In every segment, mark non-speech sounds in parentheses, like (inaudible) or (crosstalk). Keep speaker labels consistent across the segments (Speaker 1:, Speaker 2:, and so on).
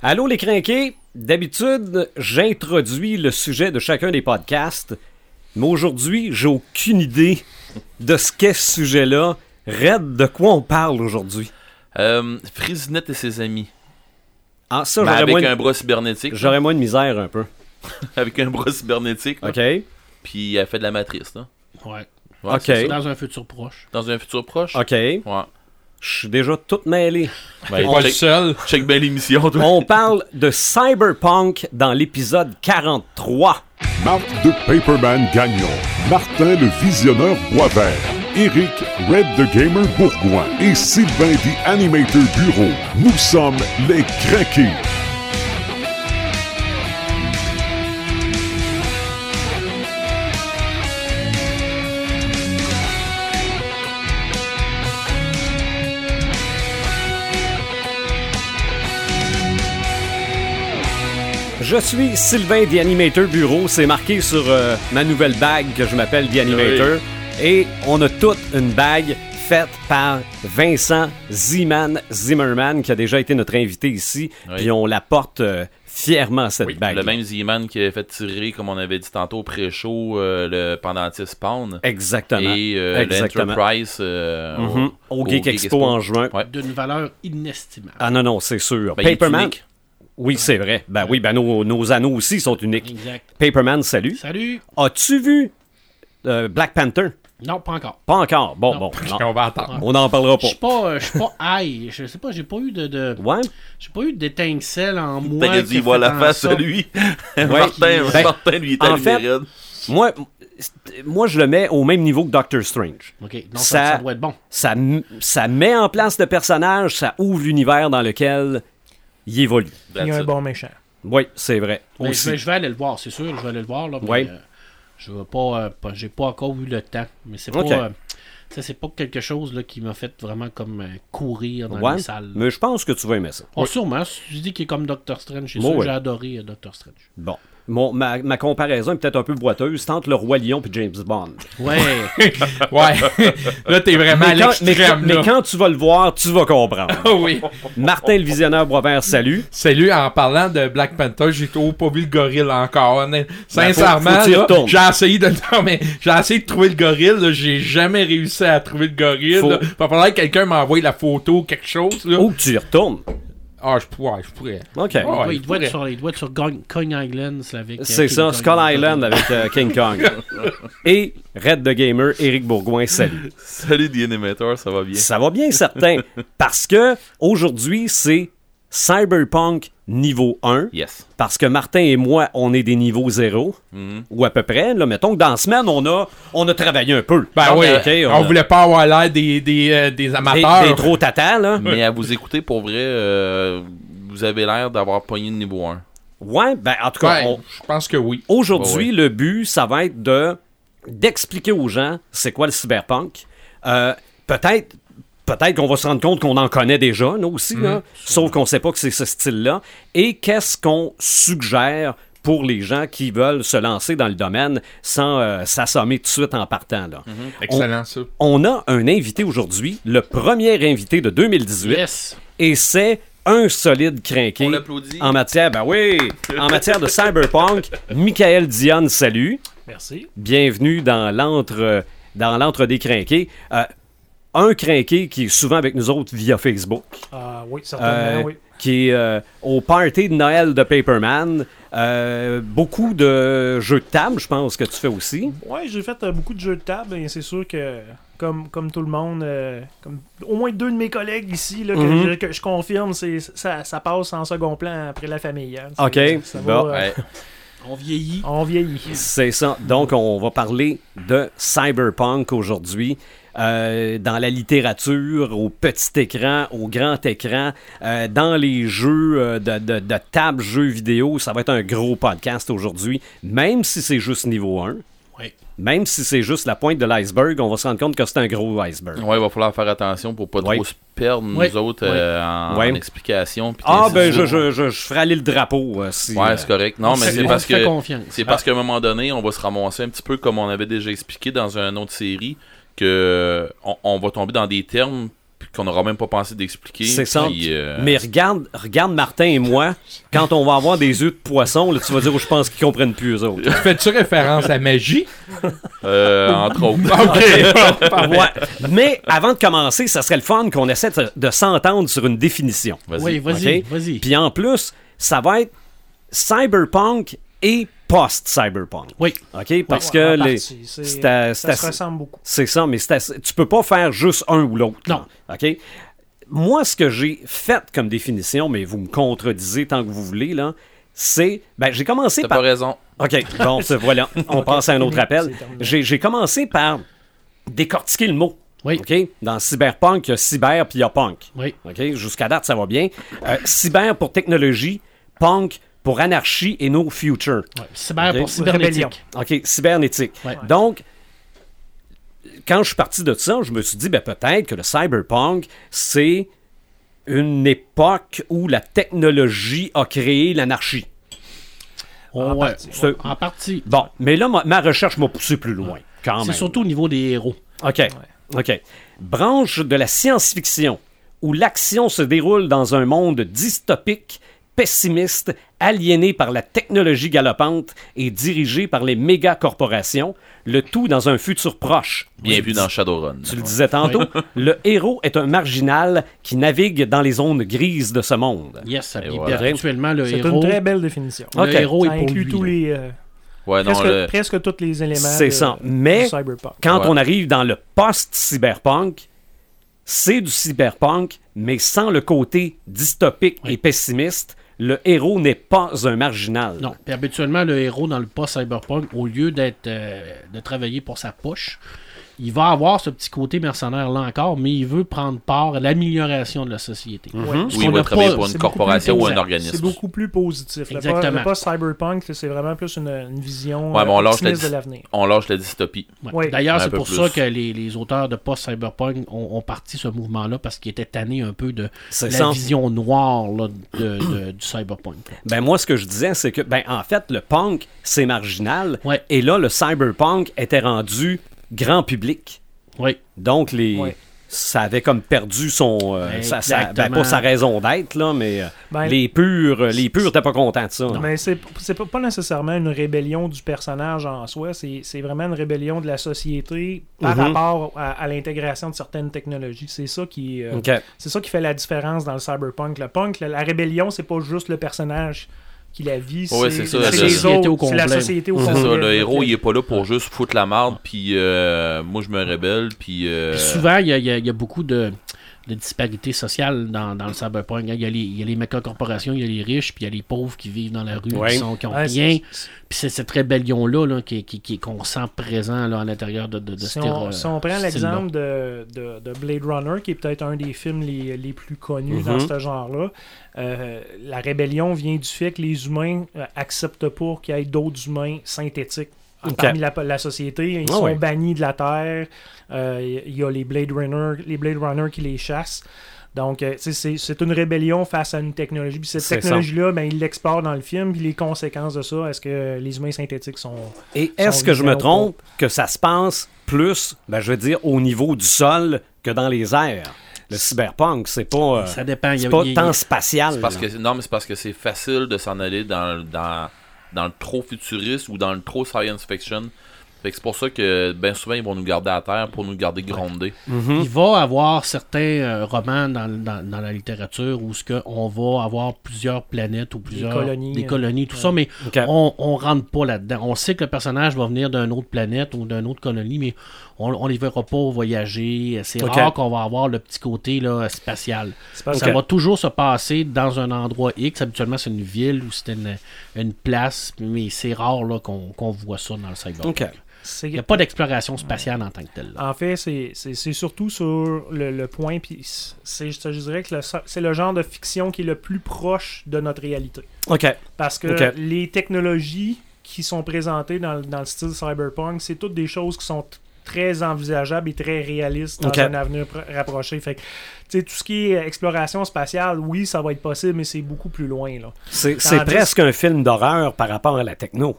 Speaker 1: Allô les crinqués, d'habitude j'introduis le sujet de chacun des podcasts, mais aujourd'hui j'ai aucune idée de ce qu'est ce sujet-là. Red, de quoi on parle aujourd'hui?
Speaker 2: Euh, Frisinette et ses amis.
Speaker 1: Ah ça
Speaker 2: Ben,
Speaker 1: j'aurais
Speaker 2: avec
Speaker 1: moins,
Speaker 2: un
Speaker 1: une-
Speaker 2: bras cybernétique.
Speaker 1: j'aurais moins de misère un peu.
Speaker 2: (laughs) Avec un bras cybernétique. là.
Speaker 1: Ok?
Speaker 2: Puis elle fait de la matrice. Là.
Speaker 3: Ouais.
Speaker 2: Ouais,
Speaker 1: Ok.
Speaker 2: c'est ça.
Speaker 3: Dans un futur proche.
Speaker 2: Dans un futur proche.
Speaker 1: Ok.
Speaker 2: Ouais.
Speaker 1: Je suis déjà tout mêlé.
Speaker 2: Ben,
Speaker 3: Pas le
Speaker 2: check,
Speaker 3: seul.
Speaker 2: check bien l'émission, toi.
Speaker 1: On parle de cyberpunk dans l'épisode 43.
Speaker 4: Marc de Paperman Gagnon, Martin le Visionneur Boisvert, Eric Red the Gamer Bourgoin et Sylvain the Animator Bureau. Nous sommes les craqués.
Speaker 1: Je suis Sylvain The Animator Bureau. C'est marqué sur euh, ma nouvelle bague que je m'appelle The Animator. Et on a toute une bague faite par Vincent Ziman Zimmerman qui a déjà été notre invité ici.
Speaker 2: Oui.
Speaker 1: Puis on la porte euh, fièrement cette
Speaker 2: Oui,
Speaker 1: bague.
Speaker 2: le même Z-Man qui a fait tirer, comme on avait dit tantôt, au pré-show, euh, le pendentif Spawn.
Speaker 1: Exactement.
Speaker 2: Et euh,
Speaker 1: Exactement.
Speaker 2: l'Enterprise euh,
Speaker 1: Mhm. Au, Geek, Expo, en juin.
Speaker 2: Ouais.
Speaker 3: D'une valeur inestimable.
Speaker 1: Ah non, non, c'est sûr.
Speaker 2: Ben, il est
Speaker 1: Paperman.
Speaker 2: unique.
Speaker 1: Oui, c'est vrai. Ben oui, ben nos, nos anneaux aussi sont uniques.
Speaker 3: Exact.
Speaker 1: Paperman, salut.
Speaker 3: Salut.
Speaker 1: As-tu vu euh, Black Panther?
Speaker 3: Non, pas encore.
Speaker 1: Pas encore. Bon, bon. non.
Speaker 5: (laughs) On va attendre.
Speaker 1: On n'en parlera
Speaker 3: Je
Speaker 1: pas.
Speaker 3: suis pas, euh, je suis pas (laughs) high. Je sais pas, j'ai pas eu de, de
Speaker 1: Ouais.
Speaker 3: j'ai pas eu d'étincelle en moi.
Speaker 2: T'aurais
Speaker 3: qui
Speaker 2: dû
Speaker 3: a
Speaker 2: voir
Speaker 3: fait
Speaker 2: la
Speaker 3: en
Speaker 2: face à
Speaker 3: sorte-
Speaker 2: lui. (laughs) Martin,
Speaker 1: Ben,
Speaker 2: Martin, lui, est
Speaker 1: en
Speaker 2: allumé
Speaker 1: fait-
Speaker 2: raide.
Speaker 1: Moi, c'est- moi, je le mets au même niveau que Doctor Strange.
Speaker 3: Ok, non, ça,
Speaker 1: Ça-
Speaker 3: ça doit être bon.
Speaker 1: Ça, m- ça met en place le personnage, ça ouvre l'univers dans lequel il évolue.
Speaker 5: Il y a
Speaker 2: That's
Speaker 5: un
Speaker 2: it.
Speaker 5: bon méchant.
Speaker 1: Oui, c'est vrai.
Speaker 3: Mais Ben, je, vais,
Speaker 1: Aussi.
Speaker 3: je vais aller le voir, c'est sûr, je vais aller le voir là. mais,
Speaker 1: Ouais.
Speaker 3: euh, je vais pas, euh, pas- j'ai pas encore eu le temps, mais c'est
Speaker 1: Ok.
Speaker 3: pas, euh, tu sais, c'est pas quelque chose là qui m'a fait vraiment comme euh, courir dans
Speaker 1: Ouais,
Speaker 3: les salles. là.
Speaker 1: mais je pense que tu vas aimer ça.
Speaker 3: Oh, sûrement, si tu dis qu'il est comme Doctor Strange, c'est
Speaker 1: Moi,
Speaker 3: sûr
Speaker 1: ouais.
Speaker 3: que j'ai adoré euh, Doctor Strange.
Speaker 1: Bon. Mon- ma, ma comparaison est peut-être un peu boiteuse, c'est entre le Roi Lion et James
Speaker 3: (laughs)
Speaker 1: Bond.
Speaker 3: Ouais.
Speaker 5: (laughs) Ouais. là, t'es vraiment à
Speaker 1: Mais quand, mais quand-
Speaker 5: l'extrême,
Speaker 1: mais
Speaker 5: là.
Speaker 1: quand tu vas le voir, tu vas
Speaker 3: (laughs)
Speaker 1: comprendre.
Speaker 5: Ah oui.
Speaker 1: Martin le Visionneur Boisvert, salut.
Speaker 5: C'est lui, en parlant de Black Panther, j'ai trop pas vu le gorille encore. Honnêt-
Speaker 1: Ben, faut-
Speaker 5: Sincèrement,
Speaker 1: faut qu'il
Speaker 5: là,
Speaker 1: retourne.
Speaker 5: j'ai essayé de (laughs) non, mais j'ai essayé de trouver le gorille, là. j'ai jamais réussi à trouver le gorille.
Speaker 1: Faut-
Speaker 5: là. Va falloir que quelqu'un m'envoie la photo ou quelque chose. Là.
Speaker 1: Ou que tu y retournes.
Speaker 5: Ah, je pourrais, je pourrais.
Speaker 1: OK.
Speaker 5: Ouais.
Speaker 3: Ouais, il, doit
Speaker 5: pourrait.
Speaker 3: être sur, il doit être sur Gong- Kong Island, c'est avec. euh,
Speaker 1: C'est
Speaker 3: King
Speaker 1: ça,
Speaker 3: Kong.
Speaker 1: Skull Island avec euh, King Kong.
Speaker 3: (laughs)
Speaker 1: Et Red the Gamer, Éric Bourgoin, salut.
Speaker 2: Salut, The Animator, ça va bien?
Speaker 1: Ça va bien
Speaker 5: (laughs)
Speaker 1: certain, parce que aujourd'hui, c'est Cyberpunk niveau 1,
Speaker 2: Yes.
Speaker 1: parce que Martin et moi, on est des niveaux 0,
Speaker 5: Mm-hmm.
Speaker 1: ou à peu près. Là, mettons que dans la semaine, on a, on a travaillé un peu.
Speaker 5: Ben oui,
Speaker 1: OK,
Speaker 5: on,
Speaker 1: on a-
Speaker 5: voulait pas avoir l'air des, des, euh, des
Speaker 1: Des,
Speaker 5: amateurs.
Speaker 1: des trop tatas, là.
Speaker 5: Mm-hmm.
Speaker 2: Mais à vous écouter, pour vrai, euh, vous avez l'air d'avoir pogné le niveau 1.
Speaker 1: Ouais, ben en tout cas,
Speaker 5: Ouais,
Speaker 1: on-
Speaker 5: je pense que oui.
Speaker 1: Aujourd'hui,
Speaker 2: Ouais,
Speaker 1: le but, ça va être de d'expliquer aux gens c'est quoi le cyberpunk. Euh, peut-être peut-être qu'on va se rendre compte qu'on en connaît déjà, nous aussi,
Speaker 2: Mhm.
Speaker 1: là, sauf qu'on sait pas que c'est ce style-là. Et qu'est-ce qu'on suggère pour les gens qui veulent se lancer dans le domaine sans euh, s'assommer tout de suite en partant. Là.
Speaker 2: Mhm.
Speaker 5: Excellent, ça.
Speaker 1: On a un invité aujourd'hui, le premier invité de 2018,
Speaker 3: Yes.
Speaker 1: et c'est un solide crinqué
Speaker 2: On l'applaudit.
Speaker 1: en matière, ben oui, en matière de cyberpunk.
Speaker 2: (laughs)
Speaker 1: Michael Dionne, salut.
Speaker 3: Merci.
Speaker 1: Bienvenue dans l'antre, euh, dans l'antre des crinqués. Euh, un crinqué qui est souvent avec nous autres via Facebook,
Speaker 6: Ah oui,
Speaker 1: euh,
Speaker 6: certainement, oui.
Speaker 1: qui est euh, au party de Noël de Paperman. Euh, beaucoup de jeux de table, je pense que tu fais aussi.
Speaker 6: Ouais, j'ai fait euh, beaucoup de jeux de table et c'est sûr que, comme, comme tout le monde, euh, comme au moins deux de mes collègues ici, là, que,
Speaker 1: Mhm.
Speaker 6: je, que je confirme, c'est ça, ça passe en second plan après la famille. hein.
Speaker 1: Ok,
Speaker 6: C'est- ça va,
Speaker 1: bon.
Speaker 6: euh,
Speaker 2: Ouais.
Speaker 3: On vieillit.
Speaker 6: On vieillit.
Speaker 1: C'est ça. Donc, on va parler de cyberpunk aujourd'hui. Euh, dans la littérature, au petit écran, au grand écran, euh, dans les jeux euh, de, de, de table, jeux vidéo, ça va être un gros podcast aujourd'hui, même si c'est juste niveau 1,
Speaker 3: Ouais.
Speaker 1: même si c'est juste la pointe de l'iceberg, on va se rendre compte que c'est un gros iceberg.
Speaker 2: Ouais, il va falloir faire attention pour pas
Speaker 1: Ouais.
Speaker 2: trop se perdre, nous
Speaker 3: Ouais.
Speaker 2: autres, euh, en,
Speaker 1: Ouais.
Speaker 2: en explication. puis
Speaker 1: Ah
Speaker 2: ainsi
Speaker 1: ben,
Speaker 2: de
Speaker 1: je,
Speaker 2: suite.
Speaker 1: je, je, je ferai aller le drapeau euh, si...
Speaker 2: Ouais, c'est correct. Non, mais
Speaker 3: On
Speaker 2: c'est
Speaker 3: fait-
Speaker 2: parce
Speaker 3: on fait
Speaker 2: que.
Speaker 3: confiance.
Speaker 2: C'est parce qu'à un moment donné, on va se ramasser un petit peu comme on avait déjà expliqué dans une autre série, que on, on va tomber dans des termes qu'on n'aura même pas pensé d'expliquer.
Speaker 1: C'est ça.
Speaker 2: Puis, euh,
Speaker 1: Mais regarde, regarde Martin et moi, quand on va avoir des œufs de poisson, là, tu vas dire, oh, je pense qu'ils comprennent plus eux autres.
Speaker 5: Fais-tu référence à magie?
Speaker 2: euh, entre autres.
Speaker 1: (laughs)
Speaker 5: OK.
Speaker 1: Ouais. Mais avant de commencer, ça serait le fun qu'on essaie de, de s'entendre sur une définition.
Speaker 2: Vas-y.
Speaker 3: Ah, Oui, vas-y,
Speaker 1: Ok?
Speaker 3: vas-y.
Speaker 1: Puis en plus, ça va être cyberpunk et post-cyberpunk.
Speaker 3: Oui.
Speaker 1: OK? Parce
Speaker 6: Ouais,
Speaker 1: que
Speaker 6: en
Speaker 1: les.
Speaker 6: partie, c'est-
Speaker 1: c'est à- c'est
Speaker 6: ça se
Speaker 1: à-
Speaker 6: ressemble beaucoup.
Speaker 1: C'est ça, mais c'est assez- tu peux pas faire juste un ou l'autre.
Speaker 3: Non.
Speaker 1: là. OK? Moi, ce que j'ai fait comme définition, mais vous me contredisez tant que vous voulez, là, c'est. Ben, j'ai commencé
Speaker 2: T'as
Speaker 1: par.
Speaker 2: pas raison.
Speaker 1: OK, bon, c'est-
Speaker 2: (laughs)
Speaker 1: voilà. On passe à un autre appel.
Speaker 6: C'est terminé.
Speaker 1: J'ai j'ai commencé par décortiquer le mot.
Speaker 3: Oui.
Speaker 1: OK? Dans cyberpunk, il y a cyber puis il y a punk.
Speaker 3: Oui.
Speaker 1: OK? Jusqu'à date, ça va bien. Euh, cyber pour technologie, punk pour anarchie et no future.
Speaker 3: Ouais. Cyber
Speaker 1: Ok.
Speaker 3: pour cybernétique.
Speaker 6: Rébellion.
Speaker 1: OK, cybernétique.
Speaker 3: Ouais.
Speaker 1: Donc, quand je suis parti de ça, je me suis dit, ben, peut-être que le cyberpunk, c'est une époque où la technologie a créé l'anarchie.
Speaker 3: Ouais.
Speaker 1: C'est-
Speaker 3: En partie.
Speaker 1: Bon, mais là, ma, ma recherche m'a poussé plus loin, quand même.
Speaker 3: C'est surtout au niveau des héros.
Speaker 1: OK. OK. Branche de la science-fiction où l'action se déroule dans un monde dystopique, pessimiste, aliéné par la technologie galopante et dirigé par les méga-corporations, le tout dans un futur proche.
Speaker 2: Bien
Speaker 1: Tu
Speaker 2: vu
Speaker 1: le
Speaker 2: dans
Speaker 1: dis-
Speaker 2: Shadowrun.
Speaker 1: Tu le disais tantôt, le héros est un marginal qui navigue dans les zones grises de ce monde.
Speaker 3: Yes,
Speaker 2: Et
Speaker 3: et
Speaker 2: voilà.
Speaker 3: actuellement, le
Speaker 6: C'est
Speaker 3: héros.
Speaker 6: une très belle définition.
Speaker 3: Le
Speaker 1: Ok.
Speaker 3: héros est
Speaker 6: Ça
Speaker 3: pour
Speaker 6: inclut
Speaker 3: lui.
Speaker 6: tous
Speaker 3: là.
Speaker 6: les, euh,
Speaker 2: Ouais, non,
Speaker 6: presque,
Speaker 2: le-
Speaker 6: presque tous les éléments
Speaker 1: C'est
Speaker 6: de-
Speaker 1: ça.
Speaker 6: du
Speaker 1: Mais-
Speaker 6: cyberpunk.
Speaker 1: Quand
Speaker 2: Ouais.
Speaker 1: on arrive dans le post-cyberpunk, c'est du cyberpunk, mais sans le côté dystopique et pessimiste. Le héros n'est pas un marginal.
Speaker 3: Non. Puis habituellement, le héros dans le post-cyberpunk, au lieu d'être euh, de travailler pour sa poche, il va avoir ce petit côté mercenaire là encore, mais il veut prendre part à l'amélioration de la société.
Speaker 6: Ouais.
Speaker 2: Oui, il
Speaker 3: qu'on
Speaker 2: va
Speaker 3: a
Speaker 2: travailler
Speaker 3: pas-
Speaker 2: pour une
Speaker 6: C'est beaucoup
Speaker 2: corporation
Speaker 6: plus-
Speaker 2: ou un
Speaker 3: exact.
Speaker 2: organisme.
Speaker 6: C'est beaucoup plus positif. Le pas-
Speaker 3: Exactement.
Speaker 6: Le pas cyberpunk, c'est vraiment plus une, une vision
Speaker 2: Ouais, mais on
Speaker 6: euh,
Speaker 2: lâche la
Speaker 6: optimiste
Speaker 2: dis-
Speaker 6: de l'avenir.
Speaker 2: On lâche la dystopie.
Speaker 3: Ouais.
Speaker 6: Oui.
Speaker 3: D'ailleurs,
Speaker 2: Un
Speaker 3: c'est
Speaker 2: peu
Speaker 3: pour
Speaker 2: plus.
Speaker 3: ça que les, les auteurs de post-cyberpunk ont, ont parti ce mouvement-là parce qu'ils étaient tannés un peu de
Speaker 1: C'est
Speaker 3: la
Speaker 1: ça.
Speaker 3: vision noire là, de-
Speaker 6: (clears throat)
Speaker 3: de- du cyberpunk.
Speaker 1: Ben moi, ce que je disais, c'est que, ben en fait, le punk, c'est marginal.
Speaker 3: Ouais.
Speaker 1: Et là, le cyberpunk était rendu grand public.
Speaker 3: Oui.
Speaker 1: Donc, les...
Speaker 6: Ouais.
Speaker 1: ça avait comme perdu son... euh, ça- ça- ben,
Speaker 3: Exactement.
Speaker 1: pas sa raison d'être, là, mais euh,
Speaker 6: Ben-
Speaker 1: les purs, euh, les purs, t'es pas content de ça.
Speaker 6: Mais c'est c'est pas, pas nécessairement une rébellion du personnage en soi, c'est c'est vraiment une rébellion de la société par
Speaker 1: Mhm.
Speaker 6: rapport à, à l'intégration de certaines technologies. C'est ça qui euh,
Speaker 1: OK.
Speaker 6: c'est ça qui fait la différence dans le cyberpunk. Le punk, la, la rébellion, c'est pas juste le personnage qui la vit,
Speaker 2: Ouais, c'est
Speaker 6: c'est
Speaker 2: ça,
Speaker 6: c'est
Speaker 2: la
Speaker 6: les
Speaker 3: société au
Speaker 6: autres, c'est la
Speaker 3: complet.
Speaker 6: société au
Speaker 3: Mhm.
Speaker 2: C'est
Speaker 6: complet.
Speaker 2: ça, le héros, il est pas là pour juste foutre la marde, puis euh, moi je me rébelle, puis. euh,
Speaker 3: Puis souvent, il y a, il y a- il y a beaucoup de, de disparités sociales dans, dans le cyberpunk. hein. Il y a les, il y a les méga-corporations, il y a les riches, puis il y a les pauvres qui vivent dans la rue,
Speaker 1: Ouais.
Speaker 3: qui n'ont qui ont
Speaker 6: Ouais,
Speaker 3: rien.
Speaker 6: c'est- c'est-
Speaker 3: Puis c'est cette rébellion-là là, qui, qui, qui- qu'on sent présent là, à l'intérieur de, de, de
Speaker 6: Si
Speaker 3: ce
Speaker 6: on,
Speaker 3: terre-
Speaker 6: si on prend
Speaker 3: style-là.
Speaker 6: l'exemple de, de- de Blade Runner, qui est peut-être un des films les, les plus connus
Speaker 1: Mhm.
Speaker 6: dans ce genre-là, euh, la rébellion vient du fait que les humains euh, acceptent pas qu'il y ait d'autres humains synthétiques.
Speaker 1: Ok.
Speaker 6: Parmi la, la société, ils
Speaker 1: Ah
Speaker 6: sont
Speaker 1: ouais.
Speaker 6: bannis de la Terre. Euh, Il y a les Blade Runner, les Blade Runner qui les chassent. Donc, euh, tu sais, c'est c'est une rébellion face à une technologie. Puis cette
Speaker 1: C'est ça.
Speaker 6: technologie-là, ben, ils l'explorent dans le film. Puis les conséquences de ça, est-ce que les humains synthétiques sont,
Speaker 1: Et est-ce
Speaker 6: Son
Speaker 1: que je me
Speaker 6: visage
Speaker 1: trompe que ça se passe plus, ben, je veux dire, au niveau du sol que dans les airs? Le cyberpunk, c'est pas, euh,
Speaker 3: Ça dépend. il y
Speaker 1: c'est
Speaker 3: a-
Speaker 1: pas
Speaker 3: il y a-
Speaker 1: tant spatial.
Speaker 2: c'est parce
Speaker 1: là.
Speaker 2: que, non, mais c'est parce que c'est facile de s'en aller dans, dans, dans le trop futuriste ou dans le trop science fiction. Fait que c'est pour ça que, ben souvent, ils vont nous garder à terre pour nous garder grondés.
Speaker 1: Hmm.
Speaker 3: Il va avoir certains euh, romans dans, dans- dans la littérature où ce que on va avoir plusieurs planètes ou plusieurs
Speaker 6: colonies,
Speaker 3: des
Speaker 6: euh,
Speaker 3: colonies, tout ça, mais
Speaker 1: OK.
Speaker 3: on, on rentre pas là-dedans. On sait que le personnage va venir d'une autre planète ou d'une autre colonie, mais on, on les verra pas voyager. C'est
Speaker 1: OK.
Speaker 3: rare qu'on va avoir le petit côté là, spatial.
Speaker 6: C'est parce
Speaker 3: Ça
Speaker 1: OK.
Speaker 3: va toujours se passer dans un endroit X. Habituellement, c'est une ville ou c'est une, une place, mais c'est rare là, qu'on qu'on voit ça dans le cyber.
Speaker 1: OK.
Speaker 6: c'est-
Speaker 3: Il n'y a pas d'exploration spatiale en tant que telle. là.
Speaker 6: En fait, c'est- c'est c'est surtout sur le, le point, puis c'est- je te dirais que le- c'est le genre de fiction qui est le plus proche de notre réalité.
Speaker 1: OK.
Speaker 6: Parce que
Speaker 1: Ok.
Speaker 6: les technologies qui sont présentées dans, le- dans le style cyberpunk, c'est toutes des choses qui sont t- très envisageables et très réalistes dans
Speaker 1: Ok.
Speaker 6: un avenir pr- rapproché. Fait que, tu sais, tout ce qui est euh, exploration spatiale, oui, ça va être possible, mais c'est beaucoup plus loin, là.
Speaker 1: C'est c'est
Speaker 6: Tandis-
Speaker 1: presque un film d'horreur par rapport à la techno.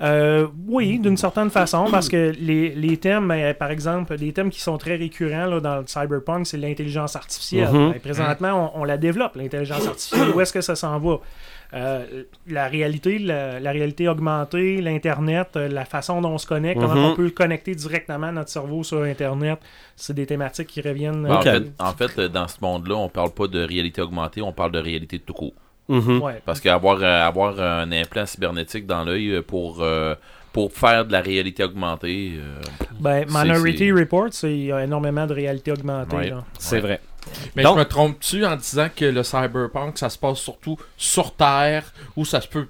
Speaker 6: Euh, oui, d'une certaine façon, parce que les, les thèmes, euh, par exemple, des thèmes qui sont très récurrents là, dans le cyberpunk, c'est l'intelligence artificielle.
Speaker 1: Mhm.
Speaker 6: Ben, présentement, on, on la développe, l'intelligence artificielle. Où est-ce que ça s'en va? Euh, la réalité, la, la réalité augmentée, l'Internet, euh, la façon dont on se connecte, comment
Speaker 1: Mhm.
Speaker 6: on peut connecter directement notre cerveau sur Internet, c'est des thématiques qui reviennent.
Speaker 2: Ben,
Speaker 1: Ok.
Speaker 2: En, fait, en fait, euh, dans ce monde-là, on parle pas de réalité augmentée, on parle de réalité tout court.
Speaker 1: Mhm.
Speaker 6: ouais.
Speaker 2: Parce qu'avoir euh, avoir un implant cybernétique dans l'œil euh, pour, euh, pour faire de la réalité augmentée. euh,
Speaker 6: Ben,
Speaker 2: C'est-
Speaker 6: Minority
Speaker 2: c'est-
Speaker 6: Report, c'est- il y a énormément de réalité augmentée.
Speaker 2: Ouais.
Speaker 6: là.
Speaker 1: C'est
Speaker 2: Ouais.
Speaker 1: vrai.
Speaker 5: Mais
Speaker 1: Donc-
Speaker 5: je me trompe-tu en disant que le cyberpunk, ça se passe surtout sur Terre, où ça se peut...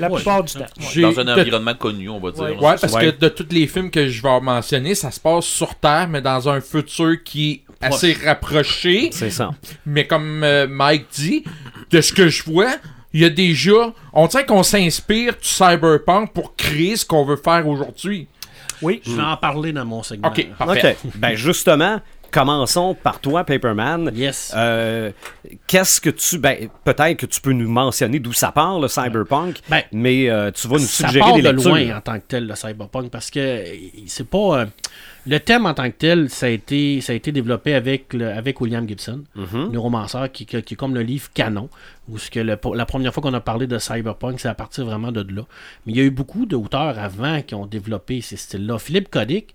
Speaker 6: La
Speaker 3: Ouais.
Speaker 6: plupart du temps.
Speaker 5: J'ai-
Speaker 2: dans un
Speaker 5: de-
Speaker 2: environnement connu, on va dire. (laughs)
Speaker 6: Ouais.
Speaker 3: (laughs)
Speaker 5: Ouais, parce
Speaker 1: Ouais.
Speaker 5: que de tous les films que je vais mentionner, ça se passe sur Terre, mais dans un futur qui est assez rapproché.
Speaker 1: C'est ça.
Speaker 5: Mais comme euh, Mike dit, de ce que je vois, il y a déjà... On dirait qu'on s'inspire du cyberpunk pour créer ce qu'on veut faire aujourd'hui.
Speaker 6: Oui.
Speaker 3: Je vais en parler dans mon segment.
Speaker 5: OK, parfait.
Speaker 1: Hmm. OK. ben justement, commençons par toi, Paperman.
Speaker 3: Yes.
Speaker 1: Euh, Qu'est-ce que tu. Ben, peut-être que tu peux nous mentionner d'où ça part, le cyberpunk,
Speaker 3: Ben,
Speaker 1: mais euh, tu vas nous
Speaker 3: ça
Speaker 1: suggérer
Speaker 3: part
Speaker 1: des
Speaker 3: de
Speaker 1: lectures.
Speaker 3: loin hein. en tant que tel le cyberpunk parce que euh, c'est pas euh, le thème en tant que tel ça a été ça a été développé avec le- avec William Gibson
Speaker 1: Mm-hmm.
Speaker 3: neuromanceur qui, qui- qui est comme le livre canon où ce que le- la première fois qu'on a parlé de cyberpunk c'est à partir vraiment de là mais il y a eu beaucoup d'auteurs avant qui ont développé ces styles là Philippe Codic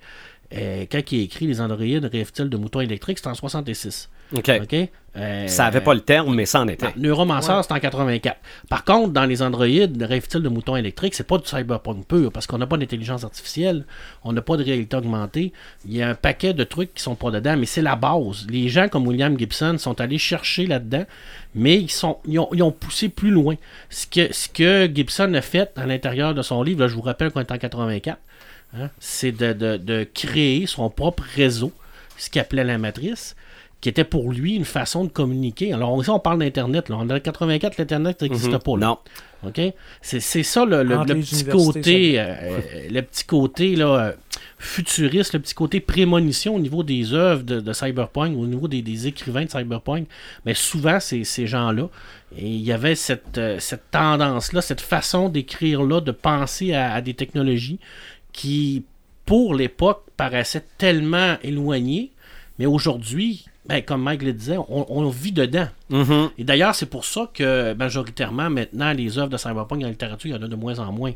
Speaker 3: euh, quand il a écrit Les androïdes rêvent-ils de moutons électriques c'était en 66
Speaker 1: OK.
Speaker 3: ok Euh,
Speaker 1: Ça avait pas le terme, mais ça en était.
Speaker 3: non, Neuromancer, c'est en 84. Par contre, dans les androïdes, rêve-t-il de moutons électriques, c'est pas du cyberpunk pur, parce qu'on n'a pas d'intelligence artificielle, on n'a pas de réalité augmentée. Il y a un paquet de trucs qui sont pas dedans, mais c'est la base. Les gens comme William Gibson sont allés chercher là-dedans, mais ils, sont, ils, ont, ils ont poussé plus loin. Ce que, ce que Gibson a fait à l'intérieur de son livre, là, je vous rappelle qu'on est en 84, hein, c'est de, de- de créer son propre réseau, ce qu'il appelait la matrice, qui était pour lui une façon de communiquer. Alors, on, ici, on parle d'Internet. là. En 84, l'Internet n'existe pas. là.
Speaker 1: Non.
Speaker 3: OK? C'est c'est ça le, le-
Speaker 6: Entre
Speaker 3: le
Speaker 6: les
Speaker 3: petit
Speaker 6: universités,
Speaker 3: côté, euh, euh, le petit côté là, euh, futuriste, le petit côté prémonition au niveau des œuvres de, de Cyberpunk, au niveau des, des écrivains de Cyberpunk. Mais souvent, ces, ces gens-là, et il y avait cette, euh, cette tendance-là, cette façon d'écrire-là, de penser à, à des technologies qui, pour l'époque, paraissaient tellement éloignées. Mais aujourd'hui, ben, comme Mike le disait, on- on vit dedans.
Speaker 1: Mhm.
Speaker 3: Et d'ailleurs, c'est pour ça que majoritairement, maintenant, les œuvres de Cyberpunk dans la littérature, il y en a de moins en moins.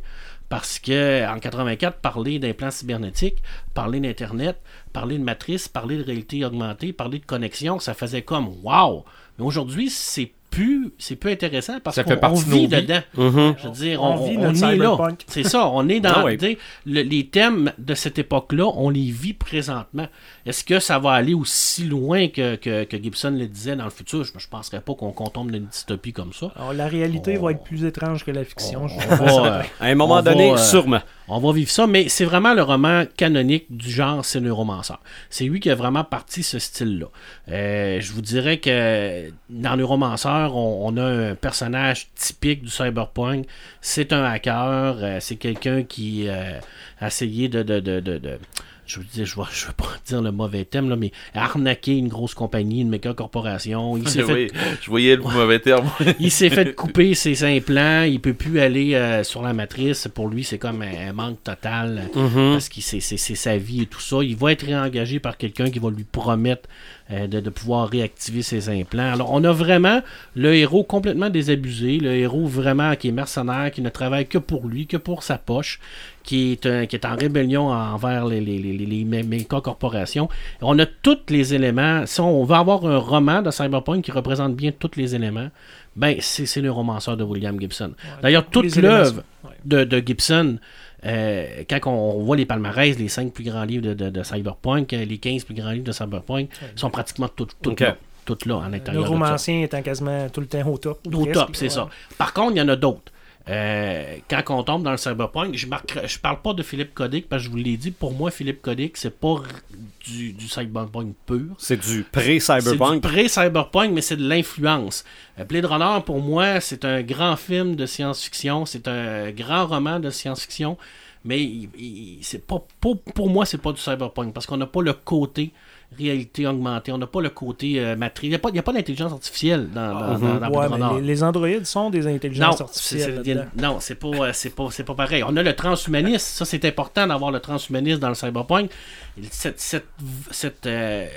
Speaker 3: Parce que en 84, parler d'implants cybernétiques, parler d'Internet, parler de matrice, parler de réalité augmentée, parler de connexion, ça faisait comme wow! Mais aujourd'hui, c'est plus, c'est plus intéressant parce
Speaker 5: Ça fait
Speaker 3: qu'on on
Speaker 5: partie de nos
Speaker 3: vit
Speaker 5: vies.
Speaker 3: dedans.
Speaker 1: mm-hmm.
Speaker 3: Je veux dire, on,
Speaker 6: On vit
Speaker 3: on
Speaker 6: notre
Speaker 3: est là.
Speaker 6: cyberpunk.
Speaker 3: C'est ça, on est dans
Speaker 1: (laughs) Ah ouais.
Speaker 3: tu sais, le- les thèmes de cette époque-là, on les vit présentement. Est-ce que ça va aller aussi loin que, que, que Gibson le disait dans le futur Je ne penserais pas qu'on qu'on tombe dans une dystopie comme ça.
Speaker 6: Alors, la réalité
Speaker 3: On-
Speaker 6: va être plus étrange que la fiction. je
Speaker 3: On
Speaker 6: vous
Speaker 1: (laughs)
Speaker 3: va,
Speaker 6: assure.
Speaker 3: euh,
Speaker 1: À un moment
Speaker 3: On va,
Speaker 1: donné,
Speaker 3: euh,
Speaker 1: sûrement.
Speaker 3: on va vivre ça, mais c'est vraiment le roman canonique du genre c'est Neuromancer. C'est lui qui a vraiment parti ce style-là. Euh, je vous dirais que dans Neuromancer, on, on a un personnage typique du cyberpunk. C'est un hacker, euh, c'est quelqu'un qui euh, a essayé de... de- de- de- de- je veux dire, je ne veux pas dire le mauvais thème, là, mais arnaquer une grosse compagnie, une méga corporation. Il s'est
Speaker 2: (laughs)
Speaker 3: fait
Speaker 2: Oui, je voyais le mauvais terme.
Speaker 3: il s'est fait couper ses implants, il peut plus aller euh, sur la matrice. Pour lui, c'est comme un, un manque total euh,
Speaker 6: Mhm.
Speaker 3: parce que c'est c'est- c'est sa vie et tout ça. Il va être réengagé par quelqu'un qui va lui promettre euh, de, de pouvoir réactiver ses implants. Alors, on a vraiment le héros complètement désabusé, le héros vraiment qui est mercenaire, qui ne travaille que pour lui, que pour sa poche, qui est, un- qui est en rébellion envers les, les, les, les, les mé- méga-corporations. On a tous les éléments. Si on veut avoir un roman de Cyberpunk qui représente bien tous les éléments, ben, c'est c'est le romanceur de William Gibson. D'ailleurs,
Speaker 6: tous
Speaker 3: toute
Speaker 6: les éléments
Speaker 3: l'œuvre
Speaker 6: sont- ouais.
Speaker 3: de, de Gibson, euh, quand on, on voit les palmarès, les 5 plus grands livres de, de- de Cyberpunk, euh, les 15 plus grands livres de Cyberpunk, sont pratiquement toutes toutes
Speaker 1: Ok.
Speaker 3: là, toutes là, en
Speaker 6: Le
Speaker 3: intérieur. de ça.
Speaker 6: romancien étant quasiment tout le temps au top. ou
Speaker 3: Au
Speaker 6: Euh, presque,
Speaker 3: top,
Speaker 6: là,
Speaker 3: c'est
Speaker 6: ouais.
Speaker 3: ça. Par contre, il y en a d'autres. Euh, quand on tombe dans le cyberpunk, je marquerai- je parle pas de Philippe Codic parce que je vous l'ai dit, pour moi, Philippe Codic, c'est pas r- du, du cyberpunk pur.
Speaker 1: C'est du
Speaker 3: C'est du
Speaker 1: pré-cyberpunk.
Speaker 3: pré-cyberpunk, mais c'est de l'influence. Euh, Blade Runner, pour moi, c'est un grand film de science-fiction, c'est un grand roman de science-fiction, mais il- il- c'est pas, pour, pour moi, c'est pas du cyberpunk, parce qu'on n'a pas le côté réalité augmentée. On n'a pas le côté euh, matrice. Il n'y a pas, il y a pas d'intelligence artificielle dans, dans, dans- dans
Speaker 6: Ah. Ouais,
Speaker 3: Blade
Speaker 6: mais
Speaker 3: Runner.
Speaker 6: les, les androïdes sont des
Speaker 3: Non,
Speaker 6: intelligences
Speaker 3: c'est-
Speaker 6: artificielles.
Speaker 3: c'est-
Speaker 6: là-dedans.
Speaker 3: non, c'est pas, euh, c'est pas, c'est pas pareil. On a le transhumanisme. Ça, c'est important d'avoir le transhumanisme dans le cyberpunk. Il- Cette, cette, cette, euh,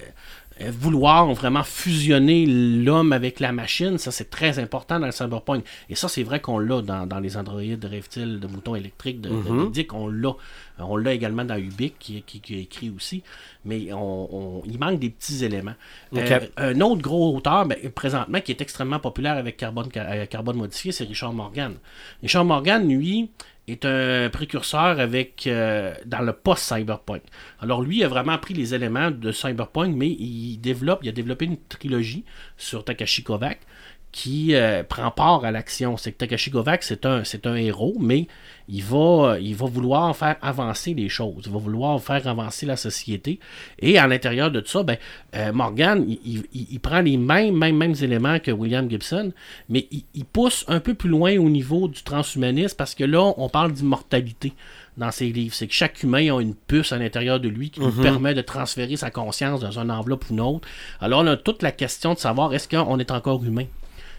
Speaker 3: euh, vouloir vraiment fusionner l'homme avec la machine, ça, c'est très important dans le cyberpunk. Et ça, c'est vrai qu'on l'a dans, dans les androïdes de reptiles, de moutons électriques, de, de- de Dick. On l'a. Euh, On l'a également dans Ubik, qui, qui, qui a écrit aussi. Mais on, on- il manque des petits éléments. Euh, un autre gros auteur, ben, présentement, qui est extrêmement populaire avec carbone, ca- euh, carbone modifié, c'est Richard Morgan. Richard Morgan, lui, est un précurseur avec euh, dans le post-cyberpunk. Alors lui il a vraiment pris les éléments de cyberpunk, mais il développe, il a développé une trilogie sur Takashi Kovacs qui euh, prend part à l'action. C'est que Takashi Kovacs, c'est un, c'est un héros, mais il va, il va vouloir faire avancer les choses. Il va vouloir faire avancer la société. Et à l'intérieur de tout ça, ben, euh, Morgan, il, il- il- il prend les mêmes, mêmes, mêmes éléments que William Gibson, mais il, il pousse un peu plus loin au niveau du transhumanisme parce que là, on parle d'immortalité dans ses livres. C'est que chaque humain a une puce à l'intérieur de lui qui lui permet de transférer sa conscience dans une enveloppe ou une autre. Alors, on a toute la question de savoir est-ce qu'on est encore humain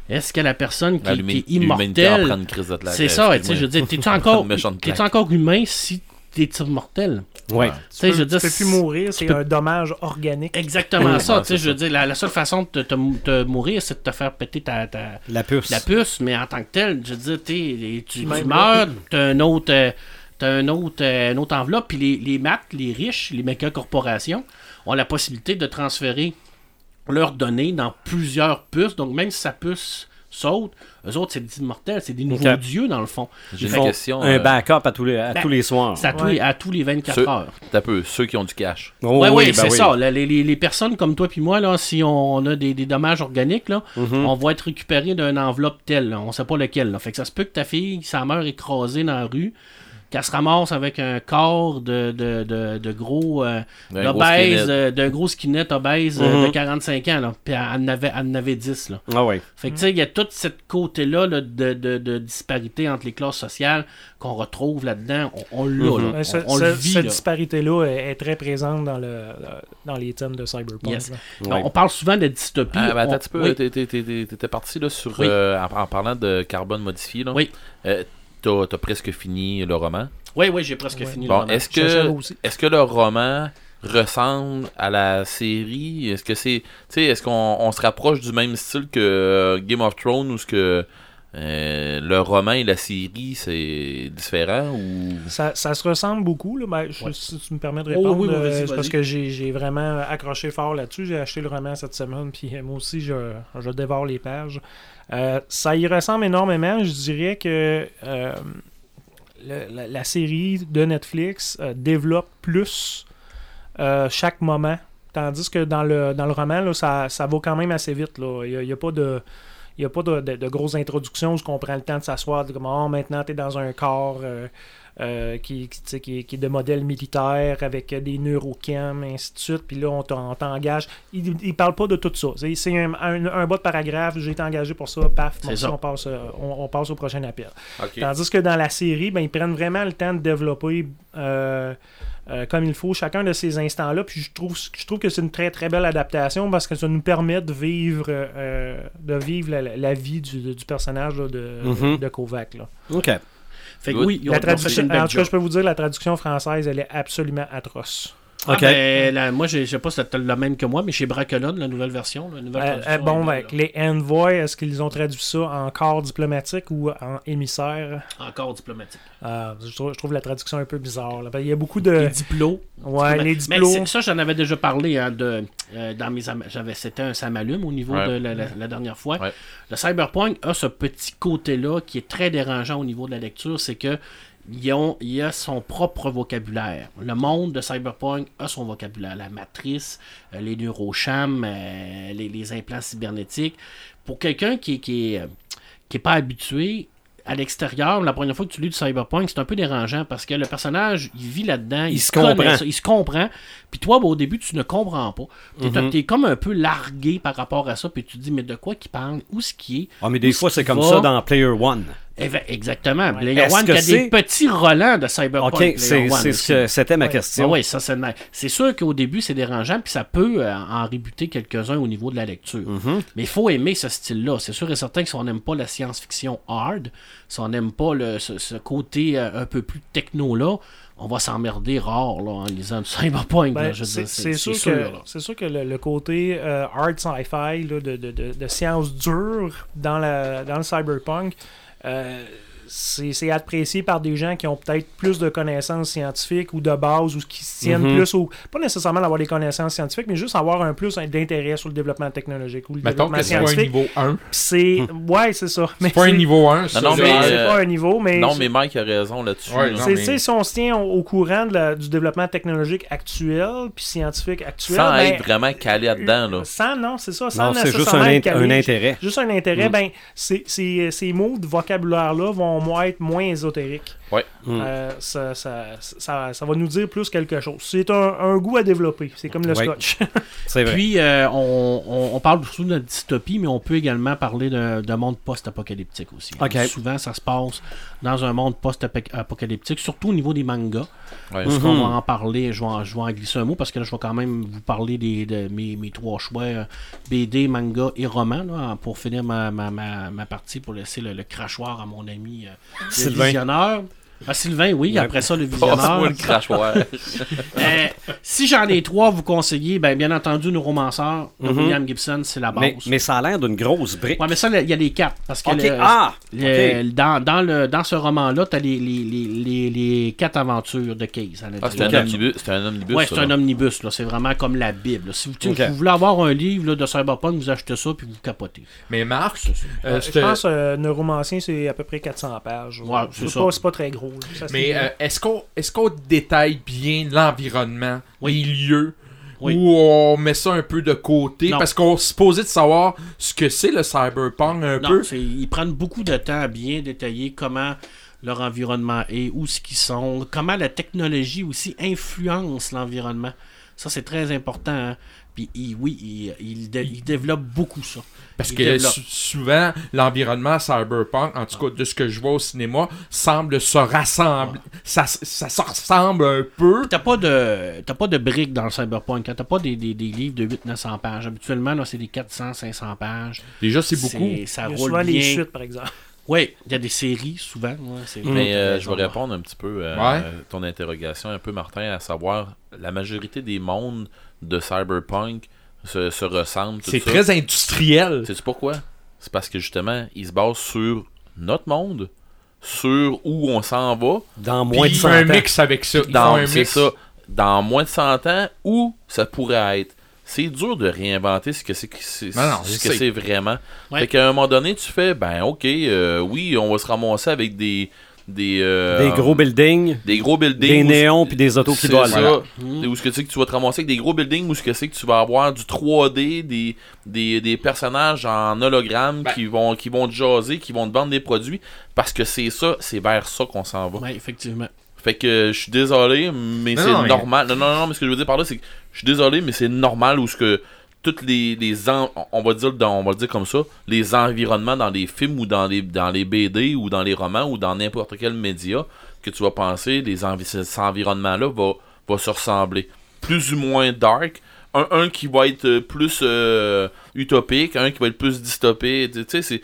Speaker 3: Est-ce que la personne qui,
Speaker 2: Ben,
Speaker 3: qui
Speaker 2: l'humani-
Speaker 3: est
Speaker 2: l'humanité en prend
Speaker 3: immortelle.
Speaker 2: une crise de la-
Speaker 3: C'est ça, tu sais,
Speaker 2: excuse-moi.
Speaker 3: je veux dire, t'es-tu
Speaker 2: (laughs)
Speaker 3: encore,
Speaker 2: Une méchante
Speaker 3: t'es-tu
Speaker 2: claque.
Speaker 3: encore humain si t'es immortel?
Speaker 1: Ouais.
Speaker 3: Tu
Speaker 6: Tu
Speaker 3: sais, je veux
Speaker 6: peux,
Speaker 3: dire,
Speaker 6: tu peux plus mourir, c'est un dommage organique.
Speaker 3: Exactement ça,
Speaker 2: Ouais,
Speaker 3: tu sais,
Speaker 2: c'est
Speaker 3: je veux dire, la, la seule façon de te, te- te mourir, c'est de te faire péter ta, ta-
Speaker 1: La puce.
Speaker 3: la puce, mais en tant que tel, je veux dire, t'es- tu, tu
Speaker 6: Même
Speaker 3: meurs, t'as un autre, euh, t'as un autre, euh, une autre enveloppe, puis les, les MAC, les riches, les méga corporations ont la possibilité de transférer leurs données dans plusieurs puces, donc même si sa puce saute, eux autres, c'est des immortels, c'est des nouveaux
Speaker 1: Ok.
Speaker 3: dieux dans le fond.
Speaker 2: J'ai
Speaker 1: Ils
Speaker 2: une
Speaker 1: font
Speaker 2: question.
Speaker 1: Un
Speaker 2: euh,
Speaker 1: backup à tous les, à
Speaker 3: Ben,
Speaker 1: tous les soirs.
Speaker 3: C'est à, tous
Speaker 6: Ouais.
Speaker 3: les- à tous les 24
Speaker 2: Ceux-
Speaker 3: heures.
Speaker 2: T'as peu, ceux qui ont du cash.
Speaker 1: Oh,
Speaker 3: ouais, oui,
Speaker 1: ben
Speaker 3: c'est ça. La- Les, les- les personnes comme toi puis moi, là, si on, on a des, des dommages organiques, là,
Speaker 2: Mm-hmm.
Speaker 3: on va être récupéré d'une enveloppe telle. là. On sait pas lequel. là. Fait que ça se peut que ta fille, sa meurt écrasée dans la rue, qu'elle se ramasse avec un corps de, de, de, de gros, euh,
Speaker 2: D'un gros
Speaker 3: d'obèse,
Speaker 2: skinhead. Mm-hmm.
Speaker 3: euh, d'un gros skinette obèse euh,
Speaker 1: Mhm.
Speaker 3: de 45 ans. Là. Puis elle en avait, elle en avait 10. Là.
Speaker 1: Ah ouais.
Speaker 3: Fait que, tu sais, il y a tout ce côté-là là, de, de- de disparité entre les classes sociales qu'on retrouve là-dedans. On, on l'a,
Speaker 2: Mm-hmm.
Speaker 3: là.
Speaker 6: Ben, ce-
Speaker 3: On- on
Speaker 6: ce-
Speaker 3: le vit,
Speaker 6: cette
Speaker 3: là.
Speaker 6: disparité-là est, est très présente dans, le, dans les thèmes de Cyberpunk.
Speaker 3: Yes.
Speaker 6: là.
Speaker 1: Ouais.
Speaker 3: On parle souvent de dystopie.
Speaker 2: Ah, ben, attends,
Speaker 3: On-
Speaker 2: un petit peu,
Speaker 3: oui.
Speaker 2: t'es- t'es- t'es- t'es- t'étais parti là, sur,
Speaker 3: Oui.
Speaker 2: euh, en, en parlant de carbone modifié. Là.
Speaker 3: Oui.
Speaker 2: Euh, T'as t'as presque fini le roman.
Speaker 3: Oui, oui, j'ai presque fini
Speaker 2: Bon,
Speaker 3: le roman.
Speaker 2: est-ce
Speaker 6: Chercheur
Speaker 2: que,
Speaker 6: aussi.
Speaker 2: est que le roman ressemble à la série Est-ce que c'est. Tu sais, est-ce qu'on on se rapproche du même style que euh, Game of Thrones ou ce que. euh, le roman et la série, c'est différent ou.
Speaker 6: Ça, ça se ressemble beaucoup. Là. Ben, je-
Speaker 3: Ouais. Oh
Speaker 6: Si tu me permets de répondre,
Speaker 3: oui, oui,
Speaker 6: euh,
Speaker 3: vas-y,
Speaker 6: c'est
Speaker 3: vas-y.
Speaker 6: parce que j'ai j'ai vraiment accroché fort là-dessus. J'ai acheté le roman cette semaine, puis euh, moi aussi, je, je dévore les pages. Euh, ça y ressemble énormément. Je dirais que euh, le- la, la série de Netflix euh, développe plus euh, chaque moment. Tandis que dans le, dans le roman, là, ça, ça va quand même assez vite. là. Il n'y a, il y a pas de. Il y a pas de, de- de grosses introductions où on prend le temps de s'asseoir, de comme Ah, maintenant tu es dans un corps euh, euh, qui, qui, tu sais, qui est- qui est de modèle militaire avec euh, des neurocams, ainsi de suite. Puis là, on t'en- on t'engage. Il ne parle pas de tout ça. C'est- C'est un, un, un bas de paragraphe, j'ai été engagé pour ça, paf,
Speaker 3: C'est
Speaker 6: bon,
Speaker 3: ça.
Speaker 6: on, passe, euh, on, on passe au prochain appel. Tandis que dans la série, ben, ils prennent vraiment le temps de développer euh, euh, comme il faut chacun de ces instants-là. Puis je trouve, je trouve que c'est une très très belle adaptation parce que ça nous permet de vivre, euh, de vivre la, la vie du, du personnage là, de,
Speaker 1: Mhm.
Speaker 6: de Kovac. là.
Speaker 1: OK.
Speaker 3: Ah, Fait que
Speaker 2: Good.
Speaker 3: oui, ils ont- ils
Speaker 6: La
Speaker 3: ont fait
Speaker 6: traduction,
Speaker 3: une belle
Speaker 6: en tout cas,
Speaker 3: job.
Speaker 6: je peux vous dire la traduction française, elle est absolument atroce.
Speaker 3: Ah,
Speaker 1: OK.
Speaker 3: ben, la- moi, je je sais pas si c'est la même que moi, mais chez Bracolone, la nouvelle version, la nouvelle
Speaker 6: Euh,
Speaker 3: traduction,
Speaker 6: euh, bon,
Speaker 3: elle est
Speaker 6: ben,
Speaker 3: belle,
Speaker 6: les envoys, est-ce qu'ils ont traduit ça en corps diplomatique ou en émissaire
Speaker 3: là. encore diplomatique.
Speaker 6: Euh, je, trouve, je trouve la traduction un peu bizarre. là. Ben, Il y a beaucoup de.
Speaker 3: Ah. Les diplômes.
Speaker 6: Ouais, les
Speaker 3: Mais
Speaker 6: diplômes.
Speaker 3: c'est- ça, j'en avais déjà parlé hein, de, euh, dans mes am- j'avais C'était un samalume au niveau
Speaker 2: Ouais.
Speaker 3: de la, la- la dernière fois.
Speaker 2: Ouais.
Speaker 3: Le cyberpunk a ce petit côté-là qui est très dérangeant au niveau de la lecture, c'est que ils ont- il a son propre vocabulaire. Le monde de Cyberpunk a son vocabulaire. La matrice, euh, les neurochams, euh, les, les implants cybernétiques. Pour quelqu'un qui, qui est euh, qui est pas habitué à l'extérieur, la première fois que tu lis du cyberpunk, c'est un peu dérangeant parce que le personnage, il vit là-dedans,
Speaker 1: Il se
Speaker 3: connaît
Speaker 1: comprend.
Speaker 3: ça, il se comprend. Puis toi, ben, au début, tu ne comprends pas. T'es
Speaker 1: Mm-hmm.
Speaker 3: t'es comme un peu largué par rapport à ça, puis tu te dis, mais de quoi qu'il parle, où ce qui est.
Speaker 1: Ah, mais des
Speaker 3: Où
Speaker 1: fois,
Speaker 3: ce
Speaker 1: c'est
Speaker 3: qu'il
Speaker 1: comme
Speaker 3: va?
Speaker 1: ça dans Player One.
Speaker 3: Eva- Exactement.
Speaker 6: Ouais.
Speaker 3: Blayer
Speaker 1: Est-ce
Speaker 3: One
Speaker 1: que
Speaker 3: qui a
Speaker 1: c'est-
Speaker 3: des petits relents de Cyberpunk.
Speaker 1: Ok,
Speaker 3: Ah, Player
Speaker 1: c'est
Speaker 3: One
Speaker 1: c'est
Speaker 3: aussi.
Speaker 1: ce que c'était ma
Speaker 6: Ouais.
Speaker 1: question.
Speaker 3: oui, ça c'est nice. C'est sûr qu'au début c'est dérangeant, puis ça peut euh, en rébuter quelques-uns au niveau de la lecture.
Speaker 1: Mm-hmm.
Speaker 3: Mais il faut aimer ce style-là. C'est sûr et certain que si on n'aime pas la science-fiction hard, si on n'aime pas le- ce, ce côté euh, un peu plus techno-là, on va s'emmerder rare là, en lisant du (laughs) cyberpunk.
Speaker 6: Ben,
Speaker 3: là, je veux
Speaker 6: c'est
Speaker 3: dire,
Speaker 6: c'est sûr, que,
Speaker 3: là.
Speaker 6: c'est sûr que le, le côté euh, hard sci-fi là, de, de- de- de science dure dans, la, dans le cyberpunk, euh, c'est c'est apprécié par des gens qui ont peut-être plus de connaissances scientifiques ou de base ou qui se tiennent
Speaker 5: Mm-hmm.
Speaker 1: Mhm.
Speaker 6: plus au. Pas nécessairement d'avoir des connaissances scientifiques, mais juste avoir un plus d'intérêt sur le développement technologique ou le
Speaker 5: Mettons
Speaker 6: développement
Speaker 5: que c'est pas un
Speaker 6: scientifique.
Speaker 5: niveau 1.
Speaker 6: Puis C'est. Ouais, c'est ça. Mais
Speaker 5: C'est pas un
Speaker 6: c'est-
Speaker 5: niveau 1. ça,
Speaker 2: Non, non,
Speaker 5: là.
Speaker 6: c'est-
Speaker 2: mais,
Speaker 6: c'est
Speaker 2: euh,
Speaker 6: pas un niveau, mais.
Speaker 2: Non, mais Mike a raison là-dessus.
Speaker 5: Ouais,
Speaker 2: là.
Speaker 5: non,
Speaker 6: C'est,
Speaker 5: mais-
Speaker 6: tu sais, si on se tient au, au courant de la- du développement technologique actuel puis scientifique actuel,
Speaker 2: Sans
Speaker 6: ben,
Speaker 2: être vraiment calé là-dedans. Là.
Speaker 6: sans, non, c'est ça.
Speaker 1: Non,
Speaker 6: Sans
Speaker 1: c'est juste un,
Speaker 6: nécessairement
Speaker 1: int-
Speaker 6: être calé.
Speaker 1: un intérêt. Mm.
Speaker 6: Juste un intérêt, ben, ces- ces ces mots de vocabulaire-là vont moins être moins ésotériques.
Speaker 2: Ouais.
Speaker 1: Mm.
Speaker 6: Euh, ça, ça, ça, ça va nous dire plus quelque chose. C'est un, un goût à développer. C'est comme le
Speaker 1: Ouais.
Speaker 6: scotch.
Speaker 1: C'est vrai.
Speaker 3: Puis, euh, on, on- on parle surtout de dystopie, mais on peut également parler d'un d'un monde post-apocalyptique aussi.
Speaker 1: Ok.
Speaker 3: Souvent, ça se passe dans un monde post-apocalyptique, surtout au niveau des mangas.
Speaker 2: Ouais.
Speaker 3: Parce
Speaker 1: Mhm.
Speaker 3: qu'on va en parler, je vais en, je vais en glisser un mot, parce que là, je vais quand même vous parler des, de mes, mes trois choix euh, BD, manga et roman, là, en- pour finir ma, ma- ma- ma partie, pour laisser le, le crachoir à mon ami euh, le
Speaker 1: Sylvain.
Speaker 3: visionneur. Ah, Sylvain, oui,
Speaker 1: Ouais.
Speaker 3: après
Speaker 1: (laughs)
Speaker 3: ça, le visionneur.
Speaker 2: Passe-moi le crachoir.
Speaker 3: Euh, si j'en ai trois à vous conseiller, ben, bien entendu, nos romanceurs, de
Speaker 1: Mhm.
Speaker 3: William Gibson, c'est la base.
Speaker 1: Mais, mais ça a l'air d'une grosse brique.
Speaker 3: Ouais, mais ça, il y a les quatre. Parce que
Speaker 1: Ok,
Speaker 3: le-
Speaker 1: ah!
Speaker 3: le-
Speaker 1: ok.
Speaker 3: dans, dans le, dans ce roman-là, tu as les, les, les, les, les quatre aventures de Case. à
Speaker 2: Ah, c'est
Speaker 3: l'intérieur.
Speaker 2: un omnibus. C'est un omnibus.
Speaker 3: Ouais,
Speaker 2: ça,
Speaker 3: c'est un
Speaker 2: là.
Speaker 3: omnibus. là. C'est vraiment comme la Bible. là. Si vous, tu-
Speaker 1: Ok.
Speaker 3: vous voulez avoir un livre là, de Cyberpunk, vous achetez ça puis vous capotez.
Speaker 5: Mais Marc, euh,
Speaker 6: je
Speaker 5: c'est-
Speaker 6: pense euh, Neuromancien, c'est à peu près 400 pages.
Speaker 3: Ouais, c'est ça.
Speaker 6: pas, c'est pas très gros. là. Ça, c'est-
Speaker 5: mais euh, est-ce qu'on est-ce qu'on détaille bien l'environnement, les lieux,
Speaker 3: Oui.
Speaker 5: ou on met ça un peu de côté
Speaker 3: Non.
Speaker 5: parce qu'on est supposé de savoir ce que c'est le cyberpunk un
Speaker 3: Non,
Speaker 5: peu.
Speaker 3: c'est- ils prennent beaucoup de temps à bien détailler comment leur environnement est, où ce qu'ils sont, comment la technologie aussi influence l'environnement. Ça, c'est très important. hein. Puis ils- oui, ils ils dé- ils développent beaucoup ça.
Speaker 5: Parce
Speaker 3: Ils
Speaker 5: que
Speaker 3: développent.
Speaker 5: sou- souvent, l'environnement cyberpunk, en tout cas de ce que je vois au cinéma, semble se rassembler. Ça, s- ça se ressemble un peu.
Speaker 3: T'as pas de t'as pas de briques dans le cyberpunk. hein. T'as pas des, des- des livres de 800-900 pages. Habituellement, là, c'est des 400-500 pages.
Speaker 5: Déjà, c'est beaucoup.
Speaker 3: Ça
Speaker 6: Il y a
Speaker 3: roule
Speaker 6: souvent
Speaker 3: bien.
Speaker 6: les chutes, Hum. par exemple.
Speaker 3: Oui, il y a des séries souvent. ouais, c'est vrai.
Speaker 2: Mais euh, je
Speaker 3: Genre.
Speaker 2: vais répondre un petit peu euh,
Speaker 5: Ouais.
Speaker 2: à ton interrogation, un peu, Martin, à savoir la majorité des mondes de Cyberpunk se, se ressemblent. tout
Speaker 5: C'est
Speaker 2: ça.
Speaker 5: très industriel.
Speaker 2: Sais-tu pourquoi? C'est parce que justement, ils se basent sur notre monde, sur où on s'en va,
Speaker 1: Dans
Speaker 5: Puis
Speaker 1: moins de
Speaker 5: ils
Speaker 1: 100
Speaker 5: font un
Speaker 1: ans.
Speaker 5: mix avec ça. Ils font
Speaker 2: dans,
Speaker 5: un
Speaker 2: c'est
Speaker 5: mix.
Speaker 2: ça, dans moins de 100 ans, où ça pourrait être. C'est dur de réinventer ce que c'est que c'est-
Speaker 5: Non, non,
Speaker 2: ce
Speaker 5: je
Speaker 2: que
Speaker 5: sais.
Speaker 2: c'est vraiment.
Speaker 3: Ouais.
Speaker 2: Fait qu'à un moment donné, tu fais, ben ok, euh, oui, on va se ramasser avec des... Des, euh,
Speaker 1: Des gros buildings,
Speaker 2: des gros buildings.
Speaker 1: des
Speaker 2: où-
Speaker 1: néons puis des autos qui
Speaker 2: C'est
Speaker 1: volent.
Speaker 2: ça.
Speaker 1: Voilà.
Speaker 2: Et Où ce que tu sais que tu vas te ramasser avec des gros buildings, où ce que c'est que tu vas avoir du 3D, des, des, des personnages en hologramme
Speaker 5: Ben.
Speaker 2: qui vont qui vont te jaser, qui vont te vendre des produits, parce que c'est ça, c'est vers ça qu'on s'en va.
Speaker 3: Ouais, effectivement.
Speaker 2: Fait que je suis désolé, mais
Speaker 5: Non,
Speaker 2: c'est
Speaker 5: non, mais-
Speaker 2: normal. Non, non, non, mais ce que je veux dire par là, c'est que je suis désolé, mais c'est normal où ce que toutes les, les en- on va dire dans- on va le dire comme ça, les environnements dans les films ou dans les dans les BD ou dans les romans ou dans n'importe quel média que tu vas penser, les envi- cet environnement là va va se ressembler. Plus ou moins dark, un, un qui va être euh, plus euh, utopique, un qui va être plus dystopique, tu sais c'est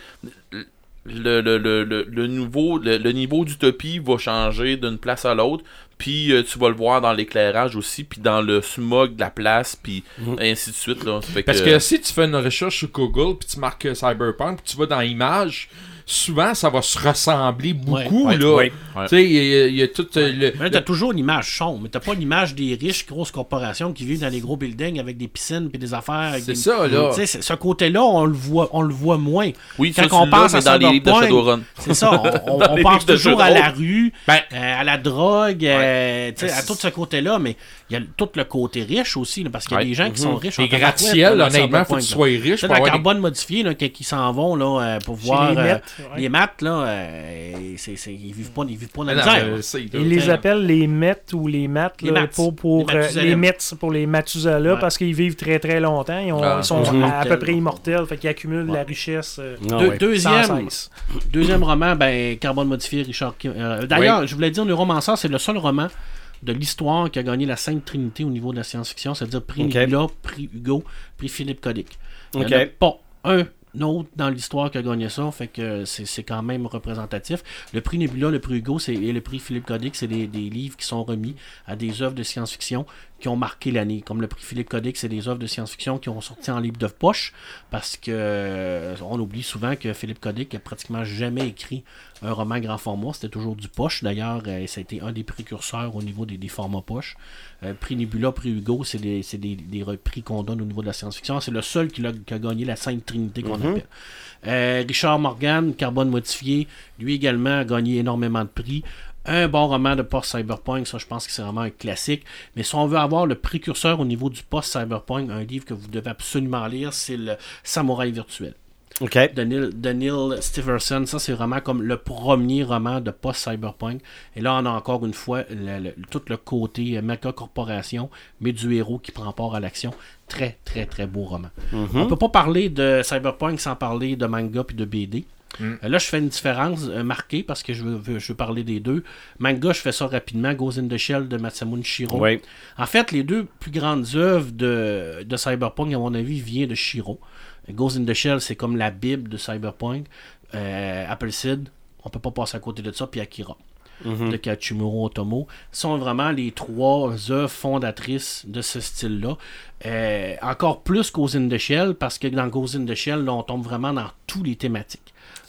Speaker 2: le, le, le, le, le nouveau, le, le niveau d'utopie va changer d'une place à l'autre. Puis euh, tu vas le voir dans l'éclairage aussi, puis dans le smog de la place, puis
Speaker 3: Mhm.
Speaker 2: ainsi de suite. Là. Fait
Speaker 5: Parce que si tu fais une recherche sur Google, puis tu marques euh, Cyberpunk, puis tu vas dans Images, souvent ça va se ressembler beaucoup.
Speaker 2: ouais,
Speaker 5: là.
Speaker 2: ouais, ouais.
Speaker 5: Tu sais, il y, a- il y a tout euh, le.
Speaker 3: Mais là, t'as toujours une image sombre, mais t'as pas l'image des riches grosses corporations qui vivent dans les gros buildings avec des piscines puis des affaires. avec
Speaker 5: C'est
Speaker 3: des-
Speaker 5: ça, là.
Speaker 3: Tu sais, c'est- ce côté-là, on le voit, on le voit moins.
Speaker 2: oui,
Speaker 3: quand
Speaker 2: ça, tu
Speaker 3: on
Speaker 2: l'as,
Speaker 3: pense
Speaker 2: mais
Speaker 3: à
Speaker 2: dans les livres de
Speaker 3: Cyberpunk,
Speaker 2: Shadowrun.
Speaker 3: C'est ça,
Speaker 2: (laughs)
Speaker 3: on, on-
Speaker 2: Dans
Speaker 3: on
Speaker 2: les
Speaker 3: pense
Speaker 2: livres de
Speaker 3: toujours à
Speaker 2: jeux de
Speaker 3: la rue,
Speaker 5: Ben,
Speaker 3: euh, à la drogue, euh, tu sais,
Speaker 2: Ben,
Speaker 3: à tout ce côté-là, mais il y a le- tout le côté riche aussi, là, parce qu'il y a
Speaker 2: Ouais.
Speaker 3: des gens qui sont riches. en
Speaker 5: Mhm. les
Speaker 3: tabarouette,
Speaker 5: gratte-ciel,
Speaker 3: là, dans
Speaker 5: honnêtement, faut
Speaker 3: Cyberpunk,
Speaker 5: que tu
Speaker 3: là.
Speaker 5: sois riche
Speaker 3: Tu sais,
Speaker 5: pour
Speaker 3: la
Speaker 5: avoir des-
Speaker 3: carbone modifiée là, que- qui s'en vont là, euh, pour voir
Speaker 6: les
Speaker 3: euh,
Speaker 6: Mets. Ouais.
Speaker 3: Les maths, là, euh, c'est, c'est- ils vivent pas, ils vivent
Speaker 5: Ben
Speaker 3: pas dans la
Speaker 2: Mais non,
Speaker 3: misère.
Speaker 2: je le
Speaker 3: là.
Speaker 2: sais, là.
Speaker 6: Ils les
Speaker 3: Tiens.
Speaker 6: appellent les Mets ou les Mats
Speaker 3: Les
Speaker 6: là,
Speaker 3: Mats.
Speaker 6: pour, pour
Speaker 3: Les
Speaker 6: euh,
Speaker 3: Mathusalem.
Speaker 6: les Mets pour les Mathusalem
Speaker 3: Ouais.
Speaker 6: parce qu'ils vivent très très longtemps. Ils, ont-
Speaker 2: Ah.
Speaker 6: ils sont
Speaker 1: Mhm.
Speaker 6: à, à peu près immortels, fait qu'ils accumulent de la
Speaker 3: Ouais.
Speaker 6: richesse. euh,
Speaker 1: Non,
Speaker 3: Deux-
Speaker 1: Ah ouais.
Speaker 3: deuxième,
Speaker 6: sans cesse.
Speaker 3: deuxième roman, ben, Carbone modifié, Richard Kim. Euh, D'ailleurs, je voulais dire, Le Romanceur, c'est le seul roman de l'histoire qui a gagné la Sainte Trinité au niveau de la science-fiction, c'est-à-dire prix
Speaker 1: Ok.
Speaker 3: Nicolas, prix Hugo, prix Philippe Codic. Il n'y
Speaker 1: Ok.
Speaker 3: en a pas un autre dans l'histoire qui a gagné ça, fait que c'est c'est quand même représentatif. Le prix Nebula, le prix Hugo c'est- et le prix Philippe Codic, c'est des, des livres qui sont remis à des œuvres de science-fiction qui ont marqué l'année. Comme le prix Philippe Codic, c'est des œuvres de science-fiction qui ont sorti en livre de poche, parce que euh, on oublie souvent que Philippe Codic n'a pratiquement jamais écrit un roman grand format, c'était toujours du poche. D'ailleurs, euh, ça a été un des précurseurs au niveau des, des formats poche. Euh, prix Nebula, prix Hugo, c'est des, c'est des- des re- prix qu'on donne au niveau de la science-fiction. C'est le seul qui, l'a- qui a gagné la Sainte Trinité qu'on appelle. Euh, Richard Morgan, Carbone Modifié, lui également a gagné énormément de prix. Un bon roman de post-cyberpunk, ça je pense que c'est vraiment un classique. Mais si on veut avoir le précurseur au niveau du post-cyberpunk, un livre que vous devez absolument lire, c'est le Samouraï virtuel
Speaker 1: OK.
Speaker 3: de Neil, de Neil Stephenson. Ça, c'est vraiment comme le premier roman de post-cyberpunk. Et là, on a encore une fois le- le- tout le côté euh, Mecha Corporation, mais du héros qui prend part à l'action. Très, très, très beau roman. On peut pas parler de cyberpunk sans parler de manga puis de BD. Euh, Là, je fais une différence euh, marquée parce que je veux, veux- je veux parler des deux. Manga, je fais ça rapidement. Goes in the Shell de Masamune Shiro.
Speaker 1: Oui.
Speaker 3: En fait, les deux plus grandes œuvres de, de Cyberpunk, à mon avis, viennent de Shiro. Ghost in the Shell, c'est comme la Bible de Cyberpunk. Euh, Appleseed, on peut pas passer à côté de ça. Puis Akira,
Speaker 6: Mhm.
Speaker 3: de Katsuhiro Otomo, sont vraiment les trois œuvres fondatrices de ce style-là. Euh, encore plus Ghost in the Shell, parce que dans Ghost in the Shell, là, on tombe vraiment dans tous les thématiques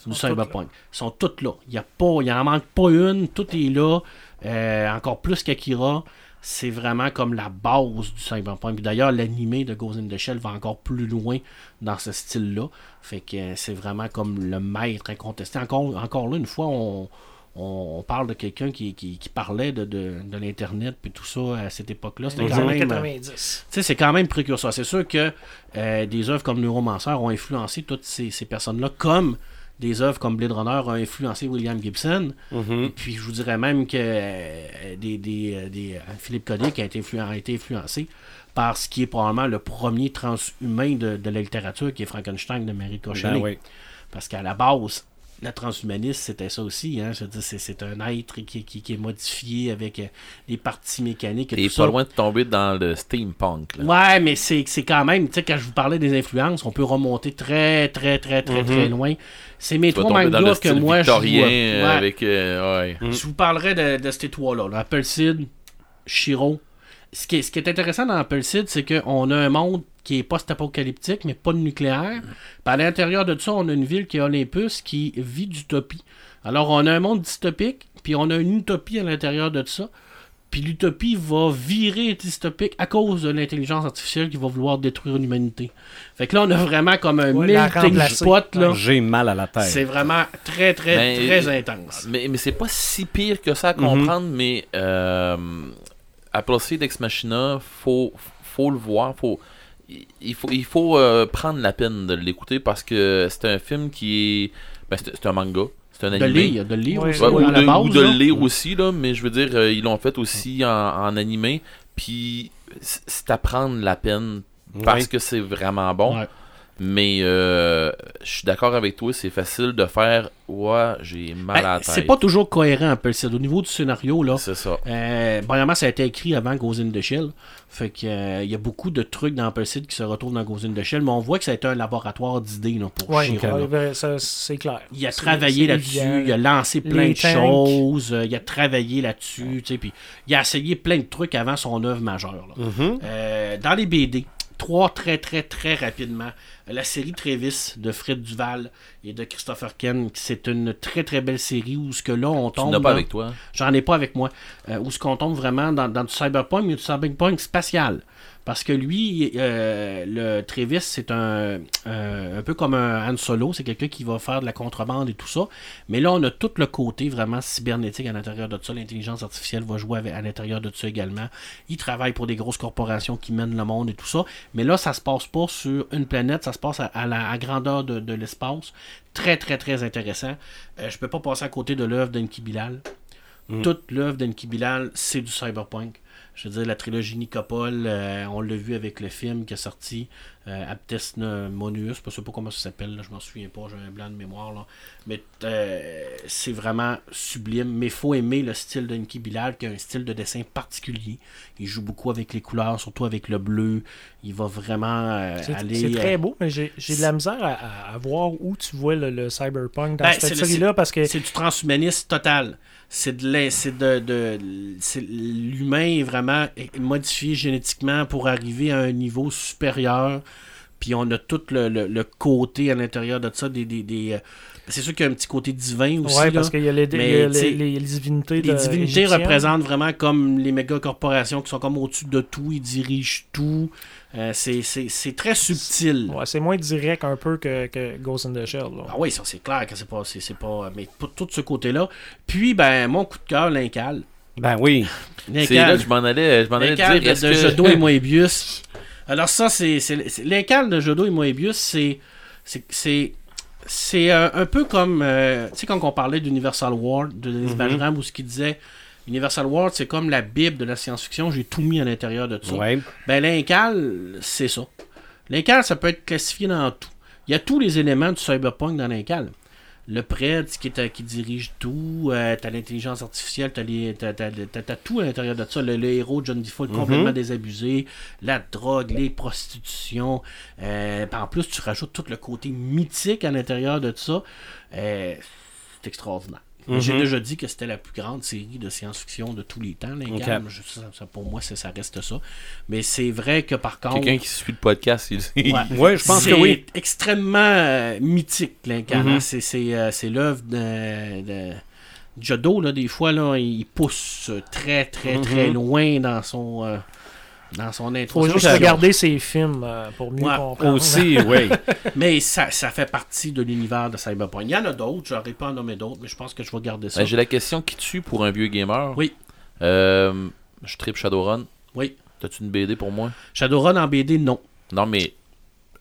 Speaker 3: du
Speaker 6: sont toutes
Speaker 3: Cyberpunk. Ils sont toutes là. Il n'y a pas, il en manque pas une. Tout est là. Euh, encore plus qu'Akira. C'est vraiment comme la base du cyberpunk. Puis D'ailleurs, l'animé de Ghost in the Shell va encore plus loin dans ce style-là. Fait que euh, c'est vraiment comme le maître incontesté. Encore, encore là, une fois, on, on- on parle de quelqu'un qui, qui- qui parlait de, de- de l'Internet puis tout ça à cette époque-là. C'était
Speaker 6: Les
Speaker 3: quand
Speaker 6: années
Speaker 3: même... euh,
Speaker 6: 90.
Speaker 3: Tu sais, c'est quand même précurseur. C'est sûr que euh, des œuvres comme Neuromancer ont influencé toutes ces, ces personnes-là, comme des œuvres comme Blade Runner ont influencé William Gibson. Et puis, je vous dirais même que euh, des, des, euh, des, euh, Philippe Codic a été, influ- a été influencé par ce qui est probablement le premier transhumain de, de la littérature, qui est Frankenstein de Mary Shelley.
Speaker 1: Ben oui.
Speaker 3: Parce qu'à la base, la transhumaniste, c'était ça aussi. Hein? Je veux dire, c'est- c'est un être qui, qui- qui est modifié avec euh, des parties mécaniques et
Speaker 2: T'es
Speaker 3: tout
Speaker 2: pas
Speaker 3: ça.
Speaker 2: loin de tomber dans le steampunk. Là.
Speaker 3: Ouais, mais c'est c'est quand même, tu sais, quand je vous parlais des influences, on peut remonter très, très, très, très, très loin. C'est mes
Speaker 2: Mm-hmm. Tu vas
Speaker 3: trois
Speaker 2: tomber dans
Speaker 3: mangas
Speaker 2: le
Speaker 3: que
Speaker 2: style
Speaker 3: moi, je vous,
Speaker 2: victorien
Speaker 3: ouais,
Speaker 2: euh, avec. euh, ouais.
Speaker 3: je vous parlerai de, de ces trois-là. là. Appleseed, Shiro. Ce qui, est, ce qui est intéressant dans Appleseed, c'est qu'on a un monde qui est post-apocalyptique, mais pas de nucléaire. Puis à l'intérieur de ça, on a une ville qui est Olympus, qui vit d'utopie. Alors, on a un monde dystopique, puis on a une utopie à l'intérieur de ça. Puis l'utopie va virer dystopique à cause de l'intelligence artificielle qui va vouloir détruire l'humanité. Fait que là, on a vraiment comme un
Speaker 6: Ouais, la
Speaker 3: melting
Speaker 6: remplacer.
Speaker 3: pot, là.
Speaker 1: J'ai mal à la
Speaker 3: C'est
Speaker 1: tête.
Speaker 3: vraiment très, très,
Speaker 2: Mais-
Speaker 3: très intense.
Speaker 2: Mais, mais c'est pas si pire que ça
Speaker 3: Mhm.
Speaker 2: à comprendre, mais euh, Appleseed Ex Machina, faut, faut le voir, faut, il- il faut, il faut euh, prendre la peine de l'écouter parce que c'est un film qui est. ben, c'est c'est un manga, c'est un
Speaker 3: De
Speaker 2: anime.
Speaker 3: lire, de lire
Speaker 6: Ouais,
Speaker 3: aussi, hein,
Speaker 2: Ouais, ou,
Speaker 3: à la
Speaker 2: de,
Speaker 3: base,
Speaker 2: ou de
Speaker 3: là.
Speaker 2: le lire aussi, là, mais je veux dire, euh, ils l'ont fait aussi en, en animé, puis c- c'est à prendre la peine parce
Speaker 1: Oui.
Speaker 2: que c'est vraiment bon.
Speaker 3: Ouais.
Speaker 2: Mais euh, je suis d'accord avec toi, c'est facile de faire Ouais, j'ai mal
Speaker 3: Ben,
Speaker 2: à la tête.
Speaker 3: c'est pas toujours cohérent un peu. C'est au niveau du scénario, là.
Speaker 2: C'est ça.
Speaker 3: Euh, premièrement, ça a été écrit avant Ghost in the Shell. Fait que, euh, il y a beaucoup de trucs dans Appleseed qui se retrouvent dans Ghost in the Shell, mais on voit que ça a été un laboratoire d'idées là, pour
Speaker 6: Ouais,
Speaker 3: Shiro, là.
Speaker 6: ouais, ben, ça, c'est clair.
Speaker 3: Il a
Speaker 6: C'est-
Speaker 3: travaillé
Speaker 6: c'est
Speaker 3: là-dessus,
Speaker 6: évident.
Speaker 3: il a lancé plein
Speaker 6: Les
Speaker 3: de
Speaker 6: tanks.
Speaker 3: choses, euh, il a travaillé là-dessus, tu sais, puis il a essayé plein de trucs avant son œuvre majeure. là. Euh, dans les BD, trois très très très rapidement. La série Trévis de Fred Duval et de Christopher Ken, c'est une très très belle série où ce que là on
Speaker 2: Tu
Speaker 3: tombe.
Speaker 2: n'as pas
Speaker 3: dans-
Speaker 2: avec toi.
Speaker 3: J'en ai pas avec moi. Euh, où ce qu'on tombe vraiment dans, dans du cyberpunk, mais du cyberpunk spatial. Parce que lui, euh, le Travis, c'est un, euh, un peu comme un Han Solo, c'est quelqu'un qui va faire de la contrebande et tout ça. Mais là, on a tout le côté vraiment cybernétique à l'intérieur de ça. L'intelligence artificielle va jouer avec- à l'intérieur de ça également. Il travaille pour des grosses corporations qui mènent le monde et tout ça. Mais là, ça se passe pas sur une planète, ça se passe à, à la à grandeur de, de l'espace. Très, très, très intéressant. Euh, je peux pas passer à côté de l'œuvre d'Enki Bilal.
Speaker 6: Hmm.
Speaker 3: Toute l'œuvre d'Enki Bilal, c'est du cyberpunk. Je veux dire, la trilogie Nicopole, euh, on l'a vu avec le film qui est sorti, euh, Aptes Monius, je ne sais pas comment ça s'appelle, là, je m'en souviens pas, j'ai un blanc de mémoire. Là. Mais euh, c'est vraiment sublime, mais faut aimer le style de Nicky Bilal, qui a un style de dessin particulier. Il joue beaucoup avec les couleurs, surtout avec le bleu. Il va vraiment euh,
Speaker 6: C'est
Speaker 3: aller...
Speaker 6: c'est très
Speaker 3: euh,
Speaker 6: beau, mais j'ai j'ai de la misère à, à- à voir où tu vois le, le cyberpunk dans
Speaker 3: Ben, c'est
Speaker 6: cette
Speaker 3: le-
Speaker 6: série-là parce que
Speaker 3: C'est du transhumanisme total. C'est de l'in- c'est de, de- c'est- l'humain est vraiment modifié génétiquement pour arriver à un niveau supérieur. Puis on a tout le, le- le côté à l'intérieur de ça des, des- des, euh, c'est sûr qu'il y a un petit côté divin aussi.
Speaker 6: ouais,
Speaker 3: là.
Speaker 6: parce qu'il y a les,
Speaker 3: Mais,
Speaker 6: il y a les-
Speaker 3: tu sais,
Speaker 6: les- les divinités.
Speaker 3: Les
Speaker 6: de-
Speaker 3: divinités
Speaker 6: égyptiennes.
Speaker 3: représentent vraiment comme les méga corporations qui sont comme au-dessus de tout, ils dirigent tout. Euh, c'est- c'est c'est très subtil.
Speaker 6: Ouais, c'est moins direct un peu que, que Ghost in the Shell. là.
Speaker 3: Ah oui, ça c'est clair que c'est pas, c'est c'est pas, mais pour tout ce côté-là. Puis ben mon coup de cœur, l'incal.
Speaker 1: Ben oui.
Speaker 2: C'est là que je m'en allais, je m'en allais
Speaker 3: L'incal
Speaker 2: dire.
Speaker 3: de,
Speaker 2: Est-ce
Speaker 3: de
Speaker 2: que...
Speaker 3: Jodo et Moebius. (laughs) Alors ça c'est, c'est, c'est- l'incal de Jodo et Moebius, c'est, c'est, c'est c'est euh, un peu comme, euh, tu sais, quand on parlait d'Universal World, de Denis Bajram, où ce qu'il disait, Universal World, c'est comme la Bible de la science-fiction, j'ai tout mis à l'intérieur de ça.
Speaker 1: Ouais.
Speaker 3: Ben, l'incal, c'est ça. L'incal, ça peut être classifié dans tout. Il y a tous les éléments du cyberpunk dans l'incal. Le prêtre qui, est- qui dirige tout, euh, t'as l'intelligence artificielle, t'as, les- t'as- t'as- t'as- t'as tout à l'intérieur de ça. Le, le héros de John Defoe est complètement désabusé, la drogue, les prostitutions. euh, puis en plus, tu rajoutes tout le côté mythique à l'intérieur de ça. Euh, c'est extraordinaire. J'ai déjà dit que c'était la plus grande série de science-fiction de tous les temps, l'incal.
Speaker 1: Ok.
Speaker 3: Je- ça- ça- pour moi, c'est- ça reste ça. Mais c'est vrai que par contre.
Speaker 2: Quelqu'un qui suit le podcast,
Speaker 1: (laughs)
Speaker 2: il...
Speaker 3: Ouais.
Speaker 1: Ouais, je pense que oui.
Speaker 3: C'est extrêmement euh, mythique, l'incarnat.
Speaker 1: Mhm.
Speaker 3: C'est- C'est euh, c'est l'œuvre de, de Jodo, là, des fois, là, il pousse euh, très, très, très loin dans son, euh, dans son intro.
Speaker 6: Faut juste
Speaker 3: Ça-
Speaker 6: regarder ses films euh, pour mieux
Speaker 3: Ouais,
Speaker 6: comprendre.
Speaker 1: Aussi, oui.
Speaker 3: Mais ça, ça fait partie de l'univers de Cyberpunk. Il y en a d'autres, j'aurais pas en nommé d'autres, mais je pense que je vais garder ça.
Speaker 2: Ben, J'ai la question qui tue pour un vieux gamer.
Speaker 3: Oui.
Speaker 2: Euh, je tripe Shadowrun.
Speaker 3: Oui.
Speaker 2: T'as-tu une BD pour moi
Speaker 3: Shadowrun en BD, non.
Speaker 2: Non, mais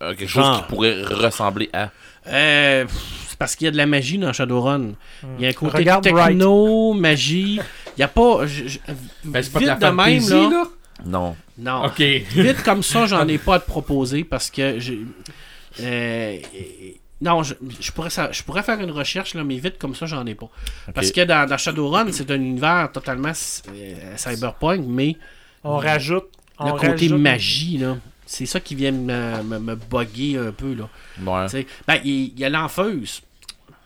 Speaker 2: euh, quelque chose
Speaker 1: Genre.
Speaker 2: qui pourrait ressembler à.
Speaker 3: Euh, pff, c'est parce qu'il y a de la magie dans Shadowrun. Il y a un côté
Speaker 6: Regarde
Speaker 3: techno, magie. Il n'y a pas. je- je-
Speaker 5: Ben, c'est pas de
Speaker 3: vite
Speaker 5: la
Speaker 3: de même,
Speaker 5: fantaisie,
Speaker 3: là. Ah.
Speaker 5: là.
Speaker 2: Non.
Speaker 3: Non. (laughs)
Speaker 5: Ok.
Speaker 3: Vite comme ça, j'en ai pas à te proposer parce que j'ai. euh, non, je, je pourrais, ça- je pourrais faire une recherche, là, mais vite comme ça, j'en ai pas. Parce que dans, dans Shadowrun, c'est un univers totalement euh, cyberpunk, mais
Speaker 6: On rajoute.
Speaker 3: le
Speaker 6: on
Speaker 3: côté
Speaker 6: rajoute-
Speaker 3: magie, là. C'est ça qui vient me, me, me bugger un peu, là.
Speaker 2: Ouais.
Speaker 3: Tu sais, ben, il, il y a l'enfeuse.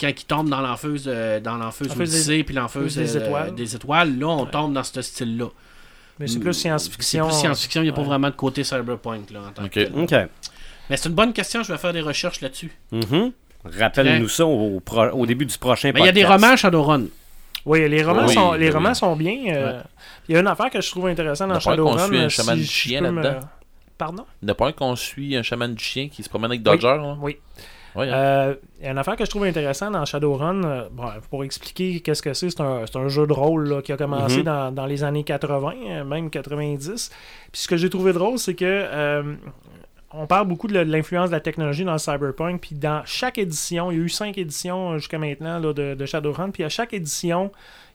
Speaker 3: Quand il tombe dans l'enfeuse, euh, dans l'enfeuse
Speaker 6: L'enfeuse des-
Speaker 3: Odyssée, puis l'enfeuse
Speaker 6: des
Speaker 3: euh,
Speaker 6: étoiles.
Speaker 3: des étoiles, là, on tombe dans ce style-là.
Speaker 6: Mais c'est plus
Speaker 3: C'est
Speaker 6: science-fiction.
Speaker 3: plus science-fiction, il n'y a pas
Speaker 6: Ouais.
Speaker 3: vraiment de côté cyberpunk, là, en tant
Speaker 2: Ok.
Speaker 3: que tel.
Speaker 1: OK.
Speaker 3: Mais c'est une bonne question, je vais faire des recherches là-dessus.
Speaker 1: Mhm. Rappelle-nous ça au, pro- au début du prochain
Speaker 3: Mais Ben, il y a des
Speaker 1: podcast.
Speaker 3: romans Shadowrun.
Speaker 6: Oui, les
Speaker 2: Oui,
Speaker 6: romans,
Speaker 2: ben
Speaker 6: sont, les
Speaker 2: oui.
Speaker 6: romans sont bien. euh, Il y a une affaire que je trouve intéressante dans
Speaker 2: Il faudrait qu'on
Speaker 6: Shadowrun.
Speaker 2: suit un
Speaker 6: euh,
Speaker 2: chaman
Speaker 6: si
Speaker 2: du
Speaker 6: je
Speaker 2: chien
Speaker 6: peux me-
Speaker 2: là-dedans.
Speaker 6: Pardon?
Speaker 2: Il n'y en a pas un qu'on suit un chaman du chien qui se promène avec Dodger. là?
Speaker 6: Oui.
Speaker 2: Ouais, hein.
Speaker 6: Euh, Il y a une affaire que je trouve intéressante dans Shadowrun, euh, bon, pour expliquer qu'est-ce que c'est, c'est un, c'est un jeu de rôle là, qui a commencé
Speaker 1: Mhm.
Speaker 6: dans, dans les années 80, euh, même 90. Puis ce que j'ai trouvé drôle, c'est que euh, on parle beaucoup de la- de l'influence de la technologie dans le cyberpunk. Puis dans chaque édition, il y a eu cinq éditions euh, jusqu'à maintenant là, de, de Shadowrun. Puis à chaque édition,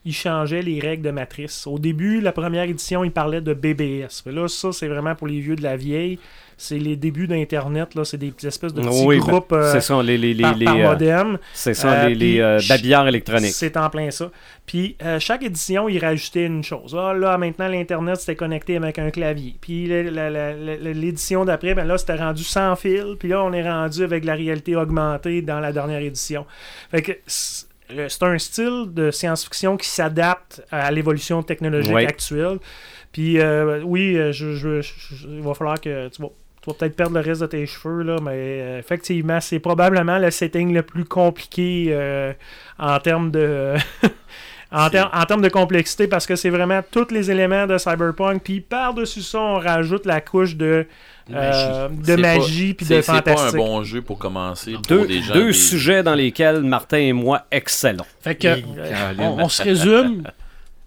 Speaker 6: ils changeaient les règles de matrice. Au début, la première édition, ils parlaient de BBS. Mais là, ça, c'est vraiment pour les vieux de la vieille. C'est les débuts d'Internet. là. C'est des espèces de petits
Speaker 1: Oui, ben,
Speaker 6: groupes. euh,
Speaker 1: c'est ça, les, les, les,
Speaker 6: par,
Speaker 1: les,
Speaker 6: par
Speaker 1: euh,
Speaker 6: modem.
Speaker 1: c'est ça,
Speaker 6: Euh,
Speaker 1: les, les
Speaker 6: puis-
Speaker 1: euh, babillards électroniques.
Speaker 6: C'est en plein ça. Puis euh, chaque édition, il rajoutait une chose. Ah, là, maintenant, l'Internet, c'était connecté avec un clavier. Puis le- la- la- la- la- l'édition d'après, ben là, c'était rendu sans fil. Puis là, on est rendu avec la réalité augmentée dans la dernière édition. Fait que c'est le- c'est un style de science-fiction qui s'adapte à l'évolution technologique
Speaker 1: Ouais.
Speaker 6: actuelle. Puis euh, oui, euh, je, je- je- je- il va falloir que tu vas, tu vas peut-être perdre le reste de tes cheveux, là, mais euh, effectivement, c'est probablement le setting le plus compliqué euh, en termes de (laughs) En, ter- en termes de complexité, parce que c'est vraiment tous les éléments de Cyberpunk. Puis par-dessus ça, on rajoute la couche de euh, de
Speaker 2: C'est pas-
Speaker 6: magie puis
Speaker 2: c'est-
Speaker 6: de
Speaker 2: C'est pas un
Speaker 6: fantastique.
Speaker 2: bon jeu pour commencer. Pour
Speaker 1: Deux,
Speaker 2: des gens,
Speaker 1: deux
Speaker 2: des-
Speaker 1: sujets dans lesquels Martin et moi excellons.
Speaker 3: Fait que, euh, on, on se résume. (laughs)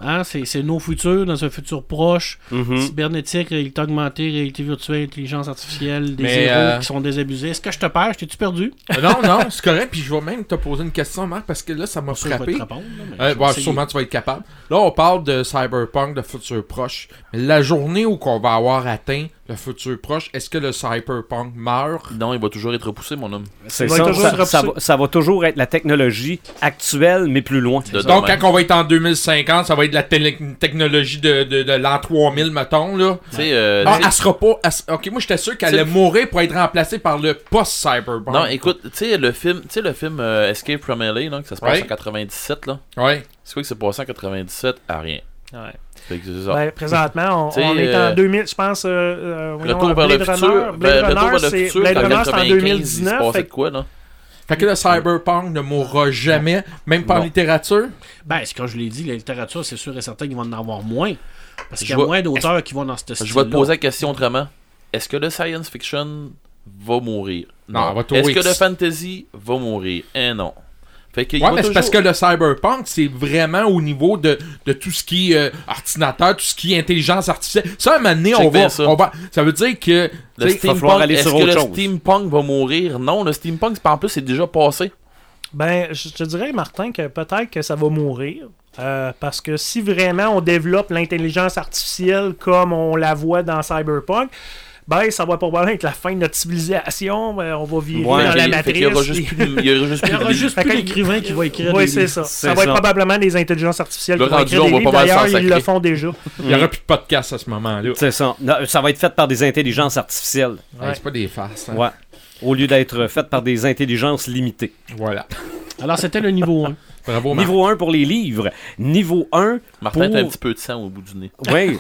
Speaker 3: Hein, c'est, c'est nos futurs dans un futur proche. Cybernétique, réalité augmentée, réalité virtuelle, intelligence artificielle, des
Speaker 5: Mais,
Speaker 3: héros
Speaker 5: euh,
Speaker 3: qui sont désabusés. Est-ce que je te perds? Je t'ai-tu perdu?
Speaker 5: non, non, c'est correct. Puis je vais même te poser une question, Marc, parce que là, ça m'a
Speaker 3: Ça, je vais
Speaker 5: frappé.
Speaker 3: te répondre, là, mais
Speaker 5: Euh,
Speaker 3: je vais
Speaker 5: ouais,
Speaker 3: essayer.
Speaker 5: sûrement tu vas être capable. Là, on parle de cyberpunk, de futur proche. Mais la journée où qu'on va avoir atteint le futur proche, est-ce que le cyberpunk meurt
Speaker 2: Non, il va toujours être repoussé, mon homme.
Speaker 1: C'est
Speaker 6: va
Speaker 1: ça,
Speaker 6: toujours se
Speaker 1: ça, ça
Speaker 6: repousser.
Speaker 1: va, ça va toujours être la technologie actuelle, mais plus loin.
Speaker 2: De
Speaker 5: Donc,
Speaker 2: demain.
Speaker 5: quand on va être en 2050, ça va être la télé- technologie de, de- de l'an 3000, mettons, là.
Speaker 2: Tu sais, euh,
Speaker 5: Ah,
Speaker 2: tu sais-
Speaker 5: elle sera pas. elle s- ok, moi, j'étais sûr qu'elle
Speaker 2: C'est-
Speaker 5: allait mourir pour être remplacée par le post-cyberpunk.
Speaker 2: Non, écoute, tu sais, le film, tu sais, le film euh, Escape from LA, là, que ça se passe
Speaker 5: Ouais.
Speaker 2: en 97, là.
Speaker 5: Ouais.
Speaker 2: C'est quoi que c'est passé en 97 à rien.
Speaker 6: Ouais.
Speaker 2: Fait que c'est ça.
Speaker 6: Ben,
Speaker 2: (laughs)
Speaker 6: présentement, on,
Speaker 2: T'sais,
Speaker 6: on est
Speaker 2: euh,
Speaker 6: en 2000, je pense. euh, euh, voyons,
Speaker 2: Retour vers le
Speaker 6: Blade
Speaker 2: futur.
Speaker 6: Runner-
Speaker 2: Ben,
Speaker 6: Blade
Speaker 2: retour
Speaker 6: Runner,
Speaker 2: vers le
Speaker 6: c'est-
Speaker 2: futur.
Speaker 6: Blade Runner, c'est en
Speaker 2: 95, il se
Speaker 6: 2019.
Speaker 2: passait
Speaker 6: fait
Speaker 2: de quoi, là?
Speaker 5: Fait que le cyberpunk ne mourra jamais, même pas en
Speaker 2: Non.
Speaker 5: littérature.
Speaker 3: Ben, c'est quand je l'ai dit, la littérature, c'est sûr et certain qu'ils vont en avoir moins. Parce qu'il y a
Speaker 2: Je vais-
Speaker 3: moins d'auteurs qui vont dans ce style.
Speaker 2: Je vais te poser la question autrement. Est-ce que le science fiction va mourir?
Speaker 5: Non, elle va toujours
Speaker 2: Est-ce que le
Speaker 5: ex-
Speaker 2: fantasy va mourir? Eh non. Fait que il
Speaker 5: Ouais,
Speaker 2: va
Speaker 5: mais c'est
Speaker 2: toujours-
Speaker 5: parce que le cyberpunk, c'est vraiment au niveau de, de tout ce qui est euh, ordinateur, tout ce qui est intelligence artificielle. Ça, à un moment donné,
Speaker 2: Check
Speaker 5: on va,
Speaker 2: bien ça.
Speaker 5: on va- Ça veut dire que.
Speaker 2: le
Speaker 5: tu sais,
Speaker 1: va falloir
Speaker 2: steampunk,
Speaker 1: aller
Speaker 2: est-ce
Speaker 1: sur
Speaker 2: que
Speaker 1: autre
Speaker 2: le
Speaker 1: chose.
Speaker 2: steampunk va mourir? Non, le steampunk, c'est- en plus, c'est déjà passé.
Speaker 6: Ben, je te dirais, Martin, que peut-être que ça va mourir. euh, parce que si vraiment on développe l'intelligence artificielle comme on la voit dans Cyberpunk, ben ça va probablement être la fin de notre civilisation. ben, on va vivre
Speaker 1: Ouais,
Speaker 6: dans
Speaker 2: Fait
Speaker 6: la
Speaker 2: qu'il- fait qu'il y aura
Speaker 6: matrice.
Speaker 2: juste
Speaker 6: (laughs)
Speaker 2: plus de- il y aura juste
Speaker 3: Il y
Speaker 2: plus de-
Speaker 3: aura juste
Speaker 6: Fait
Speaker 3: plus
Speaker 6: que-
Speaker 3: l'écrivain qui va écrire
Speaker 6: Oui,
Speaker 3: des
Speaker 6: c'est
Speaker 3: livres.
Speaker 6: ça.
Speaker 1: C'est
Speaker 6: Ça va
Speaker 1: ça.
Speaker 6: être probablement des intelligences artificielles
Speaker 2: Le
Speaker 6: qui vont
Speaker 2: rendu
Speaker 6: écrire
Speaker 2: là, on
Speaker 6: des
Speaker 2: va
Speaker 6: livres.
Speaker 2: pas mal s'en
Speaker 6: D'ailleurs, ils le
Speaker 2: sacrer.
Speaker 6: font déjà.
Speaker 5: Il n'y aura plus de podcast à ce moment-là.
Speaker 1: C'est ça. Non, ça va être fait par des intelligences artificielles.
Speaker 2: Mm.
Speaker 5: Ouais, c'est pas des farces. hein.
Speaker 1: Ouais. Au lieu d'être fait par des intelligences limitées.
Speaker 5: Voilà.
Speaker 3: Alors, c'était le niveau 1.
Speaker 5: Bravo, Marc.
Speaker 1: Niveau 1 pour les livres. Niveau 1
Speaker 2: Martin, t'as un
Speaker 1: Pour- (laughs)
Speaker 2: petit peu de sang au bout du nez.
Speaker 1: Oui,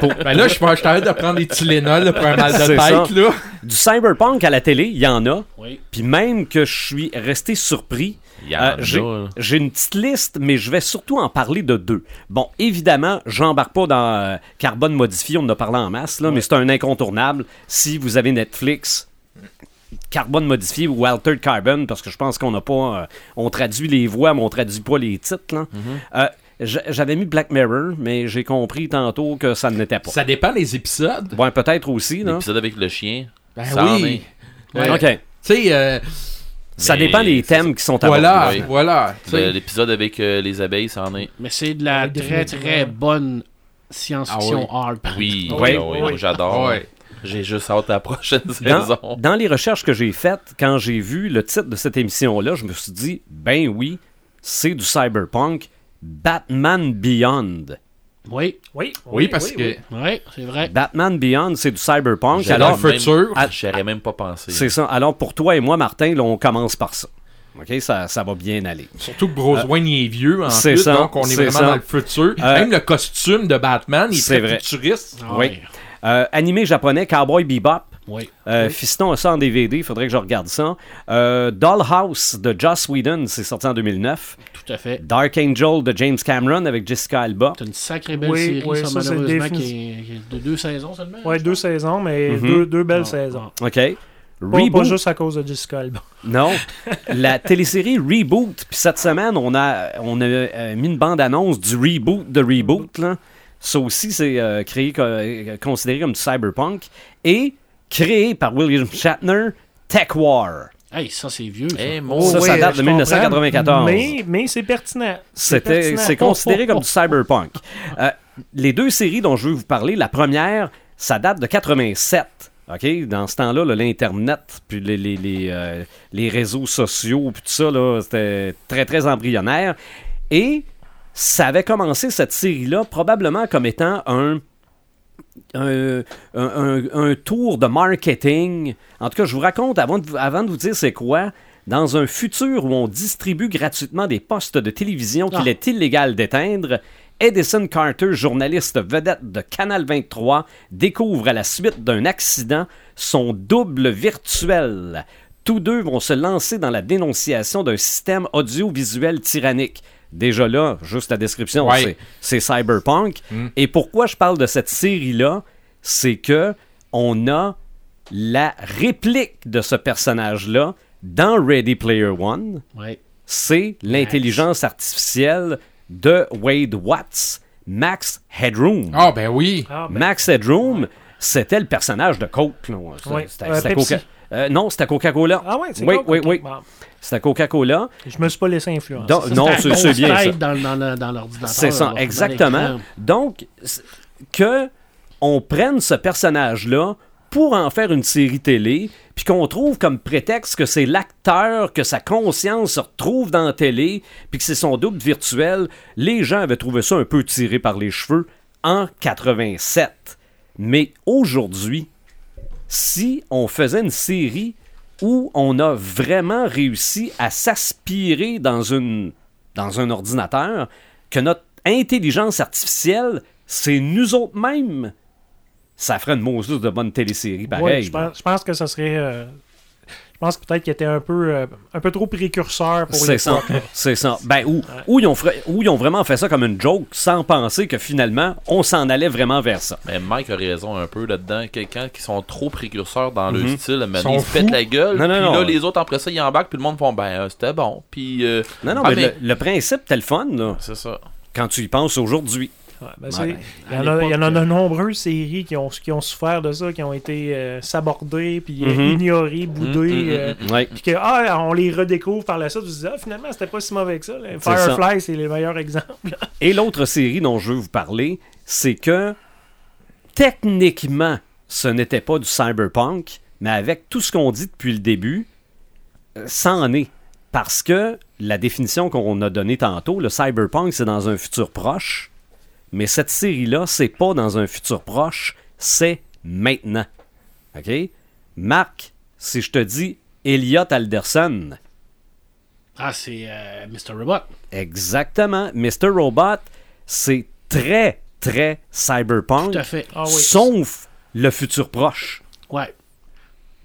Speaker 1: pour-
Speaker 5: Ben là, je pense- je t'arrête de prendre des Tylenol là, pour un mal de
Speaker 1: C'est
Speaker 5: tête.
Speaker 1: ça.
Speaker 5: Là.
Speaker 1: du cyberpunk à la télé, il y en a.
Speaker 3: Oui.
Speaker 1: Puis même que je suis resté surpris,
Speaker 2: Il y en a,
Speaker 1: euh, j'ai-
Speaker 2: là.
Speaker 1: j'ai une petite liste, mais je vais surtout en parler de deux. Bon, évidemment, j'embarque pas dans euh, Carbone Modifié, on en a parlé en masse, là, mais c'est un incontournable. Si vous avez Netflix, Carbone Modifié ou Altered Carbon, parce que je pense qu'on n'a pas... euh, on traduit les voix, mais on traduit pas les titres. là.
Speaker 2: Mm-hmm.
Speaker 1: Euh, j'a- J'avais mis Black Mirror, mais j'ai compris tantôt que ça ne l'était pas.
Speaker 5: Ça dépend des épisodes.
Speaker 1: Ouais, peut-être aussi, là.
Speaker 2: hein. L'épisode avec le chien.
Speaker 5: Ben
Speaker 2: Ça en
Speaker 5: oui.
Speaker 1: Ouais.
Speaker 5: Euh,
Speaker 1: OK.
Speaker 5: Tu sais, euh,
Speaker 1: Ça
Speaker 2: Mais
Speaker 1: dépend des
Speaker 2: c'est
Speaker 1: thèmes qui sont abordés.
Speaker 5: voilà,
Speaker 2: oui.
Speaker 5: voilà. tu
Speaker 2: Le-
Speaker 5: sais.
Speaker 2: L'épisode avec euh, les abeilles, ça en est.
Speaker 3: Mais c'est de la
Speaker 6: Avec des
Speaker 3: très,
Speaker 6: livres.
Speaker 3: très bonne science-fiction
Speaker 5: Ah
Speaker 3: hard.
Speaker 2: Oui,
Speaker 1: Oui.
Speaker 2: oui, oui,
Speaker 6: Oui.
Speaker 2: j'adore.
Speaker 5: Ouais.
Speaker 2: J'ai juste hâte à la prochaine saison.
Speaker 1: Dans, dans les recherches que j'ai faites, quand j'ai vu le titre de cette émission-là, je me suis dit, ben oui, c'est du cyberpunk, Batman Beyond.
Speaker 3: Oui,
Speaker 6: Oui,
Speaker 5: Oui, parce que
Speaker 3: oui, c'est vrai.
Speaker 1: Batman Beyond, c'est du cyberpunk.
Speaker 2: J'aurais
Speaker 1: Alors,
Speaker 5: le
Speaker 2: même-
Speaker 5: futur.
Speaker 2: Ah, J'aurais même pas pensé.
Speaker 1: c'est ça. Alors, pour toi et moi, Martin, là, on commence par ça. OK, ça, ça va bien aller.
Speaker 5: surtout que Bruce Wayne il est vieux en
Speaker 1: Euh, c'est
Speaker 5: plus,
Speaker 1: ça,
Speaker 5: donc on est,
Speaker 1: c'est
Speaker 5: vraiment
Speaker 1: ça.
Speaker 5: dans le futur.
Speaker 1: Euh,
Speaker 5: Même le costume de Batman, il est,
Speaker 1: c'est
Speaker 5: très
Speaker 1: vrai.
Speaker 5: futuriste.
Speaker 3: Ah
Speaker 1: oui.
Speaker 3: ouais.
Speaker 1: Euh, animé japonais, Cowboy Bebop.
Speaker 3: Oui.
Speaker 1: Euh, Fiston a ça en DVD, il faudrait que je regarde ça. Euh, Dollhouse de Joss Whedon, c'est sorti en 2009.
Speaker 3: tout à fait.
Speaker 1: Dark Angel de James Cameron avec Jessica Alba.
Speaker 3: C'est une sacrée belle
Speaker 6: Oui,
Speaker 3: série,
Speaker 6: oui,
Speaker 3: ça,
Speaker 6: ça, c'est
Speaker 3: malheureusement,
Speaker 6: définitif-
Speaker 3: qui est, qui est de deux saisons seulement.
Speaker 6: Ouais,
Speaker 3: je
Speaker 6: deux
Speaker 3: pense.
Speaker 6: saisons, mais
Speaker 1: Mhm.
Speaker 6: deux, deux belles
Speaker 3: Ah,
Speaker 6: saisons.
Speaker 3: ah.
Speaker 1: OK.
Speaker 6: Pas- Pas,
Speaker 1: Reboot.
Speaker 6: juste à cause de Jessica Alba.
Speaker 1: Non. La télésérie Reboot. Puis cette semaine, on a, on a euh, mis une bande-annonce du reboot de Reboot. là. Ça aussi, c'est euh, créé, co- euh, considéré comme du cyberpunk. Et créé par William Shatner, Tech War.
Speaker 3: ah. Hey, ça, c'est vieux. ça.
Speaker 2: Eh, mon
Speaker 1: Ça,
Speaker 2: Dieu.
Speaker 1: ça
Speaker 6: Oh oui,
Speaker 1: date de
Speaker 6: je comprends,
Speaker 1: 1994.
Speaker 6: Mais, mais c'est pertinent.
Speaker 1: C'était,
Speaker 6: pertinent.
Speaker 1: c'est considéré comme du cyberpunk. Euh, les deux séries dont je veux vous parler, la première, ça date de 87. OK? Dans ce temps-là, là, l'Internet, puis les, les, les, euh, les réseaux sociaux, puis tout ça, là, c'était très, très embryonnaire. Et ça avait commencé, cette série-là, probablement comme étant un, un, un- un- un tour de marketing. En tout cas, je vous raconte, avant de, vous- avant de vous dire c'est quoi, dans un futur où on distribue gratuitement des postes de télévision qu'il
Speaker 3: Ah.
Speaker 1: est illégal d'éteindre, Edison Carter, journaliste vedette de Canal 23, découvre à la suite d'un accident son double virtuel. Tous deux vont se lancer dans la dénonciation d'un système audiovisuel tyrannique. Déjà là, juste la description,
Speaker 5: Ouais.
Speaker 1: c'est- c'est cyberpunk.
Speaker 6: Hmm.
Speaker 5: Mm.
Speaker 1: Et pourquoi je parle de cette série-là, c'est que on a la réplique de ce personnage-là dans Ready Player One
Speaker 3: Ouais.
Speaker 1: c'est l'intelligence artificielle de Wade Watts, Max Headroom.
Speaker 5: Ah, ben oui.
Speaker 6: Ah, ben,
Speaker 1: Max Headroom, c'était le personnage de Coke. là. C'était-
Speaker 6: Ouais.
Speaker 1: c'était-
Speaker 6: Euh,
Speaker 1: c'était
Speaker 6: Pepsi.
Speaker 1: Coca- euh, non, c'était Coca-Cola.
Speaker 6: ah ouais, c'est
Speaker 1: Oui,
Speaker 6: cool,
Speaker 1: oui,
Speaker 6: ok.
Speaker 1: oui.
Speaker 6: Bon,
Speaker 1: C'était Coca-Cola.
Speaker 6: je me suis pas laissé influencer.
Speaker 1: Donc- non,
Speaker 3: un
Speaker 1: c'est- c'est
Speaker 3: grosse
Speaker 1: bien ça.
Speaker 3: tête Dans, dans, le- dans l'ordinateur.
Speaker 1: C'est
Speaker 3: là,
Speaker 1: ça,
Speaker 3: dans
Speaker 1: exactement.
Speaker 3: l'écran.
Speaker 1: Donc, c- que on prenne ce personnage-là pour en faire une série télé, puis qu'on trouve comme prétexte que c'est l'acteur, que sa conscience se retrouve dans la télé, puis que c'est son double virtuel, les gens avaient trouvé ça un peu tiré par les cheveux en 87. Mais aujourd'hui, si on faisait une série où on a vraiment réussi à s'aspirer dans, une, dans un ordinateur, que notre intelligence artificielle, c'est nous autres mêmes, ça ferait une Moses de bonne télésérie
Speaker 6: Ouais,
Speaker 1: pareil.
Speaker 6: je, pense, je pense que ça serait. euh, je pense peut-être qu'il était un peu, euh, un peu trop précurseur pour
Speaker 1: C'est ça,
Speaker 6: l'époque.
Speaker 1: (laughs) c'est ça. Ben, ou, ou, ils ont fra- ou ils ont vraiment fait ça comme une joke sans penser que finalement, on s'en allait vraiment vers ça.
Speaker 2: Mais Mike a raison un peu là-dedans. Quelqu'un qui sont trop précurseurs dans
Speaker 1: Mhm.
Speaker 2: leur style, à un moment donné,
Speaker 5: Sont
Speaker 2: ils se pètent
Speaker 5: fous.
Speaker 2: la gueule.
Speaker 1: Non, non,
Speaker 2: puis
Speaker 1: non.
Speaker 2: là, les autres, après ça, ils embarquent, puis le monde font Ben, euh, c'était bon. Puis. euh,
Speaker 1: Non, non,
Speaker 2: ah,
Speaker 1: mais,
Speaker 2: mais-
Speaker 1: le, le principe, t'es le fun, là,
Speaker 2: C'est ça.
Speaker 1: quand tu y penses aujourd'hui.
Speaker 6: Ouais, ben, c'est-
Speaker 1: Ouais,
Speaker 6: il, y
Speaker 3: à
Speaker 6: en a, il y en a
Speaker 3: l'époque, euh,
Speaker 6: de nombreuses séries qui ont, qui ont souffert de ça, qui ont été euh, sabordées, puis euh,
Speaker 1: Mhm.
Speaker 6: ignorées, boudées.
Speaker 2: Mhm,
Speaker 1: mm-hmm,
Speaker 6: euh,
Speaker 2: mhm,
Speaker 1: Ouais.
Speaker 6: puis que, ah, on les redécouvre par la suite. Vous vous dites, ah, finalement, c'était pas si mauvais que ça. là.
Speaker 1: C'est ça.
Speaker 6: Firefly, c'est le meilleur exemple.
Speaker 1: Et l'autre série dont je veux vous parler, c'est que techniquement, ce n'était pas du cyberpunk, mais avec tout ce qu'on dit depuis le début, euh, ça en est. Parce que la définition qu'on a donnée tantôt, le cyberpunk, c'est dans un futur proche, mais cette série-là, c'est pas dans un futur proche, c'est maintenant. OK? Marc, si je te dis Elliot Alderson,
Speaker 3: Ah, c'est euh, Mr. Robot.
Speaker 1: Exactement. Mr. Robot, c'est très, très cyberpunk.
Speaker 3: Tout à fait.
Speaker 6: Ah oui.
Speaker 1: Sauf le futur proche.
Speaker 3: Ouais.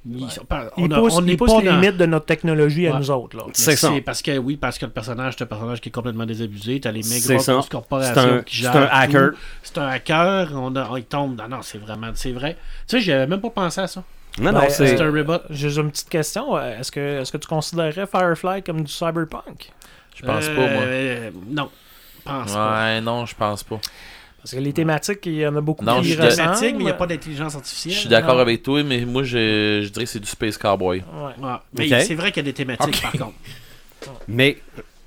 Speaker 3: Ils sont pas-
Speaker 6: Il
Speaker 3: on a-
Speaker 6: pousse,
Speaker 3: on
Speaker 6: il
Speaker 3: n'est
Speaker 6: pousse
Speaker 3: pas
Speaker 6: les
Speaker 3: dans-
Speaker 6: limites de notre technologie à
Speaker 3: Ouais.
Speaker 6: nous autres. Là.
Speaker 3: Mais
Speaker 1: C'est ça.
Speaker 3: Parce que oui, parce que le personnage, c'est un personnage qui est complètement désabusé. T'as les méga
Speaker 1: C'est ça.
Speaker 3: grosses corporations
Speaker 1: C'est un-
Speaker 3: qui
Speaker 1: c'est
Speaker 3: gèrent.
Speaker 1: un
Speaker 3: tout.
Speaker 1: hacker.
Speaker 3: C'est un hacker. On, a- on- il tombe. Non, non, c'est vraiment. C'est vrai. Tu sais, j'avais même pas pensé à ça.
Speaker 1: Ah Non, non,
Speaker 6: Ben,
Speaker 1: c'est.
Speaker 3: C'est un robot.
Speaker 6: J'ai une petite question. euh, Est-ce que, est que tu considérerais Firefly comme du cyberpunk?
Speaker 2: Je pense pas, moi.
Speaker 3: Euh, non. Je pense pas.
Speaker 2: Ouais, non, je pense pas.
Speaker 6: Parce que les thématiques, il y en a beaucoup
Speaker 2: Non, je
Speaker 6: qui
Speaker 2: suis
Speaker 3: C'est
Speaker 6: ressemblent.
Speaker 3: thématique, mais il n'y a pas d'intelligence artificielle.
Speaker 2: Je suis d'accord
Speaker 6: non.
Speaker 2: avec toi, mais moi, je, je dirais que c'est du Space Cowboy.
Speaker 6: Ouais.
Speaker 3: Ouais. Mais
Speaker 1: Ok.
Speaker 3: c'est vrai qu'il y a des thématiques,
Speaker 5: Ok.
Speaker 3: par contre.
Speaker 1: Mais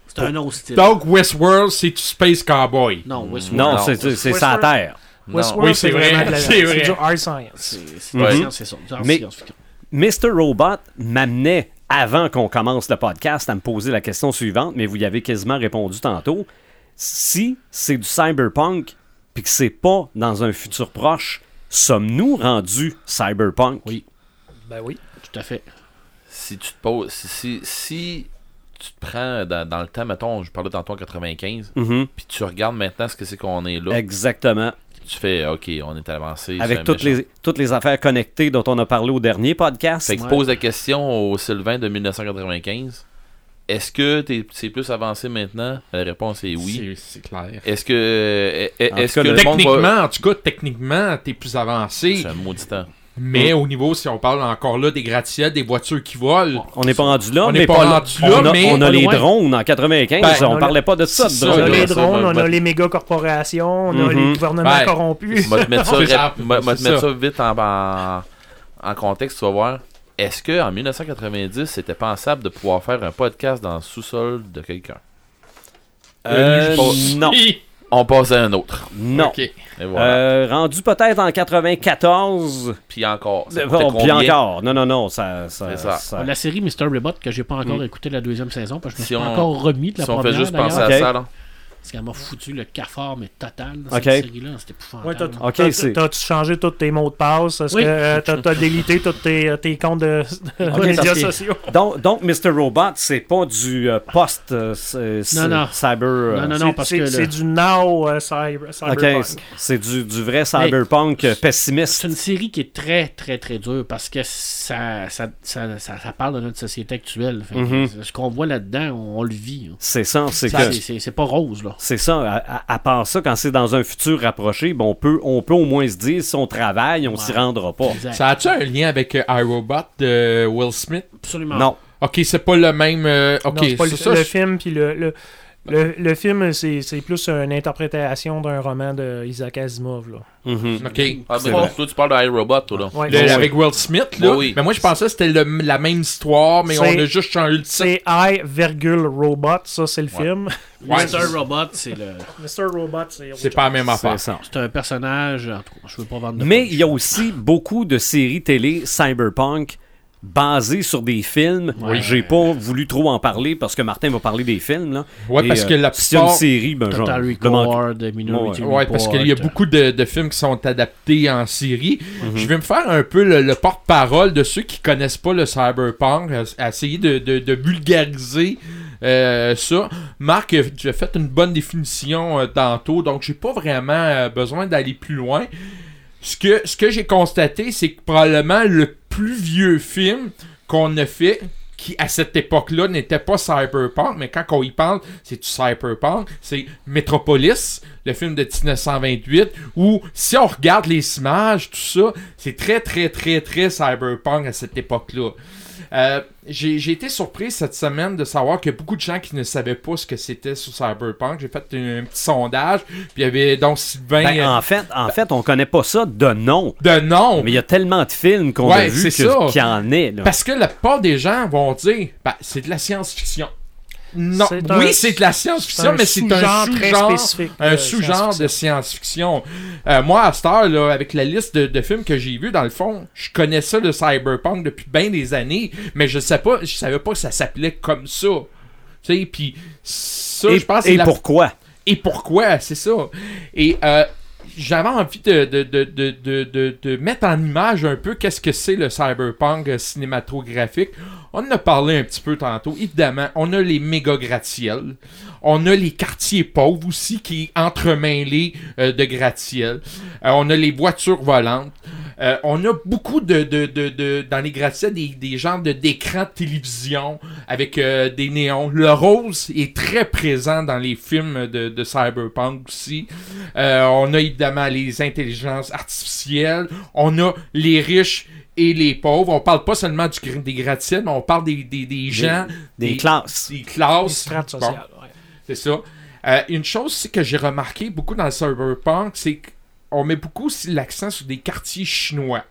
Speaker 3: C'est un autre style.
Speaker 5: Donc, Westworld, c'est du Space Cowboy.
Speaker 3: non, Westworld.
Speaker 1: non,
Speaker 2: Non,
Speaker 1: c'est
Speaker 2: c'est-
Speaker 1: c'est
Speaker 6: c'est-
Speaker 1: sa terre.
Speaker 2: Non.
Speaker 6: Westworld,
Speaker 5: Oui, c'est
Speaker 6: c'est
Speaker 5: vrai,
Speaker 6: vraiment
Speaker 3: (laughs)
Speaker 6: de la-
Speaker 5: c'est vrai.
Speaker 6: C'est du hard science.
Speaker 3: C'est c'est de la
Speaker 2: Ouais.
Speaker 3: science, c'est ça. de la
Speaker 1: Mais-
Speaker 3: science-fiction.
Speaker 1: Mr. Robot m'amenait, avant qu'on commence le podcast, à me poser la question suivante, mais vous y avez quasiment répondu tantôt. Si c'est du cyberpunk, puis que c'est pas dans un futur proche, sommes-nous rendus cyberpunk?
Speaker 3: Oui.
Speaker 6: Ben oui.
Speaker 3: Tout à fait.
Speaker 2: Si tu te poses. Si, si, si tu te prends dans, dans le temps, mettons, je parlais tantôt en 95,
Speaker 1: Mhm.
Speaker 2: puis tu regardes maintenant ce que c'est qu'on est là,
Speaker 1: Exactement.
Speaker 2: tu fais OK, on est avancé. c'est un
Speaker 1: Avec toutes
Speaker 2: méchant.
Speaker 1: les, toutes les affaires connectées dont on a parlé au dernier podcast.
Speaker 2: Fait que
Speaker 3: Ouais.
Speaker 2: pose la question au Sylvain de 1995. Est-ce que t'es- c'est plus avancé maintenant La réponse est oui.
Speaker 5: C'est- C'est clair.
Speaker 2: Est-ce que euh,
Speaker 1: En
Speaker 2: est-ce
Speaker 1: tout
Speaker 2: que
Speaker 1: cas,
Speaker 2: le monde
Speaker 5: Techniquement,
Speaker 2: va
Speaker 5: en tout cas, techniquement, t'es plus avancé.
Speaker 2: c'est un maudit temps.
Speaker 5: Mais au niveau, si on parle encore là des gratte-ciels, des voitures qui volent,
Speaker 1: On n'est pas rendu là,
Speaker 5: On
Speaker 1: mais
Speaker 5: n'est pas
Speaker 1: pas-
Speaker 5: rendu
Speaker 1: on
Speaker 5: là,
Speaker 1: a,
Speaker 5: mais
Speaker 1: on a
Speaker 5: pas
Speaker 1: les
Speaker 5: loin.
Speaker 1: drones en 95,
Speaker 5: Ben,
Speaker 1: on
Speaker 6: on a-
Speaker 1: parlait pas de ça, de
Speaker 2: c'est
Speaker 6: On
Speaker 2: Ouais,
Speaker 6: a
Speaker 1: drones.
Speaker 2: ouais,
Speaker 6: les
Speaker 2: ça,
Speaker 6: drones,
Speaker 2: moi,
Speaker 6: on
Speaker 2: moi-
Speaker 6: a les méga corporations, on a
Speaker 1: Mhm.
Speaker 6: les gouvernements
Speaker 5: Ouais. (laughs)
Speaker 6: corrompus. (laughs)
Speaker 2: Moi, je vais te mettre ça,
Speaker 5: C'est ça.
Speaker 2: rap- moi, moi, je vais te
Speaker 5: C'est
Speaker 2: mettre
Speaker 5: ça.
Speaker 2: ça vite en, en, en contexte, tu vas voir. Est-ce que en 1990, c'était pensable de pouvoir faire un podcast dans le sous-sol de quelqu'un
Speaker 1: Euh,
Speaker 2: Euh,
Speaker 1: non,
Speaker 5: Hi!
Speaker 2: On passe à un autre.
Speaker 1: non.
Speaker 5: Ok.
Speaker 2: Et voilà.
Speaker 1: Euh, rendu peut-être en 94,
Speaker 2: puis encore. ça
Speaker 5: ben,
Speaker 1: euh,
Speaker 2: coûtait
Speaker 1: puis
Speaker 2: combien?
Speaker 1: encore. Non, non, non, ça... ça,
Speaker 2: C'est ça.
Speaker 1: ça-
Speaker 3: La série
Speaker 1: Mm.
Speaker 3: Mr. Robot, que j'ai pas encore écouté la deuxième saison, parce que je me
Speaker 2: Si
Speaker 3: suis pas
Speaker 2: on-
Speaker 3: encore remis de la
Speaker 2: Si on
Speaker 3: première.
Speaker 2: fait juste penser
Speaker 3: d'ailleurs.
Speaker 1: Ok.
Speaker 2: à ça, là.
Speaker 3: Parce qu'elle m'a foutu le cafard, mais total, dans
Speaker 1: Ok.
Speaker 3: cette série-là. C'était
Speaker 6: Ouais, t'as-
Speaker 3: épouvantable.
Speaker 1: Ok,
Speaker 6: t'as-
Speaker 1: c'est-
Speaker 6: T'as-tu changé tous tes mots de passe? Est-ce
Speaker 3: Oui.
Speaker 6: que euh, t'as t'as délité tous tes, euh, tes comptes de, (laughs) de
Speaker 1: Ok,
Speaker 6: médias
Speaker 1: parce que-
Speaker 6: sociaux?
Speaker 1: Donc, donc, Mr. Robot, c'est pas du euh, post euh, c- c-
Speaker 3: Non, non.
Speaker 1: cyber. euh,
Speaker 3: non, non,
Speaker 6: C'est-
Speaker 3: non, parce
Speaker 6: c'est-
Speaker 3: que... le-
Speaker 6: C'est du now euh, cyber-
Speaker 1: ok,
Speaker 6: cyberpunk.
Speaker 1: c'est- c'est du, du vrai cyberpunk euh, pessimiste.
Speaker 3: C'est une série qui est très, très, très dure parce que ça, ça, ça, ça, ça parle de notre société actuelle. Fait que
Speaker 1: Mhm.
Speaker 3: Ce qu'on voit là-dedans, on, on le vit. hein.
Speaker 1: C'est ça, c'est
Speaker 3: Ça,
Speaker 1: que.
Speaker 3: C'est c'est- c'est pas rose, là.
Speaker 1: C'est ça, à, à- à part ça, quand c'est dans un futur rapproché, ben, on, peut, on peut au moins se dire si on travaille, on s'y rendra pas.
Speaker 3: Exact.
Speaker 5: Ça a-tu un lien avec euh, iRobot de Will Smith?
Speaker 3: Absolument.
Speaker 1: Non.
Speaker 5: Ok, c'est pas le même. euh, ok,
Speaker 6: Non, c'est pas le,
Speaker 5: ça,
Speaker 6: le
Speaker 5: je-
Speaker 6: film, puis le... le... Le, le film, c'est c'est plus une interprétation d'un roman de Isaac Asimov. Là.
Speaker 1: Mhm.
Speaker 5: Ok.
Speaker 2: Ah,
Speaker 1: C'est
Speaker 2: mais
Speaker 1: vrai.
Speaker 2: toi, tu parles de iRobot, toi, là.
Speaker 6: Ouais.
Speaker 5: Le-
Speaker 6: Ouais.
Speaker 5: Avec Will Smith, là.
Speaker 2: Oui, oui.
Speaker 5: Mais moi, je pensais que c'était le- la même histoire, mais on
Speaker 6: C'est-
Speaker 5: a juste changé le titre.
Speaker 6: C'est I, virgule, robot, ça c'est le
Speaker 2: Ouais.
Speaker 6: film. (laughs)
Speaker 5: Ouais,
Speaker 3: Mr. Robot, c'est le...
Speaker 6: Mr. Robot, c'est autre
Speaker 5: C'est pas la même affaire.
Speaker 1: C'est ça.
Speaker 3: C'est un personnage, en tout cas, je veux pas vendre de
Speaker 1: Mais il y a aussi beaucoup de séries télé cyberpunk basées sur des films. J'ai pas voulu trop en parler parce que Martin va parler des films. Là.
Speaker 5: Ouais,
Speaker 1: Et, euh,
Speaker 5: parce que la
Speaker 1: si y a une
Speaker 5: plupart-
Speaker 1: série, ben, genre,
Speaker 3: Total
Speaker 1: demande-
Speaker 3: Record, Minority
Speaker 5: Ouais, parce qu'il y a
Speaker 3: Report.
Speaker 5: beaucoup de, de films qui sont adaptés en série. Je vais me faire un peu le, le porte-parole de ceux qui connaissent pas le cyberpunk, euh, essayer de, de- de vulgariser euh, ça. Marc, euh, tu as fait une bonne définition euh, tantôt, donc j'ai pas vraiment euh, besoin d'aller plus loin. Ce que, ce que j'ai constaté, c'est que probablement le plus vieux film qu'on a fait, qui à cette époque-là n'était pas cyberpunk, mais quand on y parle, c'est du cyberpunk, c'est Metropolis, le film de 1928, où si on regarde les images, tout ça, c'est très très très très cyberpunk à cette époque-là. Euh, j'ai j'ai été surpris cette semaine de savoir qu'il y a beaucoup de gens qui ne savaient pas ce que c'était sur Cyberpunk. J'ai fait un, un petit sondage, puis il y avait donc Sylvain
Speaker 1: Ben,
Speaker 5: euh,
Speaker 1: en, fait, en fait, on connaît pas ça de nom.
Speaker 5: de nom.
Speaker 1: Mais il y a tellement de films qu'on a
Speaker 5: Ouais,
Speaker 1: vu
Speaker 5: c'est
Speaker 1: que-
Speaker 5: ça.
Speaker 1: qu'il y en est. là.
Speaker 5: Parce que la plupart des gens vont dire ben, c'est de la science-fiction. Non,
Speaker 6: C'est
Speaker 5: oui,
Speaker 6: un-
Speaker 5: c'est de la
Speaker 6: c'est un
Speaker 5: science-fiction, mais c'est un
Speaker 6: sous-genre très
Speaker 5: sous-genre,
Speaker 6: spécifique de
Speaker 5: un sous-genre de science-fiction. Euh, moi, à cette heure, là, avec la liste de, de films que j'ai vus, dans le fond, je connaissais le cyberpunk depuis bien des années, mais je sais pas, je savais pas que ça s'appelait comme ça. Tu sais, puis ça,
Speaker 1: et
Speaker 5: je pense, que
Speaker 1: et
Speaker 5: c'est la-
Speaker 1: pourquoi?
Speaker 5: et pourquoi, c'est ça. Et euh, j'avais envie de, de, de, de, de, de- de mettre en image un peu qu'est-ce que c'est le cyberpunk euh, cinématographique. On en a parlé un petit peu tantôt. Évidemment, on a les méga gratte-ciels. On a les quartiers pauvres aussi qui est entremêlés euh, de gratte-ciel. Euh, on a les voitures volantes. Euh, on a beaucoup de, de, de, de- dans les gratte-ciels des, des genres de d'écrans de télévision avec euh, des néons. Le rose est très présent dans les films de, de cyberpunk aussi. Euh, on a évidemment les intelligences artificielles. On a les riches et les pauvres. On parle pas seulement du, gr- des gratte-ciels, mais on parle des, des, des gens,
Speaker 1: Des, classes.
Speaker 5: des
Speaker 6: Des
Speaker 5: classes.
Speaker 6: strates
Speaker 5: Bon.
Speaker 6: sociales. ouais.
Speaker 5: C'est ça. Euh, une chose aussi que j'ai remarqué beaucoup dans le cyberpunk, c'est qu'on met beaucoup aussi l'accent sur des quartiers chinois.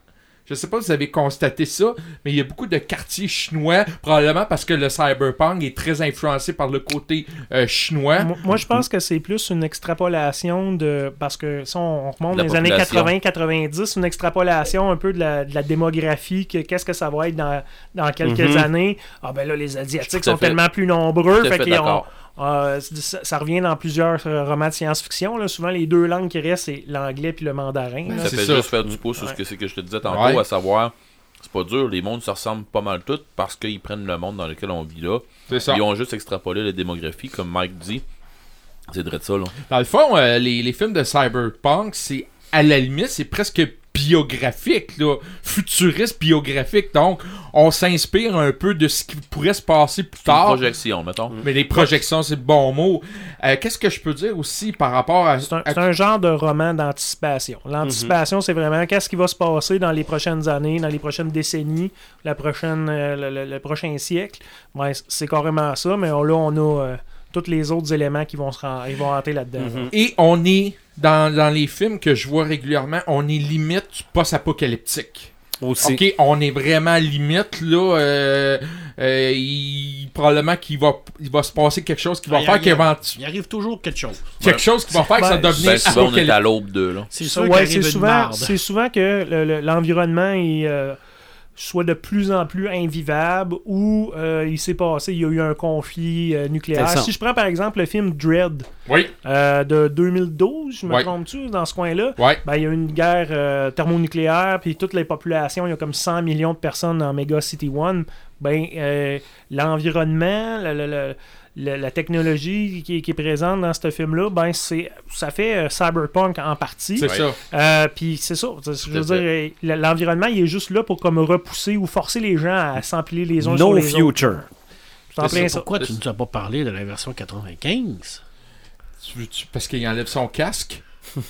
Speaker 5: Je sais pas si vous avez constaté ça, mais il y a beaucoup de quartiers chinois, probablement parce que le cyberpunk est très influencé par le côté euh, chinois.
Speaker 6: Moi, moi, je pense que c'est plus une extrapolation de. Parce que si on, on remonte
Speaker 2: La
Speaker 6: dans les années
Speaker 2: population.
Speaker 6: 80-90, une extrapolation un peu de la, de la démographie, que- qu'est-ce que ça va être dans, dans quelques
Speaker 1: Mhm.
Speaker 6: années. Ah ben là, les Asiatiques
Speaker 2: Tout à
Speaker 6: sont
Speaker 2: fait.
Speaker 6: tellement plus nombreux.
Speaker 2: Tout à
Speaker 6: Fait
Speaker 2: fait
Speaker 6: qu'ils ont-
Speaker 2: d'accord.
Speaker 6: euh, c'est- ça, ça revient dans plusieurs euh, romans de science-fiction. là. Souvent, les deux langues qui restent, c'est l'anglais puis le mandarin. là.
Speaker 2: Ça
Speaker 5: C'est
Speaker 2: fait
Speaker 5: ça.
Speaker 2: juste faire du pouce sur ce que c'est que je te disais tantôt,
Speaker 5: Ouais.
Speaker 2: à savoir, c'est pas dur, les mondes se ressemblent pas mal tous parce qu'ils prennent le monde dans lequel on vit là.
Speaker 5: C'est ça.
Speaker 2: Ils ont juste extrapolé la démographie, comme Mike dit. C'est vrai de ça, là.
Speaker 5: Dans le fond, euh, les, les films de cyberpunk, c'est à la limite, c'est presque biographique, là, futuriste biographique. Donc, on s'inspire un peu de ce qui pourrait se passer plus
Speaker 2: C'est une
Speaker 5: tard.
Speaker 2: projection, mettons.
Speaker 5: Mm. Mais les projections, c'est le bon mot. Euh, Qu'est-ce que je peux dire aussi par rapport à.
Speaker 6: C'est un,
Speaker 5: à-
Speaker 6: c'est un genre de roman d'anticipation. L'anticipation, c'est vraiment qu'est-ce qui va se passer dans les prochaines années, dans les prochaines décennies, la prochaine, euh, le, le- le prochain siècle. Ouais, c- c'est carrément ça, mais on- là, on a euh, tous les autres éléments qui vont, se ren- ils vont rentrer là-dedans.
Speaker 5: Et on est, dans, dans les films que je vois régulièrement, on est limite du post-apocalyptique.
Speaker 1: Aussi.
Speaker 5: Ok, on est vraiment limite, là. euh, euh, il- probablement qu'il va, il va se passer quelque chose qui va
Speaker 3: Ah,
Speaker 5: faire
Speaker 3: il y a-
Speaker 5: qu'éventu-
Speaker 3: Il arrive toujours quelque chose.
Speaker 5: Quelque chose qui va faire que ça
Speaker 6: Ben,
Speaker 5: devienne
Speaker 2: Ben, souvent, on est
Speaker 5: apocalyptique.
Speaker 2: à l'aube de, là.
Speaker 3: C'est
Speaker 6: Ça,
Speaker 3: sûr qu'il
Speaker 6: ouais,
Speaker 3: arrive
Speaker 6: c'est
Speaker 3: une
Speaker 6: souvent,
Speaker 3: marde.
Speaker 6: c'est souvent que le- le- l'environnement est euh, soit de plus en plus invivable ou euh, il s'est passé, il y a eu un conflit euh, nucléaire.
Speaker 1: C'est ça.
Speaker 6: Si je prends par exemple le film Dread
Speaker 5: Oui.
Speaker 6: euh, de 2012, je me
Speaker 5: Ouais.
Speaker 6: trompe-tu, dans ce coin-là,
Speaker 5: Ouais.
Speaker 6: ben, il y a eu une guerre euh, thermonucléaire, puis toutes les populations, il y a comme 100 millions de personnes dans Mega City One. Ben, euh, l'environnement, le- le- le- le- la technologie qui, qui est présente dans ce film-là, ben, c'est, ça fait euh, cyberpunk en partie.
Speaker 5: C'est
Speaker 2: Ouais.
Speaker 5: ça.
Speaker 6: Euh, puis c'est ça. Je veux
Speaker 2: Tout à
Speaker 6: dire, euh, l- l'environnement, il est juste là pour comme repousser ou forcer les gens à s'empiler les uns sur
Speaker 1: No
Speaker 6: les autres.
Speaker 1: future.
Speaker 6: C'est en plein ça.
Speaker 3: Pourquoi tu ne nous as pas parlé de la version 95
Speaker 5: Tu- tu- parce qu'il enlève son casque.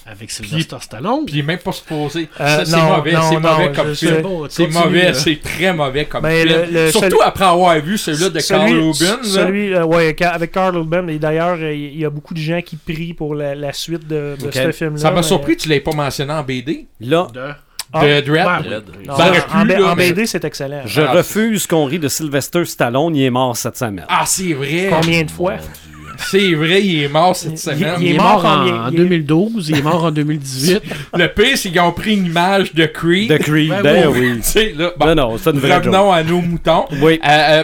Speaker 3: avec Sylvester Stallone?
Speaker 5: Puis il est même pas supposé.
Speaker 6: Euh,
Speaker 5: ça, c'est
Speaker 6: non,
Speaker 5: mauvais.
Speaker 6: non,
Speaker 5: C'est
Speaker 6: non,
Speaker 5: mauvais comme
Speaker 6: je
Speaker 5: film.
Speaker 6: sais.
Speaker 3: Bon,
Speaker 5: C'est
Speaker 3: continue,
Speaker 5: mauvais.
Speaker 3: là.
Speaker 5: C'est très mauvais comme
Speaker 6: Ben,
Speaker 5: film.
Speaker 6: le- le-
Speaker 5: Surtout
Speaker 6: celui-
Speaker 5: après avoir vu celui-là de Carl Urban. là.
Speaker 6: Celui, euh, ouais, ca- avec Carl Urban. Et d'ailleurs, euh, il y a beaucoup de gens qui prient pour la, la suite de, de
Speaker 1: Ok.
Speaker 6: ce film-là.
Speaker 5: Ça m'a
Speaker 6: mais-
Speaker 5: surpris que tu l'aies pas mentionné en BD.
Speaker 1: Là,
Speaker 3: De...
Speaker 6: ben, Ah,
Speaker 5: de Dread.
Speaker 3: Ah, oui.
Speaker 2: Dread.
Speaker 6: non,
Speaker 5: ça aurait
Speaker 6: en,
Speaker 5: pu,
Speaker 6: B-
Speaker 5: là,
Speaker 6: en
Speaker 5: mais-
Speaker 6: BD, c'est excellent.
Speaker 1: je
Speaker 5: Ah.
Speaker 1: refuse qu'on rie de Sylvester Stallone, il est mort cette semaine.
Speaker 5: Ah, c'est vrai.
Speaker 6: Combien de fois
Speaker 5: C'est vrai, il est mort cette
Speaker 6: Il-
Speaker 5: semaine.
Speaker 3: Il, est mort, en, en
Speaker 6: Il est-
Speaker 3: 2012, il est mort en
Speaker 5: (laughs)
Speaker 3: 2018.
Speaker 5: Le pire, c'est qu'ils ont pris une image de Creed.
Speaker 1: De Creed,
Speaker 3: Ben
Speaker 5: (laughs)
Speaker 1: ben
Speaker 5: Tu
Speaker 1: oui.
Speaker 5: sais, là, bon,
Speaker 1: Non, non, c'est une vraie joke.
Speaker 5: revenons à nos moutons.
Speaker 1: Oui.
Speaker 5: Euh, euh,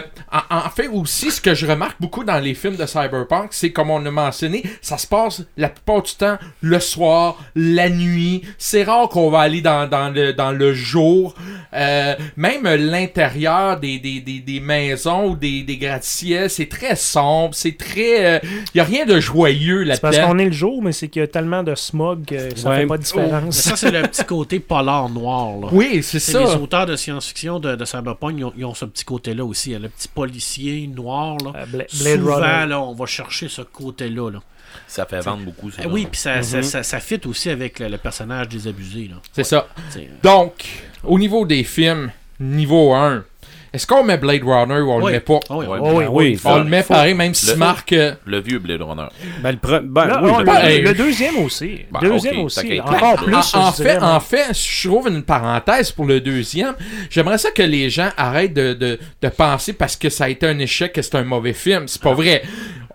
Speaker 5: en, en fait, aussi, ce que je remarque beaucoup dans les films de Cyberpunk, c'est comme on a mentionné, ça se passe la plupart du temps le soir, la nuit. C'est rare qu'on va aller dans, dans le, dans le jour. Euh, même l'intérieur des, des, des- des maisons ou des, des gratte-ciels, c'est très sombre, c'est très. Il n'y a rien de joyeux
Speaker 6: C'est parce
Speaker 5: là-dedans.
Speaker 6: qu'on est le jour, mais c'est qu'il y a tellement de smog que ça
Speaker 1: Ouais.
Speaker 6: fait pas de différence.
Speaker 3: ça, c'est le petit côté polar noir. Là.
Speaker 5: Oui, c'est
Speaker 3: C'est
Speaker 5: ça.
Speaker 3: les auteurs de science-fiction de, de Cyberpunk, ils ont, ils ont ce petit côté-là aussi. hein, Le petit policier noir.
Speaker 5: Oh,
Speaker 3: Là.
Speaker 6: Euh, Bla- Blade
Speaker 3: Souvent,
Speaker 6: Runner.
Speaker 3: là, on va chercher ce côté-là. là.
Speaker 2: Ça fait vendre beaucoup, ça.
Speaker 5: Ah
Speaker 3: Eh oui, puis ça,
Speaker 6: Mm-hmm.
Speaker 3: ça, ça, ça fit aussi avec le, le personnage désabusé. Là.
Speaker 5: C'est ça.
Speaker 3: T'sais,
Speaker 5: Donc, au niveau des films, niveau 1, est-ce qu'on met Blade Runner ou on
Speaker 3: Oui.
Speaker 5: le met pas?
Speaker 3: Ah oui,
Speaker 2: Ouais.
Speaker 3: on-
Speaker 6: Oh, oui,
Speaker 1: Ben
Speaker 6: oui.
Speaker 1: oui,
Speaker 5: On le met
Speaker 2: Faut-
Speaker 5: pareil, même si
Speaker 2: Le-
Speaker 5: Marc... euh,
Speaker 2: Le vieux Blade Runner.
Speaker 1: Ben, le pre- ben
Speaker 6: Là,
Speaker 1: oui,
Speaker 6: oh,
Speaker 1: le-
Speaker 6: le,
Speaker 5: ben, hey.
Speaker 6: le deuxième aussi.
Speaker 2: Ben,
Speaker 6: deuxième
Speaker 2: ok,
Speaker 6: aussi.
Speaker 2: t'inquiète.
Speaker 6: Encore
Speaker 2: En-
Speaker 6: plus.
Speaker 5: en, en
Speaker 6: je dirais,
Speaker 5: fait,
Speaker 6: même.
Speaker 5: en fait, je trouve une parenthèse pour le deuxième. J'aimerais ça que les gens arrêtent de, de- de penser parce que ça a été un échec que c'est un mauvais film. C'est pas vrai.